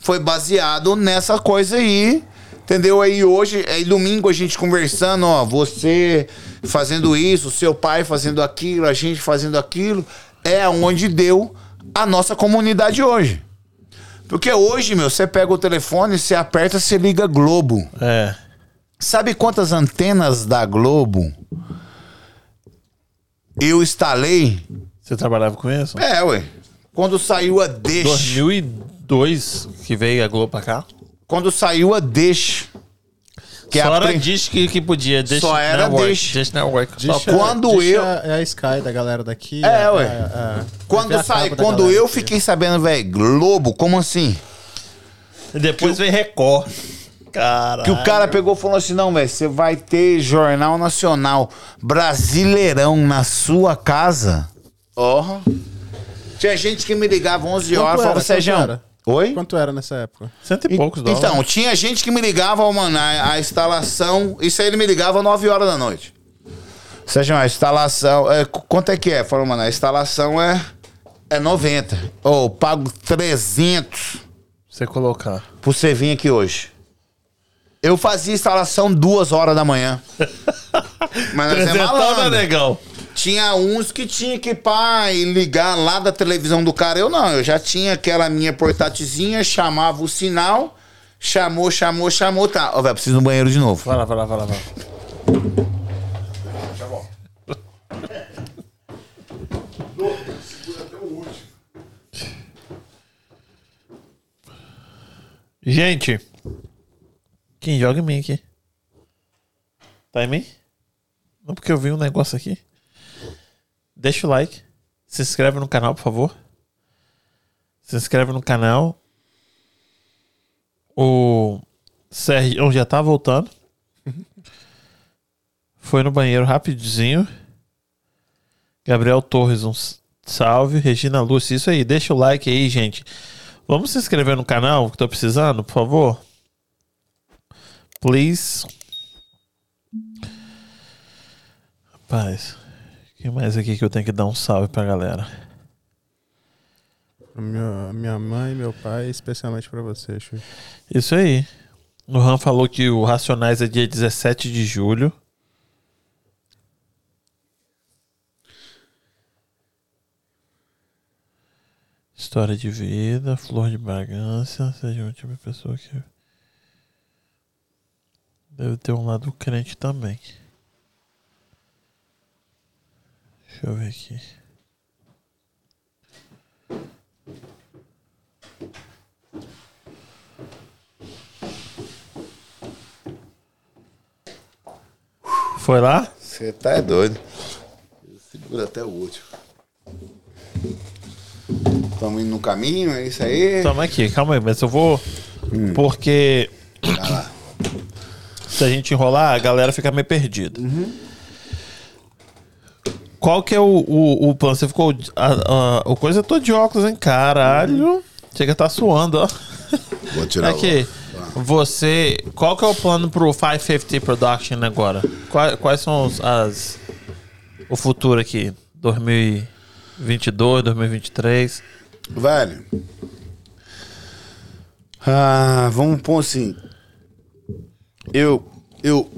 foi baseado nessa coisa aí. Entendeu? Aí hoje, aí domingo a gente conversando, ó, você fazendo isso, seu pai fazendo aquilo, a gente fazendo aquilo, é onde deu a nossa comunidade hoje. Porque hoje, meu, você pega o telefone, você aperta, você liga Globo. É. Sabe quantas antenas da Globo eu instalei? Você trabalhava com isso? É, ué. Quando saiu a Deixa. 2002 que veio a Globo pra cá. quando saiu a Dish. Que é Só a era pre- diz que, que podia. Dish Só era Network. Dish. Network. Só é- quando Dish eu- É é a Sky da galera daqui. É, ué. a- Quando é a saiu, cabo da quando galera eu aqui. fiquei sabendo, velho, Globo, como assim? E Depois vem Record. Caralho. Ah, Que o cara pegou e falou assim: não, velho, você vai ter Jornal Nacional Brasileirão na sua casa. Ó. Tinha gente que me ligava 11 Quanto horas e falava, assim, era? Quanto Sérgio. era? Oi? Quanto era nessa época? Cento e poucos dólares. Então, tinha gente que me ligava, ó, mano, a, a instalação. Isso aí ele me ligava 9 horas da noite. Sérgio, a instalação. é, qu- quanto é que é? Falou, mano, a instalação é. É 90. Ou pago 300 Você colocar. por você vir aqui hoje. Eu fazia instalação duas horas da manhã. Mas nós é Apresentando, malandro. né, negão? Tinha uns que tinha que pá, e ligar lá da televisão do cara. Eu não, eu já tinha aquela minha portatizinha, chamava o sinal, chamou, chamou, chamou, tá. Ó, velho, preciso no banheiro de novo. Vai lá, vai lá, vai lá. vai lá. Gente, quem joga em mim aqui? Tá em mim? Não, porque eu vi um negócio aqui. Deixa o like. Se inscreve no canal, por favor. Se inscreve no canal. O Sérgio já tá voltando. Foi no banheiro rapidinho. Gabriel Torres, um s- salve. Regina Lúcia, isso aí. Deixa o like aí, gente. Vamos se inscrever no canal que tô precisando, por favor. please. Rapaz, o que mais aqui que eu tenho que dar um salve pra galera? Pra Minha, minha mãe, meu pai, especialmente pra você, Xuxa. Isso aí. O Han falou que o Racionais é dia 17 de julho. História de vida, Flor de Bragança, seja uma tipo de pessoa que. Deve ter um lado crente também. Deixa eu ver aqui. Foi lá? Você tá é doido. Eu seguro até o último. Estamos indo no caminho, é isso aí. Toma aqui, calma aí, mas eu vou. Porque. Se a gente enrolar, a galera fica meio perdida. Qual que é o, o, o plano? Você ficou. A, a- o coisa é todo de óculos, hein? Caralho. Chega a tá suando, ó. Vou tirar Aqui. Você. Qual que é o plano pro 550 Production agora? Quais, quais são os- as. O futuro aqui? 2022, 2023. o. Velho. Ah, vamos pôr assim. Eu, eu,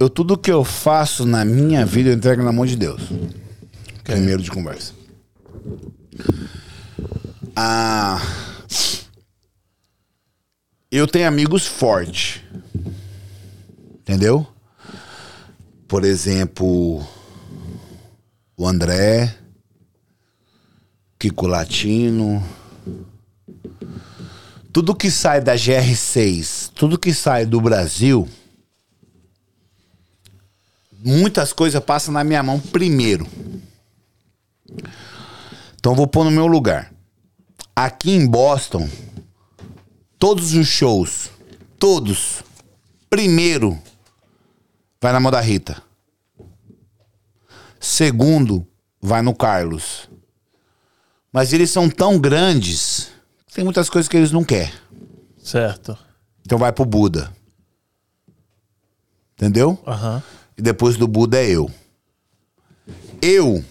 eu, tudo que eu faço na minha vida eu entrego na mão de Deus. Primeiro de conversa. Ah, eu tenho amigos fortes. Entendeu? Por exemplo, o André, Kiko Latino. Tudo que sai da GR6, tudo que sai do Brasil, muitas coisas passam na minha mão primeiro. Então eu vou pôr no meu lugar. Aqui em Boston, todos os shows, todos, primeiro, vai na mão da Rita. Segundo, vai no Carlos. Mas eles são tão grandes, que tem muitas coisas que eles não querem. Certo. Então vai pro Buda. Entendeu? Aham. E depois do Buda é eu. Eu.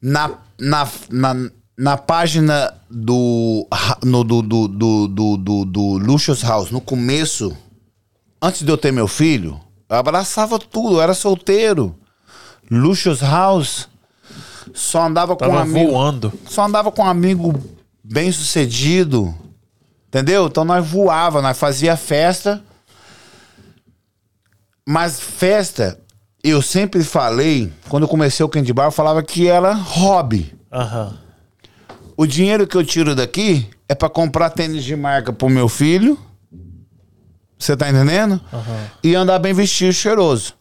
Na, na, na, na página do, ra- no, do, do, do, do, do, do Luxus House, no começo, antes de eu ter meu filho, eu abraçava tudo, eu era solteiro. Luxus House só andava com um Tava amigo voando. só andava com um amigo bem sucedido. Entendeu? Então nós voava, nós fazia festa. Mas festa, eu sempre falei, quando eu comecei o candy bar, eu falava que era hobby. Aham. O dinheiro que eu tiro daqui é pra comprar tênis de marca pro meu filho. Você tá entendendo? E andar bem vestido, cheiroso.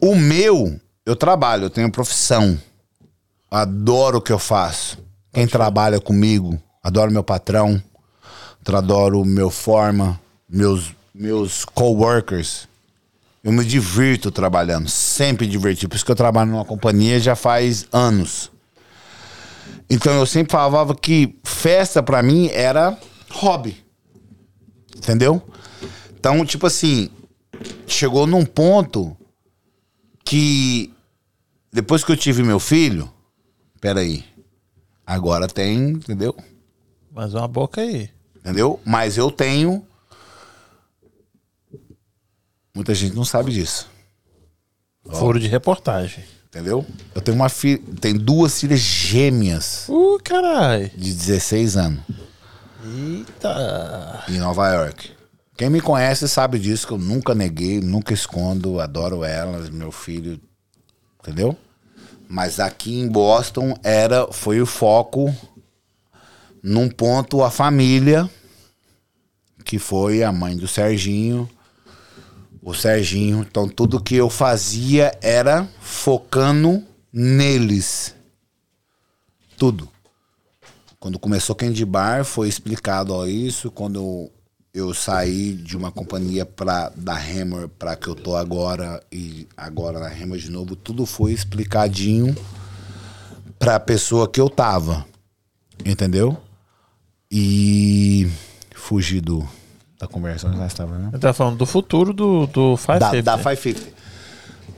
O meu, eu trabalho, eu tenho profissão. Adoro o que eu faço. Quem trabalha comigo, adoro meu patrão, adoro meu forma, meus meus coworkers. Eu me divirto trabalhando, sempre diverti. Por isso que eu trabalho numa companhia já faz anos. Então eu sempre falava que festa pra mim era hobby. Entendeu? Então, tipo assim, chegou num ponto que depois que eu tive meu filho, peraí, agora tem, entendeu? Mais uma boca aí. Entendeu? Mas eu tenho. Muita gente não sabe disso. Furo de reportagem. Entendeu? Eu tenho uma filha. Tenho duas filhas gêmeas Uh, carai. de 16 anos. Eita. em Nova York. Quem me conhece sabe disso, que eu nunca neguei, nunca escondo, adoro elas, meu filho, entendeu? Mas aqui em Boston era, foi o foco num ponto a família, que foi a mãe do Serginho, o Serginho. Então tudo que eu fazia era focando neles. Tudo quando começou Candy Bar foi explicado ó, isso quando eu saí de uma companhia pra, da Hammer para que eu tô agora e agora na Hammer de novo tudo foi explicadinho pra pessoa que eu tava entendeu e fugir do, da conversa onde nós estávamos, né? Ele tá falando do futuro do, do Five da, Safety. né? da 550.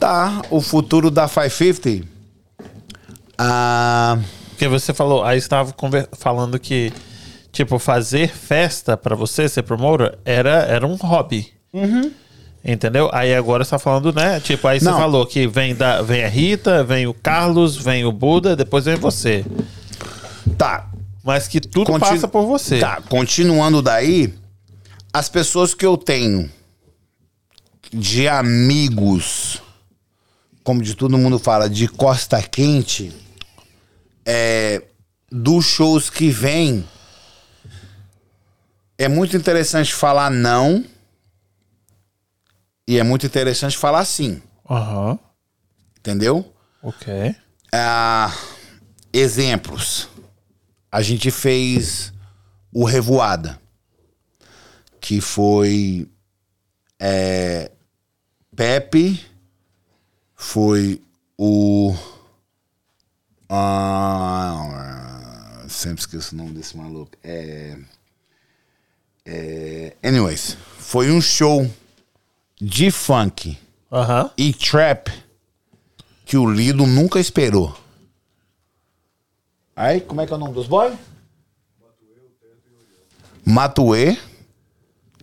Tá, o futuro da 550. Ah, Porque você falou, aí estava conver- falando que, tipo, fazer festa pra você ser promotor era, era um hobby. Entendeu? Aí agora você tá falando, né? Tipo, aí você Não. falou que vem, da, vem a Rita, vem o Carlos, vem o Buda, depois vem você. tá. Mas que tudo Continu- passa por você. Tá, continuando daí, as pessoas que eu tenho de amigos, como de todo mundo fala, de Costa Quente, é, dos shows que vem, é muito interessante falar não e é muito interessante falar sim, Aham. entendeu? Ok. Ah, exemplos. A gente fez o Revoada, que foi é, Pepe, foi o. ah, sempre esqueço o nome desse maluco. É, é, anyways, foi um show de funk Aham. e trap que o Lido nunca esperou. Aí, como é que é o nome dos boys? Matue,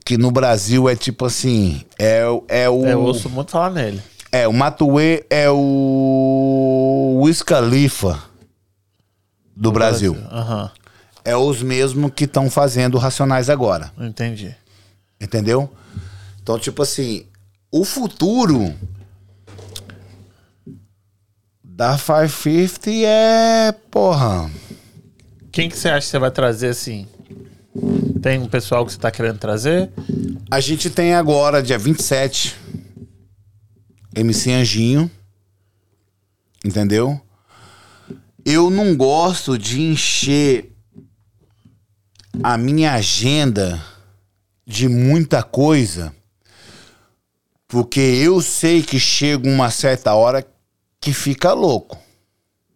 que no Brasil é tipo assim, é, o- é o... Eu ouço muito falar nele. É, o Matue é o Wiz Khalifa do Brasil. Aham. É os mesmos que estão fazendo Racionais agora. Entendi. Entendeu? Então, tipo assim, o futuro da 550 é. Porra. Quem que você acha que você vai trazer assim? Tem um pessoal que você tá querendo trazer? A gente tem agora, dia 27, MC Anjinho. Entendeu? Eu não gosto de encher a minha agenda de muita coisa, porque eu sei que chega uma certa hora que fica louco.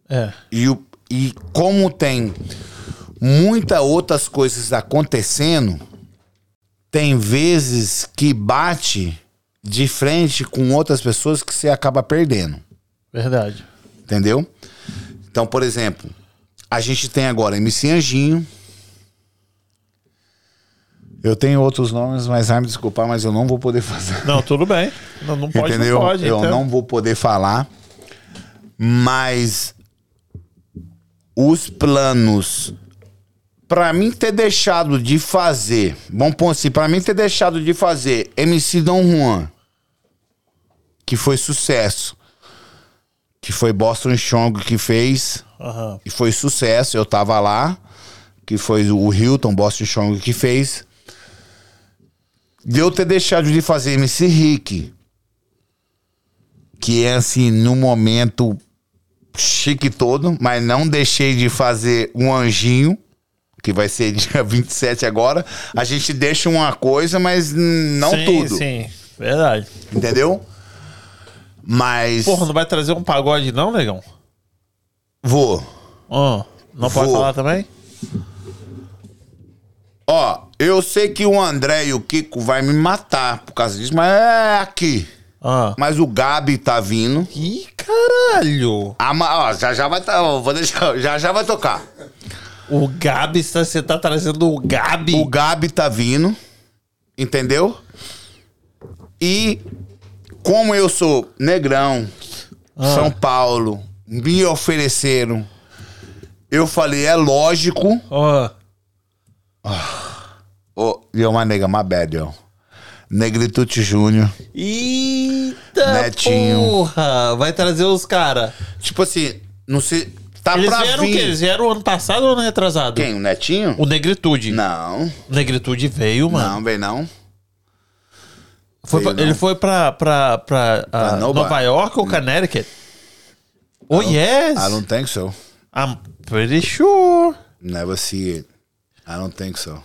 É. E, o- e como tem muitas outras coisas acontecendo, tem vezes que bate de frente com outras pessoas que você acaba perdendo. Verdade. Entendeu? Então, por exemplo, a gente tem agora MC Anjinho. Eu tenho outros nomes, mas vai me desculpar, mas eu não vou poder fazer. Não, tudo bem. Não, não pode, Entendeu? não pode. eu então. não vou poder falar, mas os planos Pra mim ter deixado de fazer, vamos pôr assim, pra mim ter deixado de fazer MC Dom Juan, que foi sucesso, que foi Boston Strong que fez, Aham. e foi sucesso, eu tava lá, que foi o Hilton Boston Strong que fez. De eu ter deixado de fazer MC Rick, que é assim, no momento chique todo, mas não deixei de fazer um anjinho, que vai ser dia 27 agora. A gente deixa uma coisa, mas não sim, tudo, Sim, verdade. entendeu? Mas Porra, não vai trazer um pagode não, negão? vou. Ó, não pode Vou. falar também? Ó, eu sei que o André e o Kiko vai me matar por causa disso, mas é aqui. Ah. Mas o Gabi tá vindo. Ih, caralho! A Ma- ó, já já vai tá, ó, vou deixar, já já vai tocar. O Gabi, você tá- você tá trazendo o Gabi? O Gabi tá vindo, entendeu? E como eu sou negrão, Ah. São Paulo, me ofereceram. Eu falei, é lógico. Ó, Ô, oh, uma nega, my bad, yo. Negritude Júnior. Eita Netinho. porra! Vai trazer os caras. Tipo assim, não sei. Tá Eles pra vieram o vir. quê? Eles vieram ano passado ou ano retrasado? Quem? O Netinho? O Negritude. Não, O Negritude veio, mano. não, bem não. Foi Veio, pra- não. Ele foi pra, pra, pra, ah, Nova- Hum. Nova York ou Connecticut? Oh, yes! I don't think so. I'm pretty sure. Never see it. I don't think so.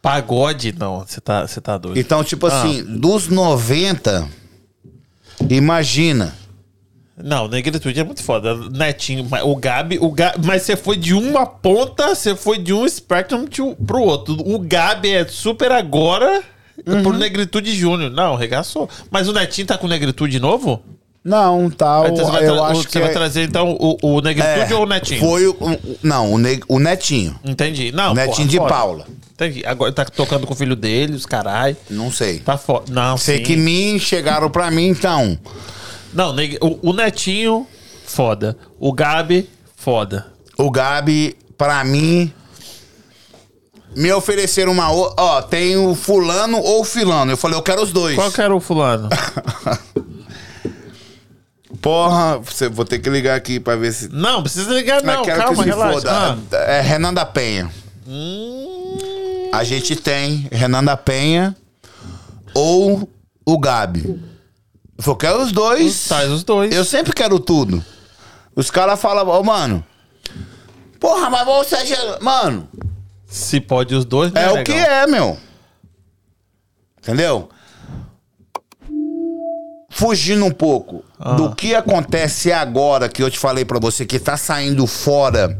Pagode, não. Você tá, você tá Ah. doido. Então, tipo assim, dos 90, imagina. Não, negritude é muito foda. Netinho, mas o Gabi, o Gabi, mas você foi de uma ponta, você foi de um spectrum to, pro outro. O Gabi é super agora pro Uhum. Negritude Júnior. Não, regaçou. Mas o Netinho tá com Negritude novo? Não, tá. Então você vai, eu tra- o- acho você que. vai é- trazer então o, o Negritude ou o Netinho? É, Foi o. o- Não, o, ne- o Netinho. Entendi. Não, Netinho porra, de foda. Paula. Entendi. Agora tá tocando com o filho dele, os caralho. Não sei. Tá foda. Não, Sei sim. que me chegaram pra mim, então. Não, neg- o, o Netinho, foda. O Gabi, foda. O Gabi, pra mim. Me ofereceram uma. o- Ó, tem o Fulano ou o Filano. Eu falei, eu quero os dois. Qual que é era o fulano? Porra, você- vou ter que ligar aqui pra ver se. Não, precisa ligar não, quero calma, relaxa. Ah. É Renan da Penha. Hum. A gente tem Renan da Penha ou o Gabi. Eu falei, quero os dois. Traz os dois. Eu sempre quero tudo. Os caras falam, ô, mano. Porra, mas você. já- Mano, Se pode os dois, né, é o negão? que é, meu. Entendeu? Fugindo um pouco do que acontece agora, que eu te falei pra você, que tá saindo fora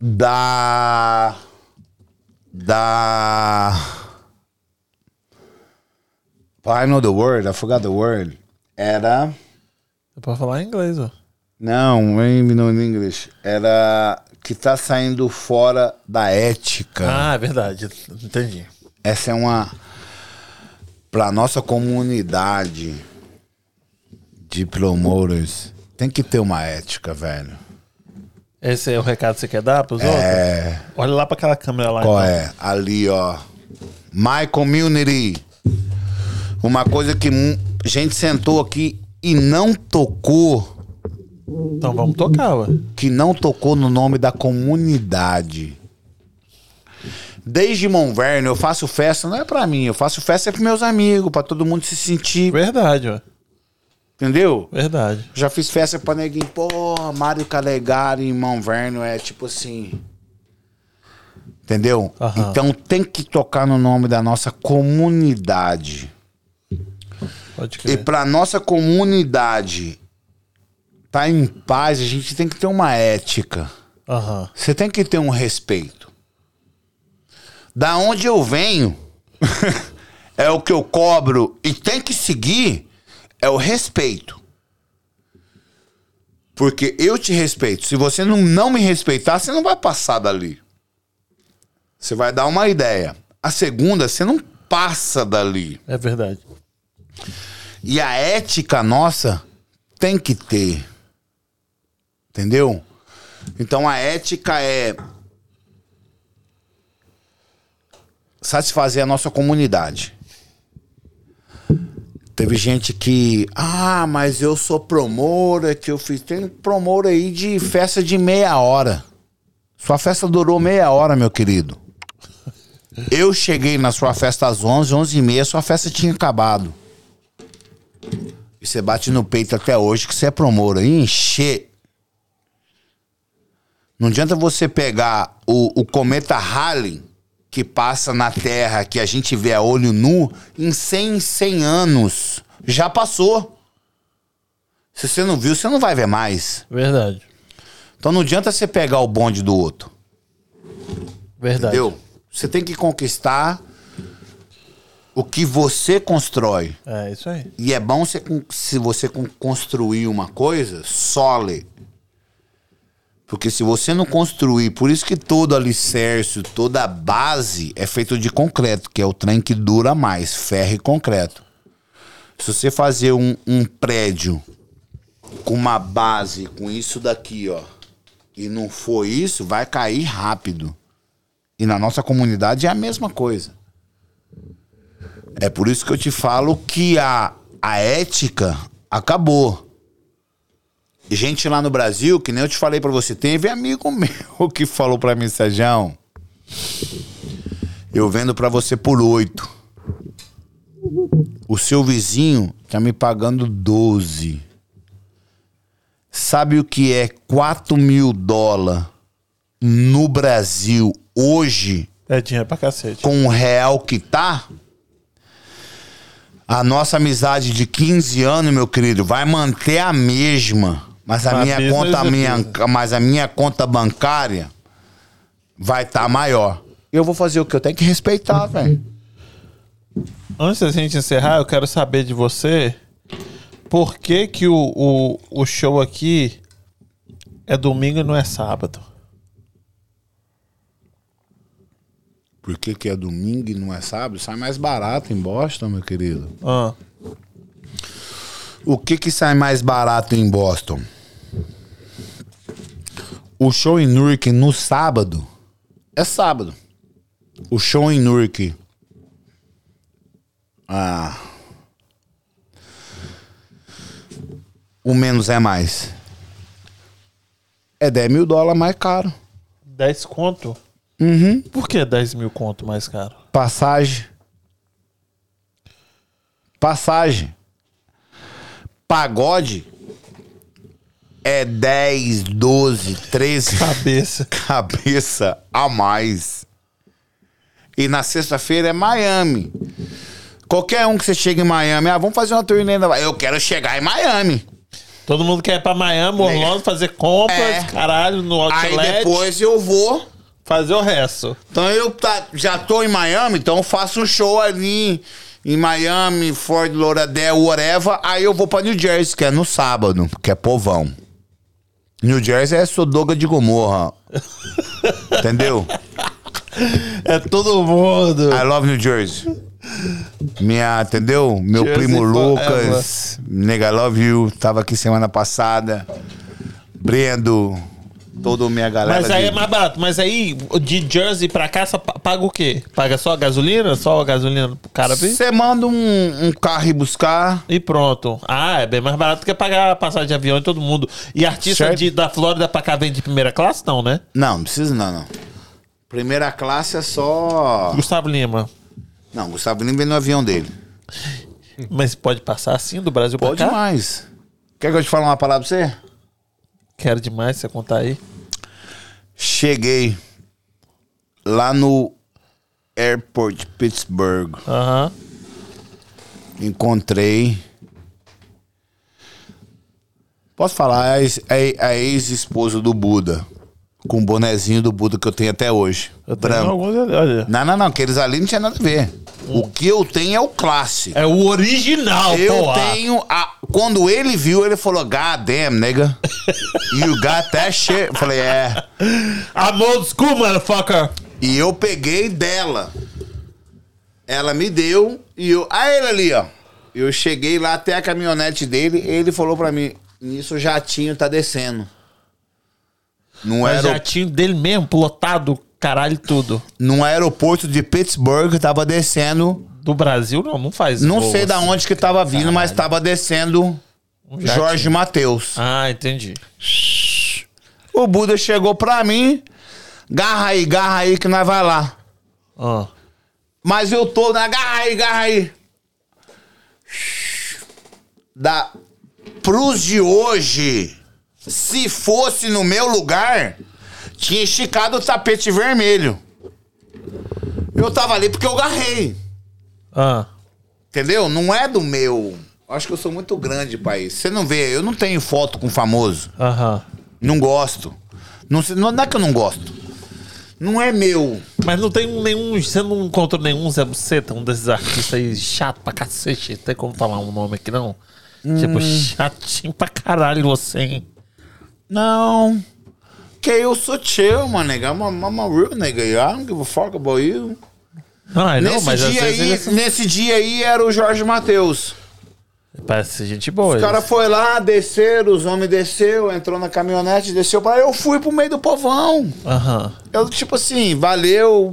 da. Da. I know the word, I forgot the word. Era. Dá pra falar em inglês, ó. Não, em no inglês. Era que tá saindo fora da ética. Ah, é verdade. Entendi. Essa é uma para nossa comunidade de promoters. Tem que ter uma ética, velho. Esse é o recado que você quer dar pros É, outros? Olha lá pra aquela câmera lá. qual então. é? Ali, ó. My community. Uma coisa que mu- gente sentou aqui e não tocou, Então vamos tocar, ué. que não tocou no nome da comunidade. Desde Monverno eu faço festa, não é pra mim, eu faço festa é pros meus amigos, pra todo mundo se sentir, Verdade, ué. entendeu? Verdade. Já fiz festa pra neguinho. Pô, Mário Calegari e Mão Verno é tipo assim. Entendeu? Aham. Então tem que tocar no nome da nossa comunidade. Pode E crer. pra nossa comunidade tá em paz, a gente tem que ter uma ética. Aham. Você tem que ter um respeito. Da onde eu venho, é o que eu cobro e tem que seguir, é o respeito. Porque eu te respeito. Se você não, não me respeitar, você não vai passar dali. Você vai dar uma ideia. A segunda, você não passa dali. É verdade. E a ética nossa tem que ter. Entendeu? Então a ética é satisfazer a nossa comunidade. Teve gente que, ah, mas eu sou promotora que eu fiz. Tem promotora aí de festa de meia hora. Sua festa durou meia hora, meu querido. Eu cheguei na sua festa às 11, 11 e meia, sua festa tinha acabado. E você bate no peito até hoje que você é promotor. E encher. Não adianta você pegar o, o cometa Halley que passa na Terra, que a gente vê a olho nu, em 100, em 100 anos. Já passou. Se você não viu, você não vai ver mais. Verdade. Então não adianta você pegar o bonde do outro. Verdade. Entendeu? Você tem que conquistar o que você constrói. É isso aí. E é bom você, con- se você con- construir uma coisa sólida. Porque se você não construir, por isso que todo alicerce, toda base é feito de concreto, que é o trem que dura mais, ferro e concreto. Se você fazer um, um prédio com uma base, com isso daqui, ó, e não for isso, vai cair rápido. E na nossa comunidade é a mesma coisa. É por isso que eu te falo que a, a ética acabou. Gente lá no Brasil, que nem eu te falei pra você, teve amigo meu que falou pra mim, Sérgio, eu vendo pra você por oito. O seu vizinho tá me pagando 12. Sabe o que é 4 mil dólares no Brasil hoje É dinheiro pra cacete. com o real que tá, A nossa amizade de 15 anos, meu querido, vai manter a mesma. Mas a, A minha mesma conta, a minha, certeza. mas a minha conta bancária vai estar maior. Eu vou fazer o que eu tenho que respeitar, velho. Antes da gente encerrar, eu quero saber de você por que, que o, o, o show aqui é domingo e não é sábado. Por que, que é domingo e não é sábado? Sai mais barato em Boston, meu querido. Ah, O que que sai mais barato em Boston? O show em Newark no sábado é sábado. O show em Newark ah, o menos é mais. É 10 mil dólares mais caro. 10 conto? Uhum. Por que 10 mil conto mais caro? Passagem. Passagem. Pagode é 10, 12, 13 Cabeça. cabeça a mais. E na sexta-feira é Miami. Qualquer um que você chega em Miami, ah, vamos fazer uma turnê. na- Eu quero chegar em Miami. Todo mundo quer ir pra Miami, Orlando, fazer compras, É. caralho, no Aí outlet. depois eu vou Fazer o resto. Então eu tá- já tô em Miami, então eu faço um show ali em Miami, Fort Lauderdale, whatever. Aí eu vou pra New Jersey, que é no sábado, que é povão. New Jersey é Sodoga de Gomorra. Entendeu? É todo mundo. I love New Jersey. Minha, entendeu? Meu Jersey primo forever. Lucas, nigga, I love you. Tava aqui semana passada. Brendo, toda minha galera. Mas aí de- é mais barato. Mas aí, de Jersey pra cá, só pa- paga o quê? Paga só a gasolina? Só a gasolina pro cara vir? Você manda um, um carro ir buscar. E pronto. Ah, é bem mais barato que pagar a passagem de avião em todo mundo. E artista Certo. de- da Flórida pra cá vem de primeira classe? Não, né? Não, não precisa não, não. Primeira classe é só. Gustavo Lima. Não, Gustavo Lima vem no avião dele. Mas pode passar assim do Brasil Hum. Pode pra cá? demais. Quer que eu te fale uma palavra pra você? Quero demais você contar aí. Cheguei lá no airport de Pittsburgh. Aham. Encontrei. Posso falar? É A ex- a- a ex-esposa do Buda. Com o bonezinho do Buda que eu tenho até hoje. Eu tenho branco. alguns ali, olha. Não, não, não. Aqueles ali não tinha nada a ver. O que eu tenho é o clássico. É o original, Eu porra. tenho a. Quando ele viu, ele falou, God damn, nigga. You got that shit. Eu falei, é. I'm old school, motherfucker. E eu peguei dela. Ela me deu e eu. Ah, ele ali, ó. Eu cheguei lá até a caminhonete dele, ele falou pra mim: Nisso o jatinho tá descendo. Não Mas era já tinha dele mesmo, plotado, caralho, tudo. num aeroporto de Pittsburgh, tava descendo. Do Brasil, não, não faz. Não voo sei da assim. onde que tava vindo, mas tava descendo Um jatinho. Jorge Matheus. Ah, entendi. O Buda chegou pra mim, garra aí, garra aí que nós vai lá. Ah. Mas eu tô na garra aí, garra aí. Da, pros de hoje, se fosse no meu lugar, tinha esticado o tapete vermelho. Eu tava ali porque eu garrei, Ah. entendeu? Não é do meu. Acho que eu sou muito grande pra isso. Você não vê, eu não tenho foto com famoso. Aham. Não gosto. Não, sei- não é que eu não gosto. Não é meu. Mas não tem nenhum. Você não encontrou nenhum Zé Buceta, um desses artistas aí chato pra cacete. Tem como falar um nome aqui, não? Tipo, chatinho pra caralho você, hein? Não. Que eu sou chill, my nigga. I'm a, I'm a real nigga. I don't give a fuck about you. Ah, não, nesse, mas às dia vezes aí, ele- nesse dia aí era o Jorge Matheus. parece gente boa. O ele. cara foi lá, desceram, os homens desceu, entrou na caminhonete, desceu pra eu fui pro meio do povão. Aham. Eu, tipo assim, valeu,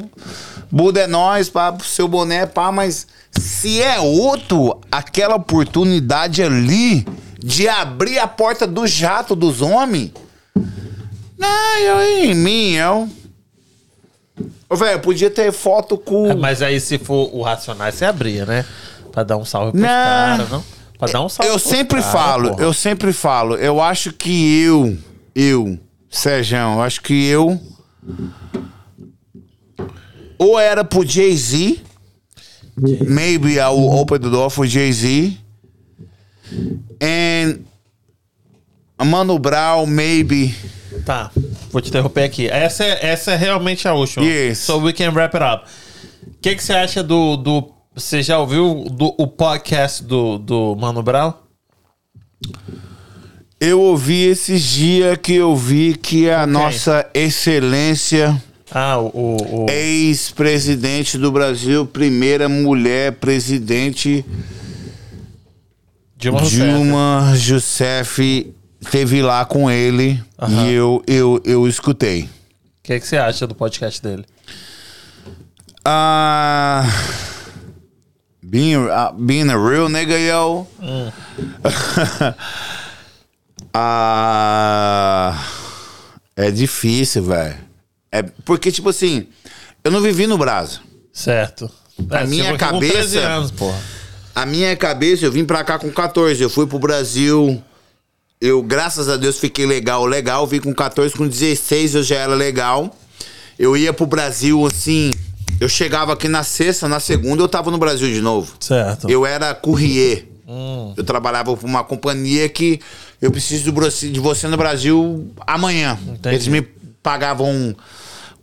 Buda é nóis, pá, seu boné, pá, mas se é outro, aquela oportunidade ali de abrir a porta do jato dos homens. Não, eu em mim, eu. Ô, Velho, podia ter foto com. É, mas aí se for o Racionais, você abria, né? Pra dar um salve pros Não. caras, não? Pra dar um salve Eu pros sempre caras, falo, porra. eu sempre falo, eu acho que eu, eu, Sérgio, eu acho que eu. Ou era pro Jay-Z, Maybe I will open the door for Jay Z. And Mano Brown, maybe. Tá, vou te interromper aqui. Essa é, essa é realmente a última. Yes. So we can wrap it up. O que, que você acha do, do. Você já ouviu do, o podcast do, do Mano Brown? Eu ouvi esses dias que eu vi que a nossa excelência, Ah, o. o, o- É ex-presidente do Brasil, primeira mulher presidente, Dilma Rousseff. Dilma Rousseff, teve lá com ele Aham. e eu, eu, eu escutei. O que, que você acha do podcast dele? Ah, being, ah, being a real nigga, yo. Ah, é difícil, velho. É porque, tipo assim, eu não vivi no Brasil. Certo. É, Na você minha chegou aqui Com cabeça- 13 anos, porra. A minha cabeça, eu vim pra cá com 14. Eu fui pro Brasil. Eu, graças a Deus, fiquei legal, legal. Vim com 14, com 16 eu já era legal. Eu ia pro Brasil assim. Eu chegava aqui na sexta, na segunda eu tava no Brasil de novo. Certo. Eu era courrier. Eu trabalhava pra uma companhia que eu preciso do bro- de você no Brasil amanhã. Entendi. Eles me pagavam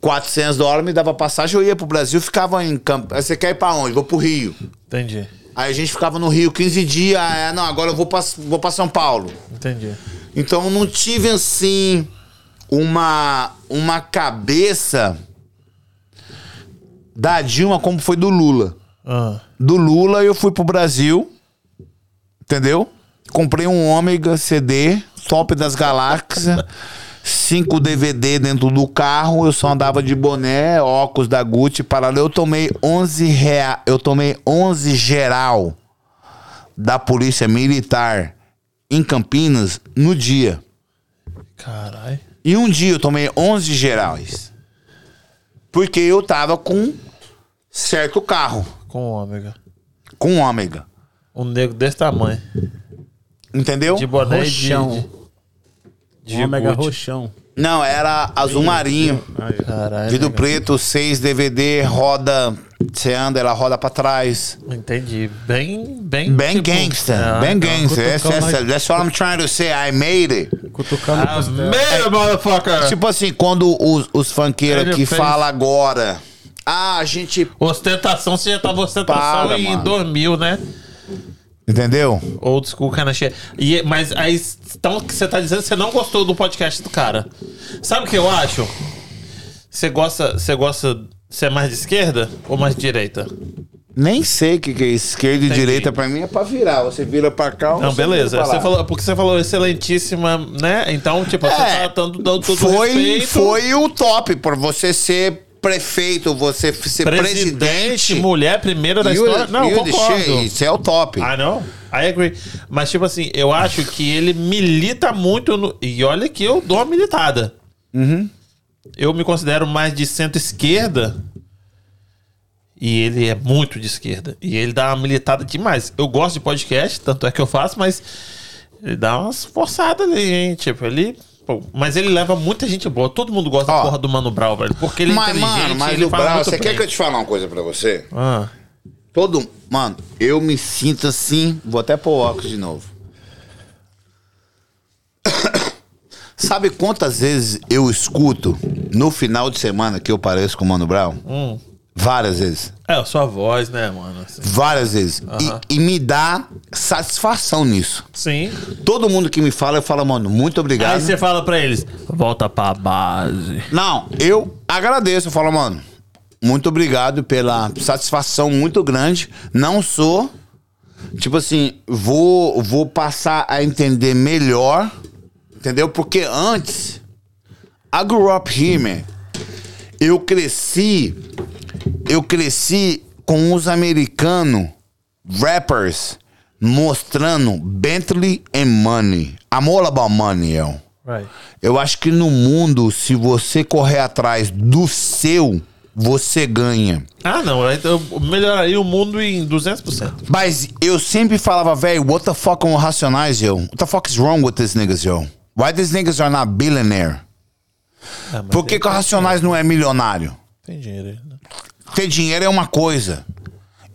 400 dólares, me dava passagem, eu ia pro Brasil, ficava em campo. Você quer ir pra onde? Vou pro Rio. Entendi. Aí a gente ficava no Rio 15 dias, ah, é, não, agora eu vou pra, vou pra São Paulo. Entendi. Então eu não tive assim uma uma cabeça da Dilma como foi do Lula. Ah, Do Lula eu fui pro Brasil, entendeu? Comprei um ômega CD, top das galáxias, cinco DVD dentro do carro, eu só andava de boné, óculos da Gucci, paralelo. Eu tomei 11 real, eu tomei 11 geral da polícia militar em Campinas no dia. caralho. E um dia eu tomei 11 gerais. Porque eu tava com certo carro, Com ômega. com ômega. Um negro desse tamanho. Entendeu? De boné e de- Roxão. de. de Ômega Gucci. roxão. Não, era azul marinho. Aí. Caralho. Vidro nega. preto, 6 DVD, roda. Você anda, ela roda pra trás. né? Entendi. Bem. Bem, Bem tipo- gangster. Ah, bem tá. gangster. é That's, cutucão that's, that's what I'm trying to say. I made it. Cutucando. Ah, merda, motherfucker! Tipo assim, quando os, os funkeiros É. Ele que fez- falam agora. Ah, a gente. Ostentação, você já tava ostentação Para, em mano. 2000, né? Entendeu? Old School Kinda Shit. E, mas aí, então, o que você tá dizendo, você não gostou do podcast do cara. Sabe o que eu acho? Você gosta, você gosta, você é mais de esquerda ou mais de direita? Nem sei o que, que é esquerda e Entendi. direita pra mim é pra virar. Você vira pra cá ou Não, você beleza. vira pra Você lá. falou, porque você falou excelentíssima, né? Então, tipo, você É, tá dando, dando todo foi, respeito. foi o top. Por você ser prefeito, você f- ser Presidente, presidente. mulher primeira da You- história. Não, you the concordo. shit. Isso é o top. Ah, não? I agree. Mas, tipo assim, eu acho que ele milita muito no... E olha que eu dou uma militada. Uhum. Eu me considero mais de centro-esquerda. E ele é muito de esquerda. E ele dá uma militada demais. Eu gosto de podcast, tanto é que eu faço, mas ele dá umas forçadas ali, hein? Tipo, ele. pô, mas ele leva muita gente boa. Todo mundo gosta Ó. da porra do Mano Brown, velho. Porque ele é mas, inteligente, mano, mas ele o fala Brau, muito você quer bem. que eu te falar uma coisa pra você? Ah, Todo. Mano, eu me sinto assim. Vou até pôr o óculos de novo. Sabe quantas vezes eu escuto no final de semana que eu pareço com o Mano Brown? hum. Várias vezes. É, a sua voz, né, mano? Assim. Várias vezes. E- e me dá satisfação nisso. Sim. Todo mundo que me fala, eu falo, mano, muito obrigado. Aí Ah, você fala pra eles, volta pra base. Não, eu agradeço. Eu falo, mano, muito obrigado pela satisfação muito grande. Não sou. Tipo assim, vou, vou passar a entender melhor. Entendeu? Porque antes. I grew up here, man. Eu cresci. Eu cresci com os americanos rappers mostrando Bentley and money. I'm all about money, yo. Right. Eu acho que no mundo, se você correr atrás do seu, você ganha. Ah, não, aí eu melhoraria o mundo em 200%. Mas eu sempre falava, velho, what the fuck on Racionais, yo? What the fuck is wrong with these niggas, yo? Why these niggas are not billionaire? Ah, mas Por que, ele que o Racionais não é milionário? Tem dinheiro aí, né? Ter dinheiro é uma coisa. E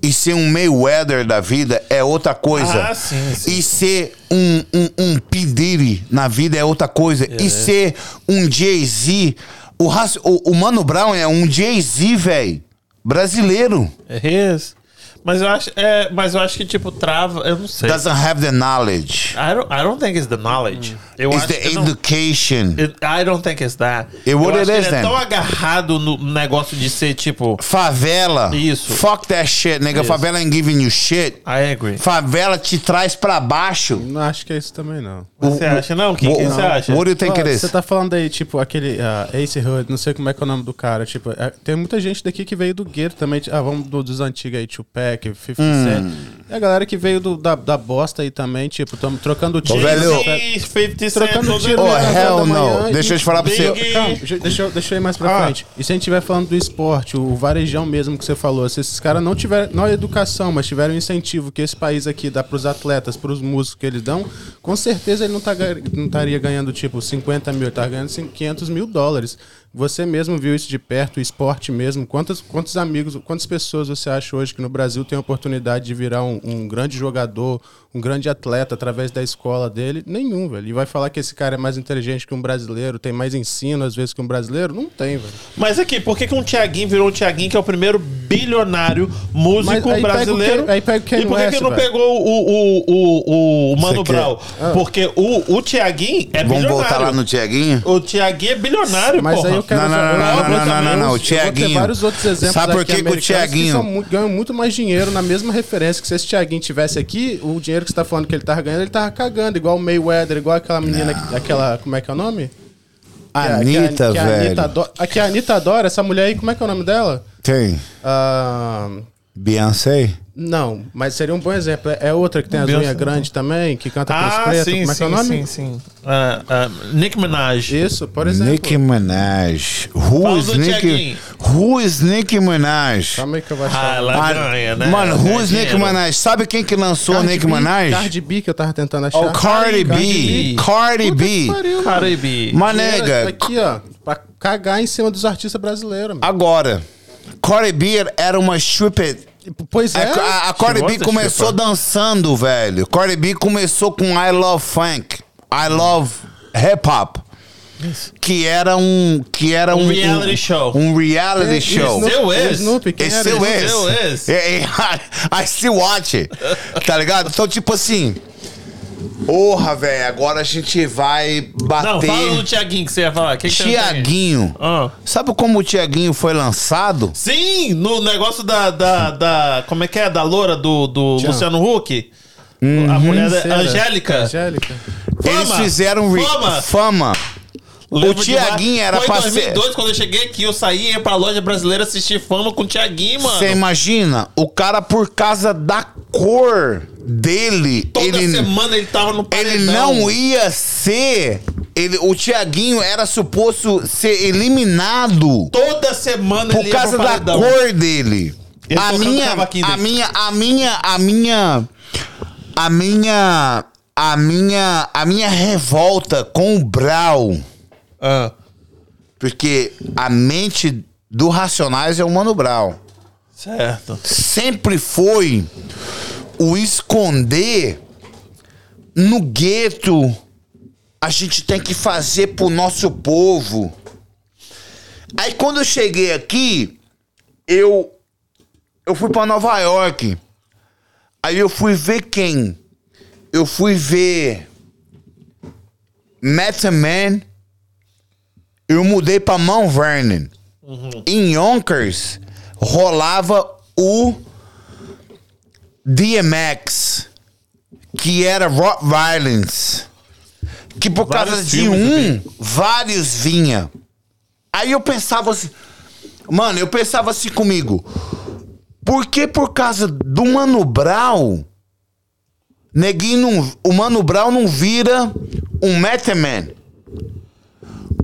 e ser um Mayweather da vida é outra coisa. Ah, sim, sim. E ser um, um, um P. Diddy na vida é outra coisa. E ser um Jay-Z. O, Ras- o, o Mano Brown é um Jay-Z, velho. Brasileiro. É res. Mas eu acho, é, mas eu acho que tipo trava, eu não sei. Doesn't have the knowledge. I don't, I don't think it's the knowledge. Eu It's acho the que não- education. It- I don't think it's that. It eu what acho it que ele is é then. tão agarrado no negócio de ser tipo. Favela. Isso. Fuck that shit, nigga. Isso. Favela ain't giving you shit. I agree. Favela te traz pra baixo. Não acho que é isso também, não. Você acha não? Kim? O que Wha- você acha? What do you think Ó, it is? Você tá falando aí, tipo, aquele ah, Ace Hood, não sei como é que é o nome do cara. Tipo, é, tem muita gente daqui que veio do gueto também. tipo, Ah, vamos do- dos antigos aí, Tupac, 50 Hum. Cent. E a galera que veio do- da, da bosta aí também, tipo, estamos trocando tiro. Ô, velho, Sim, 50 Cent, Trocando todo tiro. Oh, mundo- na casa hell da manhã no. e- Deixa eu te falar pra você. Big- Calma, deixa- deixa, eu- deixa eu ir mais pra Ah. frente. E se a gente estiver falando do esporte, o varejão mesmo que você falou, se esses caras não tiveram, não é educação, mas tiveram um incentivo que esse país aqui dá pros atletas, pros músicos que eles dão, com certeza ele não, tá, ga- não estaria ganhando tipo 50 mil, tá ganhando cin- 500 mil dólares. Você mesmo viu isso de perto, o esporte mesmo. Quantos, quantos amigos, quantas pessoas você acha hoje que no Brasil tem a oportunidade de virar um, um grande jogador, um grande atleta através da escola dele? Nenhum, velho. E vai falar que esse cara é mais inteligente que um brasileiro, tem mais ensino às vezes que um brasileiro? Não tem, velho. Mas aqui, por que, que um Tiaguinho virou um Tiaguinho, que é o primeiro bilionário Mas músico aí pega o brasileiro? Ken- aí pega o Ken e por que, que West, não velho. Ah. pegou o, o, o, o Mano Você quer- Brown? Porque o, o Tiaguinho é é- Vamos bilionário. voltar lá no Tiaguinho? O Tiaguinho é bilionário, Mas porra. aí eu quero Não, não, saber- não, não, Eu vou não, ter não, não, não, o vários- eu vou ter Thiaguinho. vários outros exemplos Sabe por aqui que que o americanos Thiaguinho- são mu- ganham muito mais dinheiro na mesma referência que se esse Thiaguinho tivesse aqui, o dinheiro que você tá falando que ele tava ganhando, ele tava cagando, igual o Mayweather, igual aquela menina, que- aquela, como é que é o nome? que a, Anitta, que a velho. Anitta adora, a que a Anitta adora, essa mulher aí, como é que é o nome dela? Tem. Ah, Beyoncé? não, mas seria um bom exemplo. É outra que tem as Beyoncé, unhas não. grandes também, que canta com os Ah, pretos, sim, como é que é o sim, nome? sim, sim. Ah, ah, Nick Minaj. Isso, por exemplo. Nicki Minaj. Who é, Fala is do Nicki, Thiaguinho. who is Nicki Minaj? Calma aí que eu vou Ah, achar. ela ganha, né? Mano, who Ganha is Nicki dinheiro. Minaj? Sabe quem que lançou Cardi Nicki B, Minaj? Cardi B que eu tava tentando achar. Oh, Cardi B. B. Cardi B. Pariu, mano. Cara, Ibi. Uma Dinheiro nega, Aqui, ó, pra cagar em cima dos artistas brasileiros. mano. agora. Cardi B era uma stripper Pois é. A, a, a Cardi She B was a começou stripper. dançando, velho. Cardi B começou com I Love Funk, I Love Hip Hop, que era um que era um, Um reality show. um É reality show. Snoop- Seu ex. Snoop, quem It era? still is. Still is. É, é, I, I still watch it. Tá ligado? Então, tipo assim. Porra, velho, agora a gente vai Não, fala do bater. Tiaguinho que você ia falar. Que que você Tiaguinho. tem? Ah. Sabe como o Tiaguinho foi lançado? Sim, no negócio da. da, da- como é que é? Da loura do, do Luciano Huck? Uhum, a mulher da Cera. Angélica. É. Angélica. Eles Fama. fizeram re- Fama. fama. Lembro O Tiaguinho demais. era Foi pra em ser. 2002, quando eu cheguei aqui, eu saí ia pra loja brasileira assistir fama com o Tiaguinho, mano. Você imagina? O cara, por causa da cor dele, Toda ele, semana ele tava no paredão. ele não ia ser. Ele, o Tiaguinho era suposto ser eliminado Toda semana por ele ia causa pro da paredão. cor dele. Ele A tocando minha, cavaquinho a dele. minha, a minha, a minha, a minha, a minha, a minha revolta com o Brau. Ah, Porque a mente do Racionais é o Mano Brown. certo. Sempre foi o esconder no gueto. A gente tem que fazer pro nosso povo. Aí quando eu cheguei aqui, eu eu fui pra Nova York. Aí eu fui ver quem? Eu fui ver Method Man. Eu mudei pra Mount Vernon. Em Yonkers rolava o DMX, que era Rock Violence. Que por Vários causa de filmes um, vários vinha. Aí eu pensava assim, mano, eu pensava assim comigo. Por que por causa do Mano Brown, neguinho não- o Mano Brown não vira um Method Man?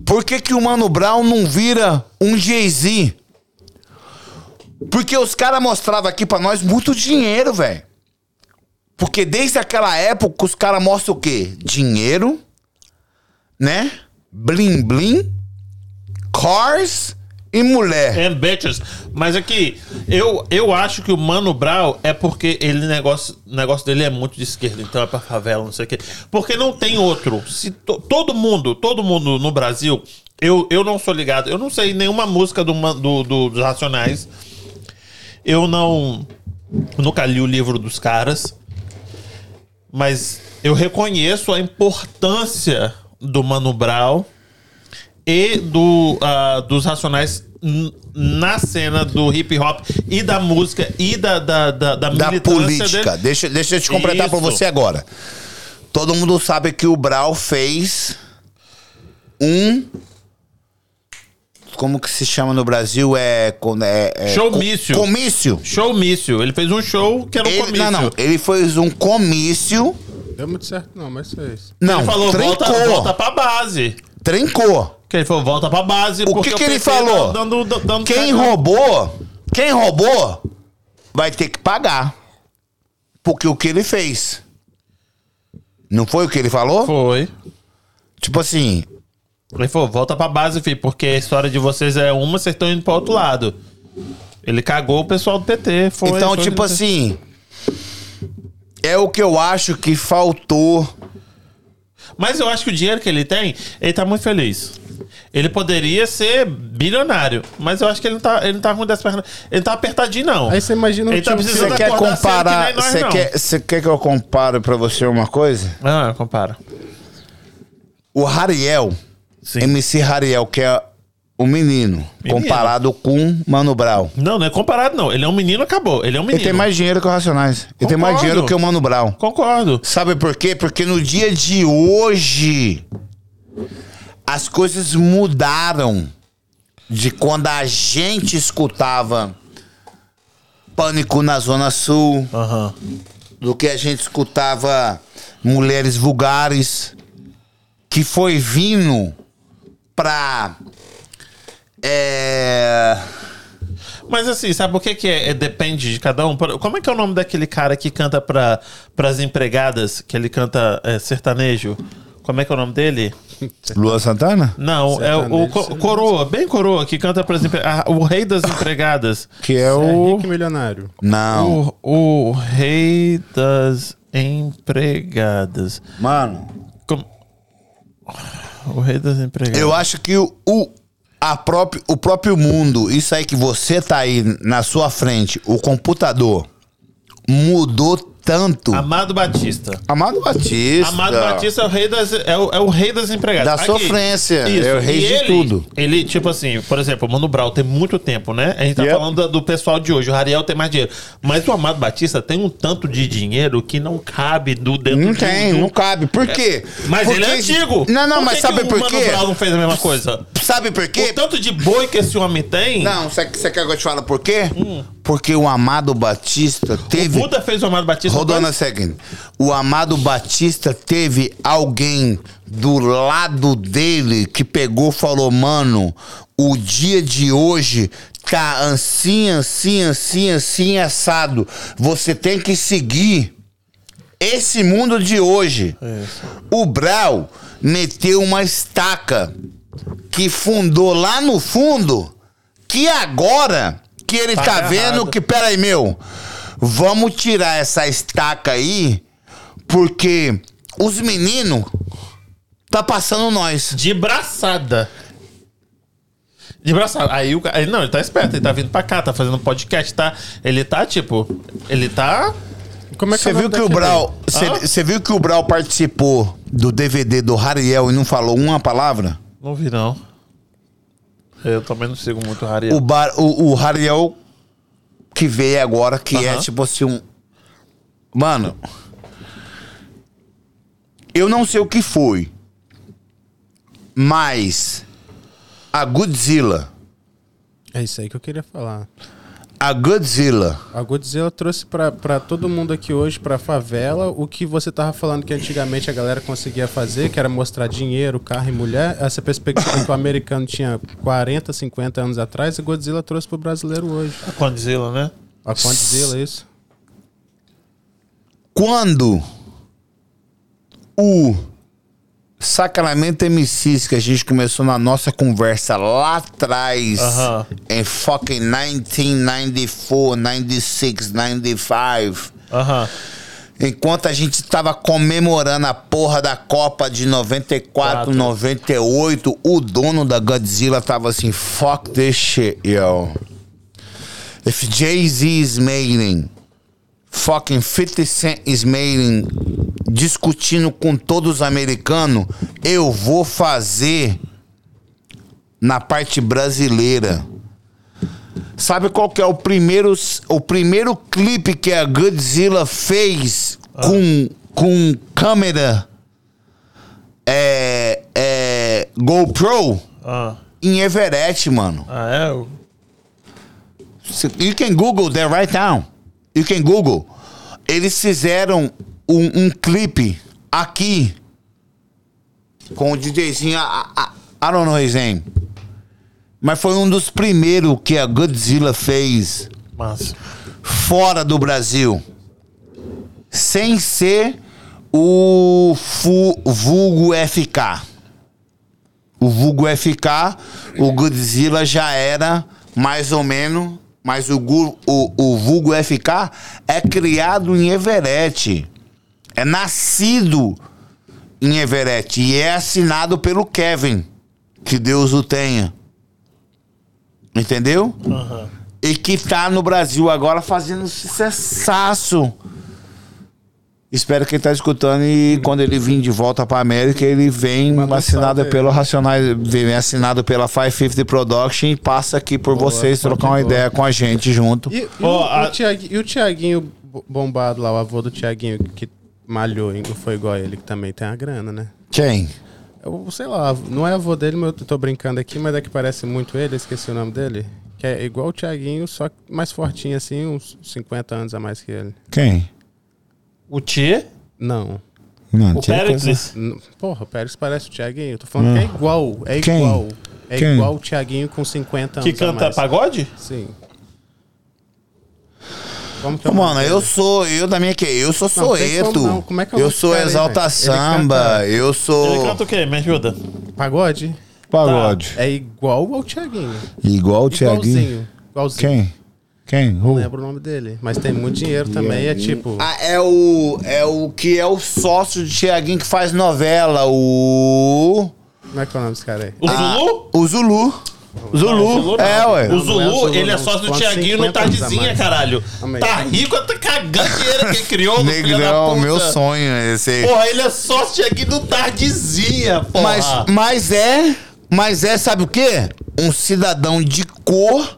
Por que, que o Mano Brown não vira um Jay-Z? Porque os caras mostravam aqui pra nós muito dinheiro, velho. Porque desde aquela época os caras mostram o quê? Dinheiro, né? Blim blim, cars e mulher. And bitches. Mas aqui, eu, eu acho que o Mano Brown é porque ele negócio, negócio dele é muito de esquerda, então é pra favela, não sei o quê. Porque não tem outro. Se to- todo mundo, todo mundo no Brasil, eu, eu não sou ligado, eu não sei nenhuma música do, Man- do- do- dos Racionais. Eu não. Nunca li o livro dos caras. Mas eu reconheço a importância do Mano Brown e do, ah, dos Racionais n- na cena do hip hop e da música e da, da, da, da da militância política. dele. Deixa, deixa eu te completar pra Isso. você agora. Todo mundo sabe que o Brau fez um. Como que se chama no Brasil? É. con- é, é Showmício. co- Comício. Showmício. Ele fez um show que era um Ele, comício. não, não. Ele fez um comício. Deu muito certo, não, mas fez. Não, Ele falou, trincou. volta, volta pra base. Trincou. Que ele falou, volta pra base. O porque que que ele PT tá falou? Dando, dando- dando- Quem roubou, quem roubou vai ter que pagar. Porque o que ele fez. Não foi o que ele falou? Foi. Tipo assim, Ele falou, volta pra base, filho, porque a história de vocês é uma, vocês estão indo pro outro lado. Ele cagou o pessoal do PT. Foi, então, foi- tipo assim. É o que eu acho que faltou. Mas eu acho que o dinheiro que ele tem, ele tá muito feliz. Ele poderia ser bilionário, mas eu acho que ele não tá, ele não tá ruim das pernas. Ele não tá apertadinho, não. Aí você imagina um Ele tá tio precisando Você quer acordar cedo que nem comparar. nós, Você não. quer, você quer que eu compare pra você uma coisa? Ah, compara. O Rariel, Sim. MC Rariel, que é o menino, Menino. comparado com Mano Brown. Não, não é comparado, não. Ele é um menino, acabou. Ele é um menino. Ele tem mais dinheiro que o Racionais. Ele tem mais Concordo. dinheiro que o Mano Brown. Concordo. Sabe por quê? Porque no dia de hoje as coisas mudaram de quando a gente escutava Pânico na Zona Sul, Aham. do que a gente escutava Mulheres Vulgares, que foi vindo pra. É. Mas assim, sabe o que que é? É, Depende de cada um. Por- Como é que é o nome daquele cara que canta pra, pras empregadas, que ele canta é, sertanejo? Como é que é o nome dele? Luan Santana? Não, é o, o co- Coroa, bem Coroa, que canta pras empregadas. O rei das empregadas. Que é É o. rico e milionário. Não. O, o rei das empregadas. Mano. Como- O rei das empregadas. Eu acho que o, o, a próprio, o próprio mundo, isso aí que você tá aí na sua frente, o computador, mudou tanto. Amado Batista. Amado Batista. Amado Batista é o rei das, é o, é o rei das empregadas. Da sofrência, é o rei E de ele- tudo. Ele, tipo assim, por exemplo, o Mano Brown tem muito tempo, né? A gente tá Yep. falando da- do pessoal de hoje. O Rariel tem mais dinheiro. Mas o Amado Batista tem um tanto de dinheiro que não cabe do dentro Não de tem, um- não cabe. Por quê? Mas Porque- ele é antigo. Não, não, que mas que sabe por O Mano quê? Brown não fez a mesma coisa. Sabe por quê? O tanto de boi que esse homem tem. Não, você você quer que eu te fale por quê? Porque o Amado Batista teve. Buda fez Hum. o Amado Batista. Hold on a second. O Amado Batista teve alguém do lado dele que pegou e falou, mano, o dia de hoje tá assim, assim, assim, assim, assado. Você tem que seguir esse mundo de hoje. O Brau meteu uma estaca que fundou lá no fundo que agora que ele tá agarrado. vendo que, peraí, meu, vamos tirar essa estaca aí porque os meninos tá passando nós. De braçada. De braçada. Aí o cara. aí Não, ele tá esperto, ele tá vindo pra cá, tá fazendo podcast, tá? Ele tá tipo. Ele tá. Como é que Você é viu nome que o daquele? Brau, você Hã? você viu que o Brau participou do DVD do Rariel e não falou uma palavra? Não vi, não. Eu também não sigo muito o Rariel. o, bar, o, é o Hariel que veio agora, que é Aham. tipo assim um. Mano. Eu não sei o que foi. Mas. A Godzilla. É isso aí que eu queria falar. A Godzilla. A Godzilla trouxe pra, pra todo mundo aqui hoje, pra favela, o que você tava falando que antigamente a galera conseguia fazer, que era mostrar dinheiro, carro e mulher. Essa perspectiva que o americano tinha 40, 50 anos atrás, a Godzilla trouxe pro brasileiro hoje. Condzilla, né? A Godzilla, isso. Quando. O. Sacramento MCs, que a gente começou na nossa conversa lá atrás, Aham. em fucking 1994, 96, 95. Aham. Enquanto a gente tava comemorando a porra da Copa de 94, Quatro. 98, o dono da Godzilla tava assim, fuck this shit, yo. If Jay-Z is mailing, fucking 50 Cent is mailing, discutindo com todos os americanos, eu vou fazer na parte brasileira. Sabe qual que é o primeiro, o primeiro clipe que a Godzilla fez com, com câmera é, é, GoPro? Ah, Em Everett, mano. ah, é? o- You can Google that right now. You can Google. Eles fizeram um, um clipe aqui com o DJzinho. I, I, I don't know his name. Mas foi um dos primeiros que a Godzilla fez Massa. fora do Brasil. Sem ser o fu- vulgo FK. O vulgo FK, o Godzilla já era mais ou menos, mas o, gu- o, o vulgo FK é criado em Everett. É nascido em Everett e é assinado pelo Kevin. Que Deus o tenha. Entendeu? e que tá no Brasil agora fazendo um sucessaço. Espero que ele tá escutando e quando ele vir de volta pra América, ele vem Manda um assinado salve aí. pelo Racionais, vem assinado pela 550 Production e passa aqui por vocês pode trocar uma ir, boa. ideia com a gente junto. E, e Ó, o, a- o Thiagui- e o Tiaguinho bo- bombado lá, o avô do Tiaguinho que malhou, hein, foi igual a ele, que também tem a grana, né? Quem? Eu, sei lá, não é avô dele, mas eu tô brincando aqui, mas é que parece muito ele, eu esqueci o nome dele. Que é igual o Tiaguinho, só que mais fortinho assim, uns 50 anos a mais que ele. Quem? O Tchê? Não. Não, O é Pericles? N- Porra, o Pérez parece o Tiaguinho. Eu Tô falando que é igual, é Quem? igual. É Quem? igual o Tiaguinho com 50 anos Que a canta mais. pagode? Sim. Como que é o nome Mano, dele? eu sou, eu da minha que eu sou Não, tem Soeto. como não. Como é que é o eu nome sou desse cara aí, Exalta velho? Ele Samba, canta- eu sou Ele canta o tá. quê? Me ajuda. Pagode? pagode. É igual ao Tiaguinho. Igual o Igualzinho. Thiaguinho. Igualzinho. Quem? Quem? Who? Não é lembro o nome dele. Mas tem muito dinheiro também. É tipo. Ah, é o. É o que é o sócio de Tiaguinho que faz novela, o. Ah, Como é que é o nome desse cara aí? O Zulu? O Zulu. Não, o Zulu. Zulu não. é, ué. O não é o Zulu, Zulu, ele é não. sócio do Quanto Tiaguinho no 50 anos a Tardezinha, mais. caralho. Calma aí. Tá rico, tá cagando dinheiro que ele é criou no filho da Negrão, puta. meu sonho é esse. Porra, ele é sócio do Tiaguinho no Tardezinha, porra. Mas, mas é. Mas é, sabe o quê? Um cidadão de cor.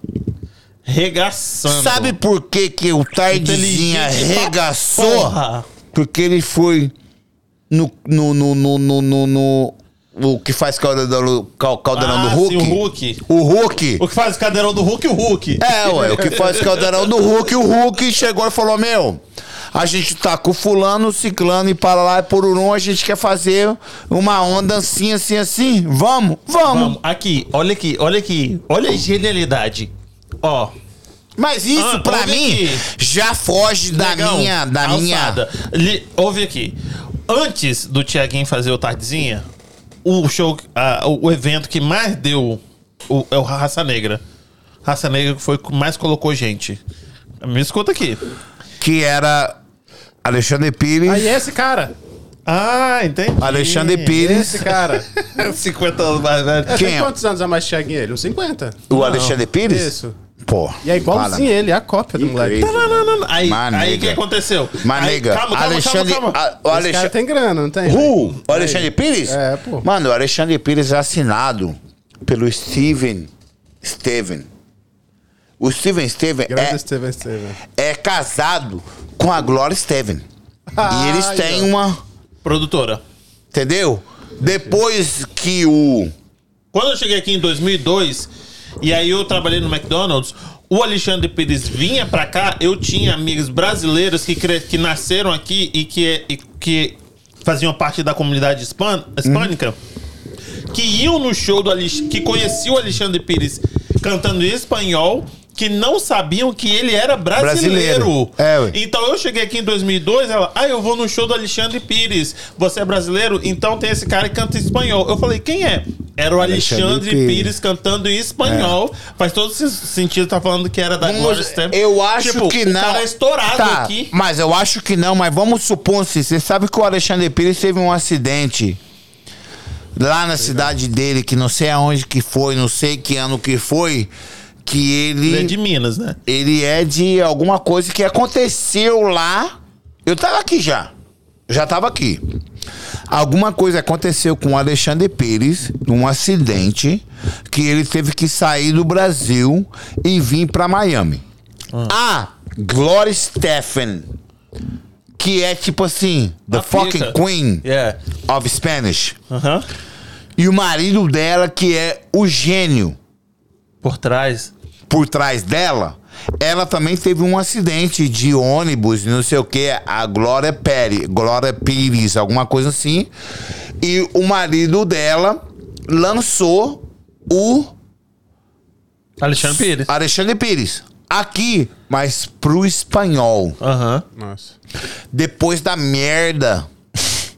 Regaçando. Sabe por que, que o Tardezinha Inteligente pra arregaçou? porra. Porque ele foi no. no. no. no. no. no, no- o que faz caldeirão, cal- caldeirão do Ah, Hulk? sim, o Hulk. O Hulk. O que faz o cadeirão do Hulk e o Hulk. É, ué, o que faz caldeirão do Hulk, o Hulk chegou e falou, meu, a gente tá com fulano, ciclano e para lá e por um, a gente quer fazer uma onda assim, assim, assim, vamos, vamos. Vamos, aqui, olha aqui, olha aqui. Olha a genialidade. Ó, Mas isso Ah, pra ouve mim aqui. já foge da Negão, minha, da minha... alçada. Li- ouve aqui. Antes do Tiaguinho fazer o Tardezinha, o show, ah, o o evento que mais deu o, é o Raça Negra. Raça Negra foi o que mais colocou gente. Me escuta aqui. Que era Alexandre Pires, Aí é esse cara! Ah, entendi. Alexandre Pires, Esse cara! 50 anos mais velho. Quem Tem é? quantos anos a mais Tiaguinho ele? Uns 50? o Alexandre Pires, Isso. pô, E é igualzinho ele, é a cópia do moleque. Incrível. Não, não, não, não. Aí, Mas, aí o nega. que aconteceu? mas Aí- nega, calma, calma, Alexandre, calma, calma. a- o Esse cara Alexandre, tem grana, não tem? Who? O Alexandre Pires? É, pô. Mano, o Alexandre Pires é assinado pelo Steven. Steven. O Steven Steven Grande é, Steven Steven. é casado com a Glória Steven. e eles Ai, têm ó. uma. Produtora. Entendeu? Depois que o. Quando eu cheguei aqui em 2002, e aí eu trabalhei no McDonald's, o Alexandre Pires vinha pra cá, eu tinha amigos brasileiros que, cre- que nasceram aqui e que, e que faziam parte da comunidade hispan- hispânica, que iam no show do Alexandre, que conhecia o Alexandre Pires cantando em espanhol, que não sabiam que ele era brasileiro. Brasileiro. É, ué. então eu cheguei aqui em 2002, ela, ah, eu vou no show do Alexandre Pires. Você é brasileiro? Então tem esse cara que canta em espanhol. Eu falei, quem é? Era o Alexandre, Alexandre Pires. Pires. cantando em espanhol. É. Faz todo sen- sentido tá falando que era da Gloria Vamos- Estefan. Hum, eu acho Tipo, que o não. cara é estourado Tá, aqui. Mas eu acho que não, mas vamos supor se você sabe que o Alexandre Pires teve um acidente lá na cidade dele, que não sei aonde que foi, não sei que ano que foi, que ele Ele é de Minas, né? ele é de alguma coisa que aconteceu lá. Eu tava aqui já. Já tava aqui. Alguma coisa aconteceu com o Alexandre Pires, num acidente, que ele teve que sair do Brasil e vir pra Miami. A Gloria Stephen, que é tipo assim, the A fucking pica. queen Yeah. of Spanish. Aham. E o marido dela, que é o gênio Por trás. por trás dela, ela também teve um acidente de ônibus, não sei o que, a Glória Pérez, Glória Pires, alguma coisa assim. E o marido dela lançou o Alexandre Pires. Alexandre Pires. Aqui, mas pro espanhol. Aham. Nossa. Depois da merda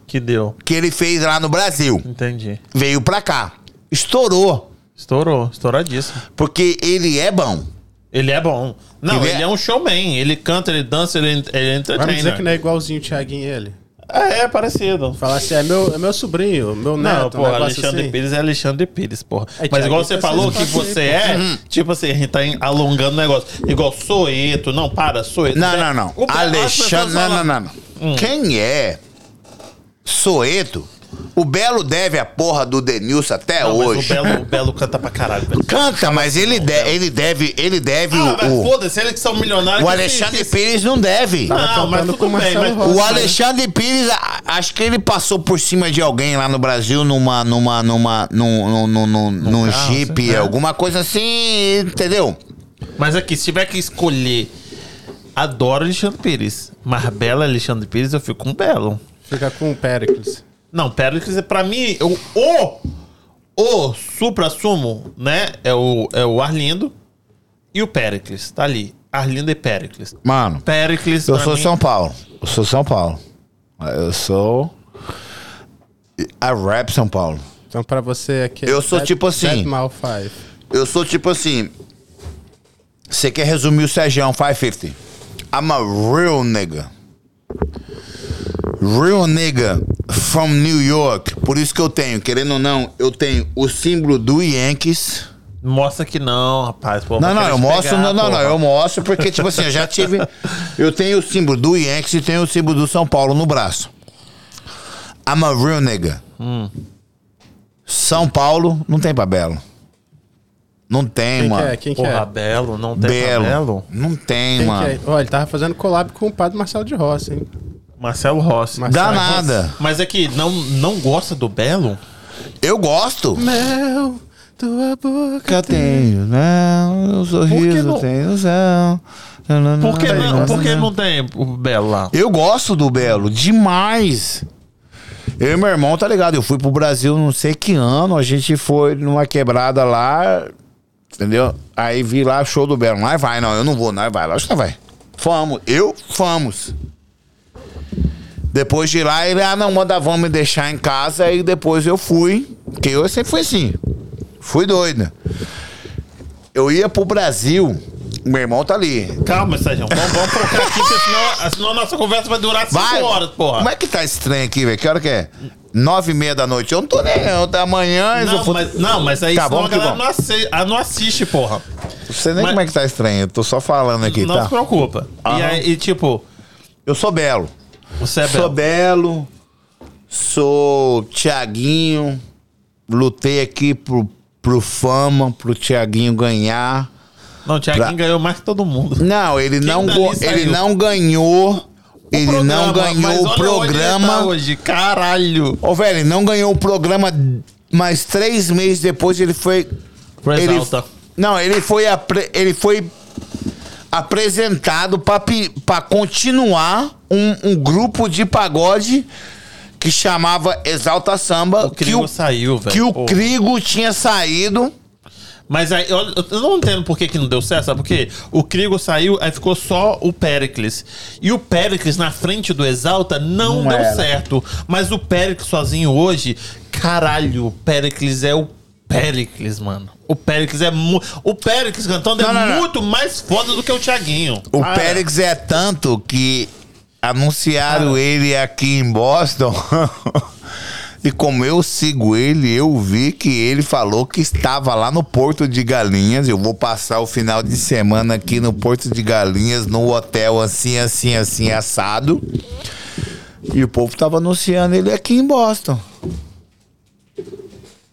Que deu. que ele fez lá no Brasil. Entendi. Veio pra cá. Estourou. Estourou. Estouradíssimo. Porque ele é bom. Ele é bom. Não, ele, Ele é... é- um showman. Ele canta, ele dança, ele, ele é Vai me dizer que não entertainer. é igualzinho o Thiaguinho e ele. É, é parecido. Falar assim, é meu, é meu sobrinho, meu neto, um assim. Não, não, pô, Alexandre Pires é Alexandre Pires, porra. É, Mas Thiago, igual você então falou vocês que fazem, você é, Hum. tipo assim, a gente tá em- alongando o negócio. Igual Soeto, não, para, Soeto. Não, Zé- não, não. O- as pessoas Alexandre. Não, falam- não, não. não. Hum. Quem é Soeto? O Belo deve a porra do Denilson até Não, mas É hoje. O Belo, o Belo canta pra caralho, velho. Canta, mas ele, de- ele deve. Ele deve Ah, mas o. o- foda-se, eles que são milionários. O que Alexandre se- que se- Pires não deve. Tava Não, mas tudo cantando com bem, Marcelo mas- Rossi, O né? Alexandre Pires, a- acho que ele passou por cima de alguém lá no Brasil numa. numa. numa. num, num, num, num, num carro, É. Jeep, sei lá. alguma coisa assim, entendeu? Mas aqui, se tiver que escolher, adoro Alexandre Pires. Mas Belo Alexandre Pires, eu fico com Belo. Fica com o Pericles. Não, Pericles, é pra mim, o, o, o supra-sumo, né? É o, é o Arlindo e o Pericles. Tá ali. Arlindo e Pericles. Mano. Pericles. Eu pra sou um mim, São Paulo. Eu sou São Paulo. Eu sou. A rap São Paulo. Então pra você é que Eu sou tipo assim. Dead Mal Five. Eu sou tipo assim. Você quer resumir o Sergião 550? I'm a real nigga. Real nigga from New York. Por isso que eu tenho, querendo ou não, eu tenho o símbolo do Yankees. Mostra que não, rapaz. Pô, vai Não, não, querer eu te mostro, pegar, não, não, não, porra. eu mostro porque, tipo assim, eu já tive. Eu tenho o símbolo do Yankees e tenho o símbolo do São Paulo no braço. I'm a real nigga. São Paulo não tem pra Belo. Não tem, Quem que mano. é? Quem que Porra, é? Belo, não tem Belo. Belo. Não tem, Quem que mano. é? Ó, ele tava fazendo collab com o padre Marcelo de Rossi, hein? Marcelo Rossi. Mar- Dá Mas- nada. Mas é que não, não gosta do Belo? Eu gosto. Mel, tua boca. Eu tenho, né? Um não, o que não? tenho, não. Por que não, né? por que não tem o Belo lá? Eu gosto do Belo, demais. Eu e meu irmão, tá ligado? Eu fui pro Brasil não sei que ano, a gente foi numa quebrada lá, entendeu? Aí vi lá show do Belo. Nós vai, não, eu não vou, nós vai, lógico que nós vai. Fomos, eu fomos. Depois de lá, ele, ah, não, manda, vão me deixar em casa. E depois eu fui, que eu sempre fui assim. Fui doido. Eu ia pro Brasil, meu irmão tá ali. Calma, Sérgio. Vamos, vamos trocar aqui, porque senão, senão a nossa conversa vai durar cinco Vai. horas, porra. Como é que tá esse trem aqui, velho? Que hora que é? Nove e meia da noite. Eu não tô nem, não. Tá amanhã. eu Não, vou- mas, não, mas aí Tá senão bom a que galera bom. não, ace- ah, não assiste, porra. Não sei nem mas- como é que tá esse trem. Eu tô só falando aqui, não se tá? preocupa. E Aham. aí, e, tipo, Eu sou belo. você é belo. Sou belo. Sou Tiaguinho. Lutei aqui pro, pro Fama, pro Tiaguinho ganhar. Não, o Thiaguinho Pra- ganhou mais que todo mundo. Não, ele, não, dali go- saiu? ele não ganhou. Ele não mas olha ganhou o onde ele tá programa. hoje, caralho. Ô, velho, não ganhou o programa, mas três meses depois ele foi. Pra ele- Exalta. não, ele foi, apre- ele foi apresentado pra pi- pra continuar um, um grupo de pagode que chamava Exalta Samba. O Crigo saiu, velho, Que o porra. Crigo tinha saído. Mas aí, olha, eu, não entendo por que, que não deu certo, sabe? Porque o Krigo saiu, aí ficou só o Pericles. E o Pericles na frente do Exalta não, Não deu era. certo. Mas o Pericles sozinho hoje, caralho, o Pericles é o Pericles, mano. O Pericles é mu O Pericles cantando Não, é não, não. muito mais foda do que o Thiaguinho. O Para. Périx é tanto que anunciaram ele aqui em Boston. e como eu sigo ele, eu vi que ele falou que estava lá no Porto de Galinhas. Eu vou passar o final de semana aqui no Porto de Galinhas, no hotel assim, assim, assim, assado. E o povo tava anunciando ele aqui em Boston.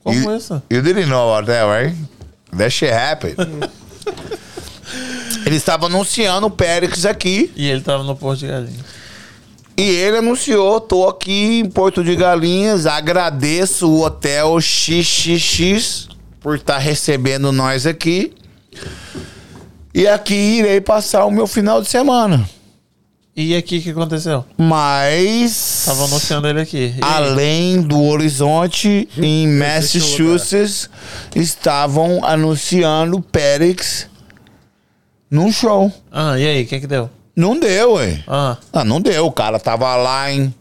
Como you, essa? You didn't know about that, right? That shit happened. Ele estava anunciando o Périx aqui E ele tava no Porto de Galinha. e ele anunciou: tô aqui em Porto de Galinhas, agradeço o hotel XXX por estar recebendo nós aqui. E aqui irei passar o meu final de semana. E aqui o que aconteceu? Mas. Tava anunciando ele aqui. E aí? Além do horizonte, Existe em um lugar. Massachusetts, estavam anunciando Périx num show. Ah, e aí, o que que deu? Não deu, ué. Ah, Ah, não deu. O cara tava lá em.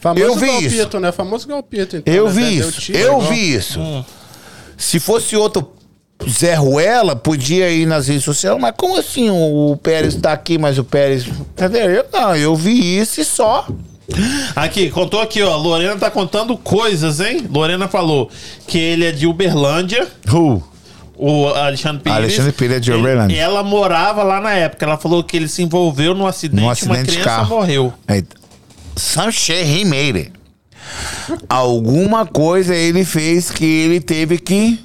Famoso Eu vi Galpito, né? Famoso Galpito, então. Eu né? vi Vendeu isso. tiro, Eu igual- Hum. vi isso. Se fosse outro Zé Ruela, podia ir nas redes sociais. Mas como assim o Pérez tá aqui, mas o Pérez. Entendeu? Eu, não, eu vi isso e só. Aqui, contou aqui, ó. Lorena tá contando coisas, hein? Lorena falou que ele é de Uberlândia, Who? o Alexandre Pires. Alexandre Pires é de E- Uberlândia. E ela morava lá na época. Ela falou que ele se envolveu num acidente, Num acidente uma de criança carro. morreu. Aí, Some shit he made it. Alguma coisa ele fez que ele teve que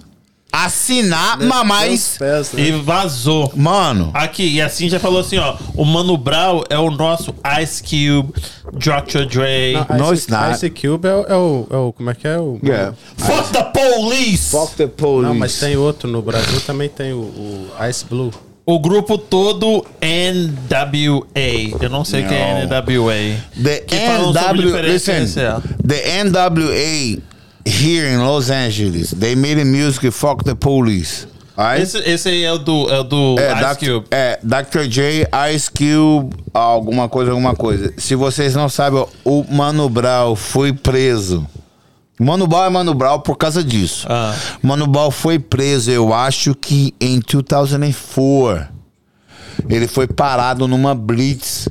assinar, mas Deus mais. pesa, né? E vazou. Mano, Aqui, e assim já falou assim, ó. O Mano Brown é o nosso Ice Cube, Dr. Dre. Não, No, Ice, it's not. Ice Cube é o, é o- é o- Como é que é o. Fuck the police! the police. Não, mas tem outro. No Brasil também tem o, o Ice Blue. O grupo todo NWA. Eu não sei o que é NWA. The Que falam sobre NW, diferença listen, racial. the NWA here in Los Angeles, they made a music Fuck the Police. Alright? Esse, esse aí é o do, é o do É, Ice Doc- Cube. é, Dr. J, Ice Cube, alguma coisa, alguma coisa. Se vocês não sabem, o Mano Brown foi preso. Mano Brown é Mano Brown por causa disso. Ah. Mano Brown foi preso, eu acho que em 2004. Ele foi parado numa blitz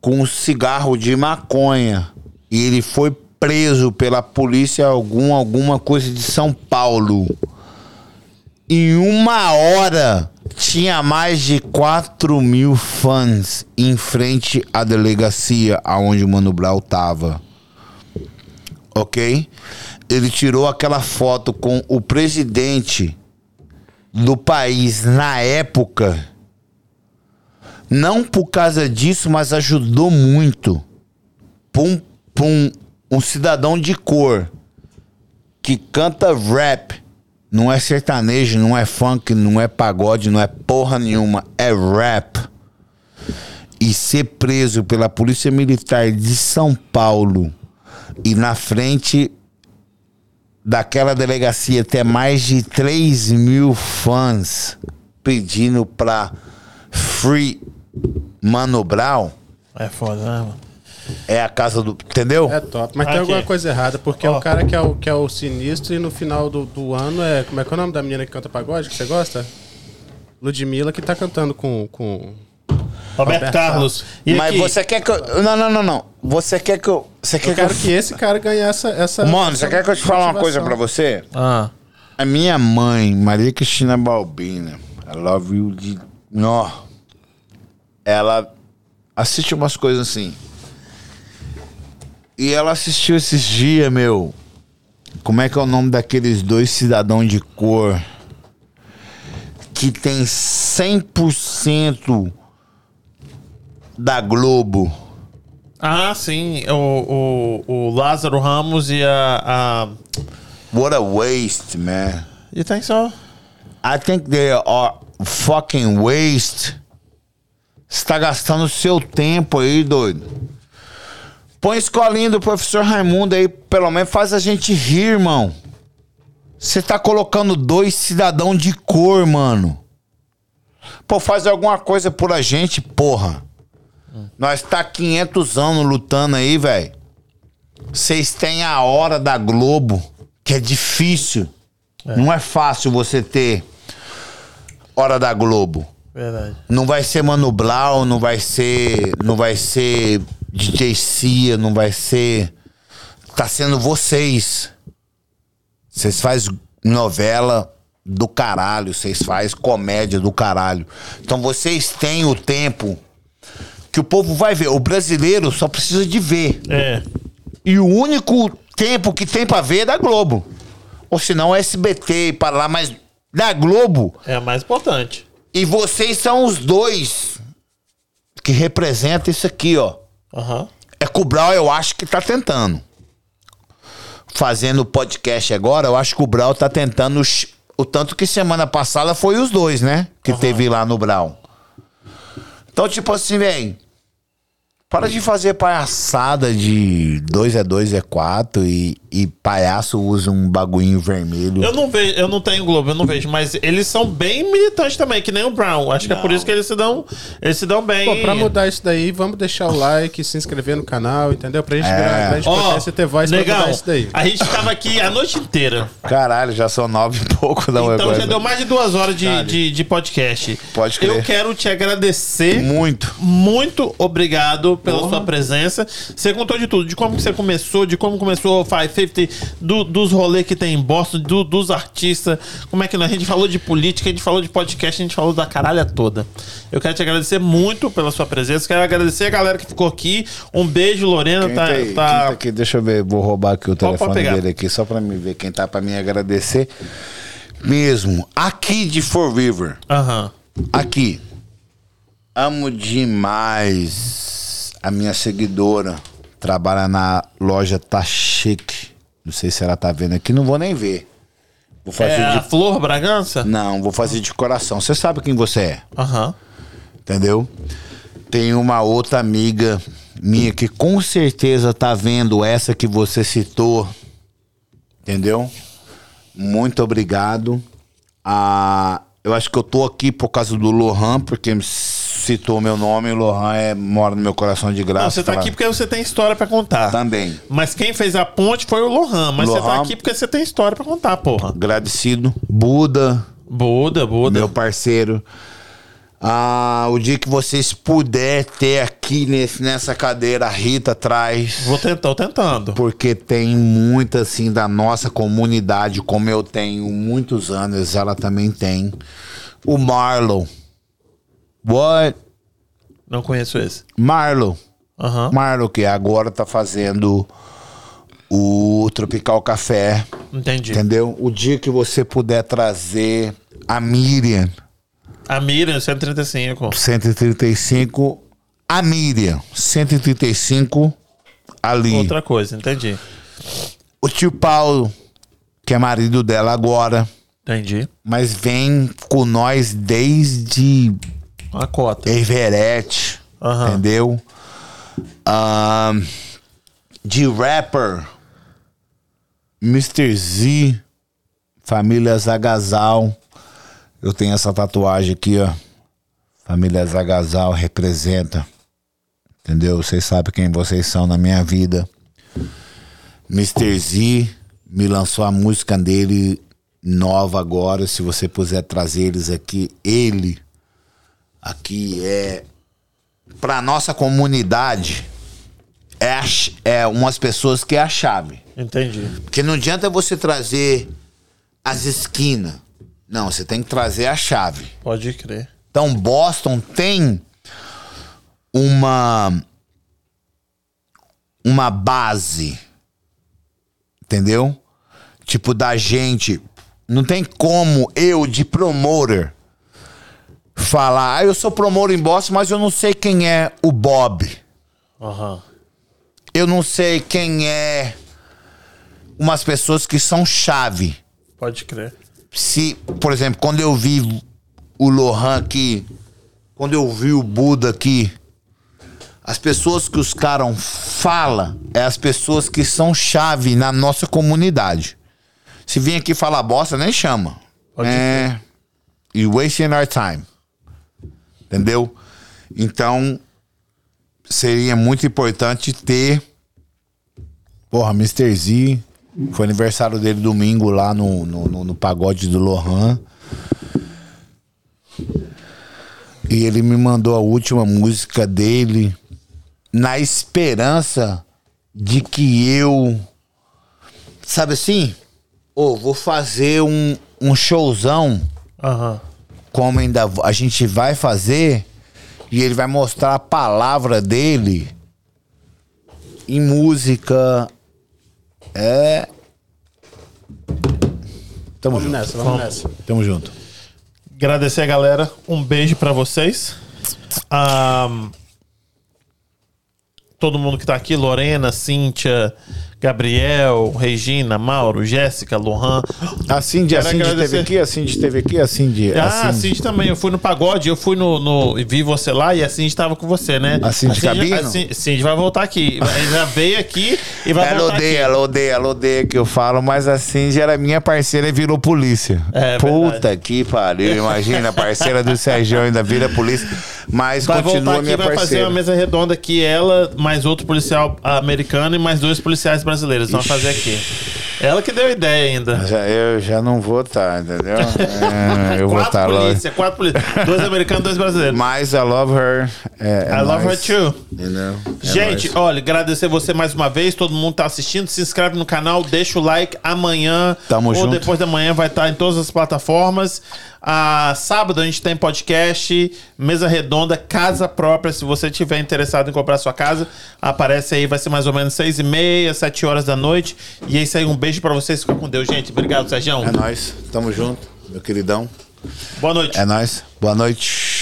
com um cigarro de maconha. E ele foi preso pela polícia algum, alguma coisa de São Paulo em uma hora tinha mais de 4 mil fãs em frente à delegacia aonde o Mano Brown tava. Ok? Ele tirou aquela foto com o presidente do país na época. Não por causa disso, mas ajudou muito. Pum, pum, um cidadão de cor que canta rap. Não é sertanejo, não é funk, não é pagode, não é porra nenhuma, é rap. E ser preso pela Polícia Militar de São Paulo e na frente daquela delegacia ter mais de 3 mil fãs pedindo pra Free Mano Brown É foda, né, mano? é a casa do. Entendeu? É top. Mas tem Aqui. alguma coisa errada, porque é Ó. o cara que é o, que é o sinistro e no final do, do ano é. Como é que é o nome da menina que canta pagode? Que você gosta? Ludmilla que tá cantando com. com... Roberto, Roberto Carlos. E Mas aqui? você quer que eu. Não, não, não, não. Você quer que eu. Você quer Eu que eu quero que esse cara ganhe essa. essa Mano, essa você quer que eu te fale uma motivação. coisa pra você? Ah, A minha mãe, Maria Cristina Balbina, I love you de. Nó. Ela assiste umas coisas assim. E ela assistiu esses dias, meu. Como é que é o nome daqueles dois cidadãos de cor que tem 100% da Globo? ah sim. O, o, o Lázaro Ramos e a. a... What a waste, man. You think so? I think they are fucking waste. Você tá gastando seu tempo aí, doido. Põe a escolinha do professor Raimundo aí, pelo menos faz a gente rir, irmão. Você tá colocando dois cidadão de cor, mano. Pô, faz alguma coisa por a gente, porra. Nós tá 500 anos lutando aí, velho. Vocês têm a hora da Globo, que é difícil. Não é fácil você ter hora da Globo. Verdade. Não vai ser Mano Blau, não vai ser. Não vai ser DJ Cia, não vai ser. Tá sendo vocês. Vocês faz novela do caralho, vocês faz comédia do caralho. Então vocês têm o tempo que o povo vai ver. O brasileiro só precisa de ver. É. E o único tempo que tem pra ver é da Globo. Ou é senão SBT e para lá, mas da Globo É a mais importante. e vocês são os dois que representam isso aqui, ó. Aham. É que o Brau, eu acho que tá tentando. Fazendo o podcast agora, eu acho que o Brau tá tentando. os- O tanto que semana passada foi os dois, né? Que teve lá no Brau. Então, tipo assim, vem. Para de fazer palhaçada de 2 é 2 é 4 e, e palhaço usa um bagulhinho vermelho. Eu não vejo, eu não tenho Globo, eu não vejo, mas eles são bem militantes também, que nem o Brown. Acho que é por isso que eles se dão, eles se dão bem. Pô, pra mudar isso daí, vamos deixar o like, se inscrever no canal, entendeu? Pra gente É. virar uma grande Ó, potência e ter voz pra legal. mudar isso daí. A gente tava aqui a noite inteira. Caralho, já são nove e pouco da Então já coisa. deu mais de duas horas de, de, de podcast. né? Pode crer. Eu quero te agradecer. Muito. Muito obrigado pela sua presença. Você contou de tudo, de como que você começou, de como começou o 550, do, dos rolês que tem em Boston, do- dos artistas, como é que nós- a gente falou de política, a gente falou de podcast, a gente falou da caralha toda. Eu quero te agradecer muito pela sua presença, quero agradecer a galera que ficou aqui. Um beijo, Lorena, Quem tá, tá aí? tá- Quem tá aqui? Deixa eu ver, vou roubar aqui o Pode- pode telefone pegar. dele aqui, só pra me ver quem tá pra me agradecer. Mesmo. Aqui de For River. Aham. Aqui. Amo demais a minha seguidora. Trabalha na loja Tá Chique. Não sei se ela tá vendo aqui, não vou nem ver. Vou fazer É a de. Flor Bragança? Não, vou fazer de coração. Você sabe quem você é, Aham. entendeu? Tem uma outra amiga minha que com certeza tá vendo essa que você citou. Entendeu? Muito obrigado. Ah, eu acho que eu tô aqui por causa do Lohan, porque me citou meu nome. Lohan é, mora no meu coração de graça. Não, você tá Fala- aqui porque você tem história pra contar. Também. Mas quem fez a ponte foi o Lohan. Mas você tá Tá. Lohan. aqui porque você tem história pra contar, porra. Agradecido. Buda, Buda, Buda. meu parceiro. Ah, o dia que vocês puder ter aqui nesse, nessa cadeira, a Rita traz. Vou tentar, tô tentando. Porque tem muita, assim, da nossa comunidade, como eu tenho muitos anos, ela também tem. O Marlon. What? Não conheço esse. Marlon. Aham. Marlon, que agora tá fazendo o Tropical Café, Entendi. entendeu? O dia que você puder trazer a Miriam, A Miriam, 135. 135. A Miriam, 135, ali. Outra coisa, entendi. O tio Paulo, que é marido dela agora. Entendi. mas vem com nós desde Uma cota. Everett, Aham. entendeu? Ahn, de rapper, Mr. Z, família Zagazal. Eu tenho essa tatuagem aqui, ó. Família Zagazal representa. Entendeu? Vocês sabem quem vocês são na minha vida. Mr. Z me lançou a música dele nova agora. Se você puder trazer eles aqui, ele aqui é para nossa comunidade é, a ch- é umas pessoas que é a chave. Entendi. Porque não adianta você trazer as esquinas. Não, você tem que trazer a chave. Pode crer. Então Boston tem uma uma base, entendeu? Tipo da gente, não tem como eu de promoter falar, ah, eu sou promotor em Boston, mas eu não sei quem é o Bob. Aham. Eu não sei quem é umas pessoas que são chave Pode crer. se, por exemplo, quando eu vi o Lohan aqui, quando eu vi o Buda aqui, as pessoas que os caras falam é as pessoas que são chave na nossa comunidade. Se vir aqui falar bosta, nem chama. é. E wasting our time. Entendeu? Então, seria muito importante ter. Porra, Mr. Z. Foi aniversário dele domingo lá no, no, no- no pagode do Lohan. E ele me mandou a última música dele na esperança de que eu. Sabe assim? Ô, vou fazer um, um showzão Aham. como ainda a gente vai fazer e ele vai mostrar a palavra dele em música. É. Tamo Vamos junto. nessa, vamos nessa. Tamo junto. Agradecer a galera. Um beijo pra vocês. Ahn, todo mundo que tá aqui: Lorena, Cíntia, Gabriel, Regina, Mauro, Jéssica, Lohan. A Cindy, a Quero Cindy agradecer. assim teve aqui, a Cindy teve aqui, assim a Cindy. Ah, a Cindy também. Eu fui no pagode, eu fui no. no- e vi você lá e a Cindy tava com você, né? A Cindy A Cabino? Cindy, Cindy vai voltar aqui. Ela já veio aqui e vai Ela voltar odeia, aqui. ela odeia, ela odeia que eu falo, mas a Cindy era minha parceira e virou polícia. É, Puta verdade. que pariu, imagina, a parceira do Sérgio ainda vira polícia, mas Vai continua voltar aqui minha e vai fazer parceira. uma mesa redonda aqui, ela, mais outro policial americano e mais dois policiais brasileiros. Vão fazer aqui. Ela que deu a ideia ainda. Já- eu já não vou estar, entendeu? É, eu vou Quatro estar logo. polícia, quatro polícia. Dois americanos, dois brasileiros. Mas I love her. É, é I love her nóis. too. Entendeu? É Gente, nóis. olha, agradecer você mais uma vez, todo mundo tá assistindo, se inscreve no canal, deixa o like, amanhã Tamo ou junto. depois da manhã vai estar em todas as plataformas. Ah, sábado a gente tem podcast, mesa redonda, casa própria, se você tiver interessado em comprar sua casa, aparece aí, vai ser mais ou menos seis e meia, sete horas da noite, e é isso aí, um beijo pra vocês, fica com Deus, gente, obrigado, Sérgio, é nóis. Tamo junto, meu queridão. boa noite. É nóis. Boa noite.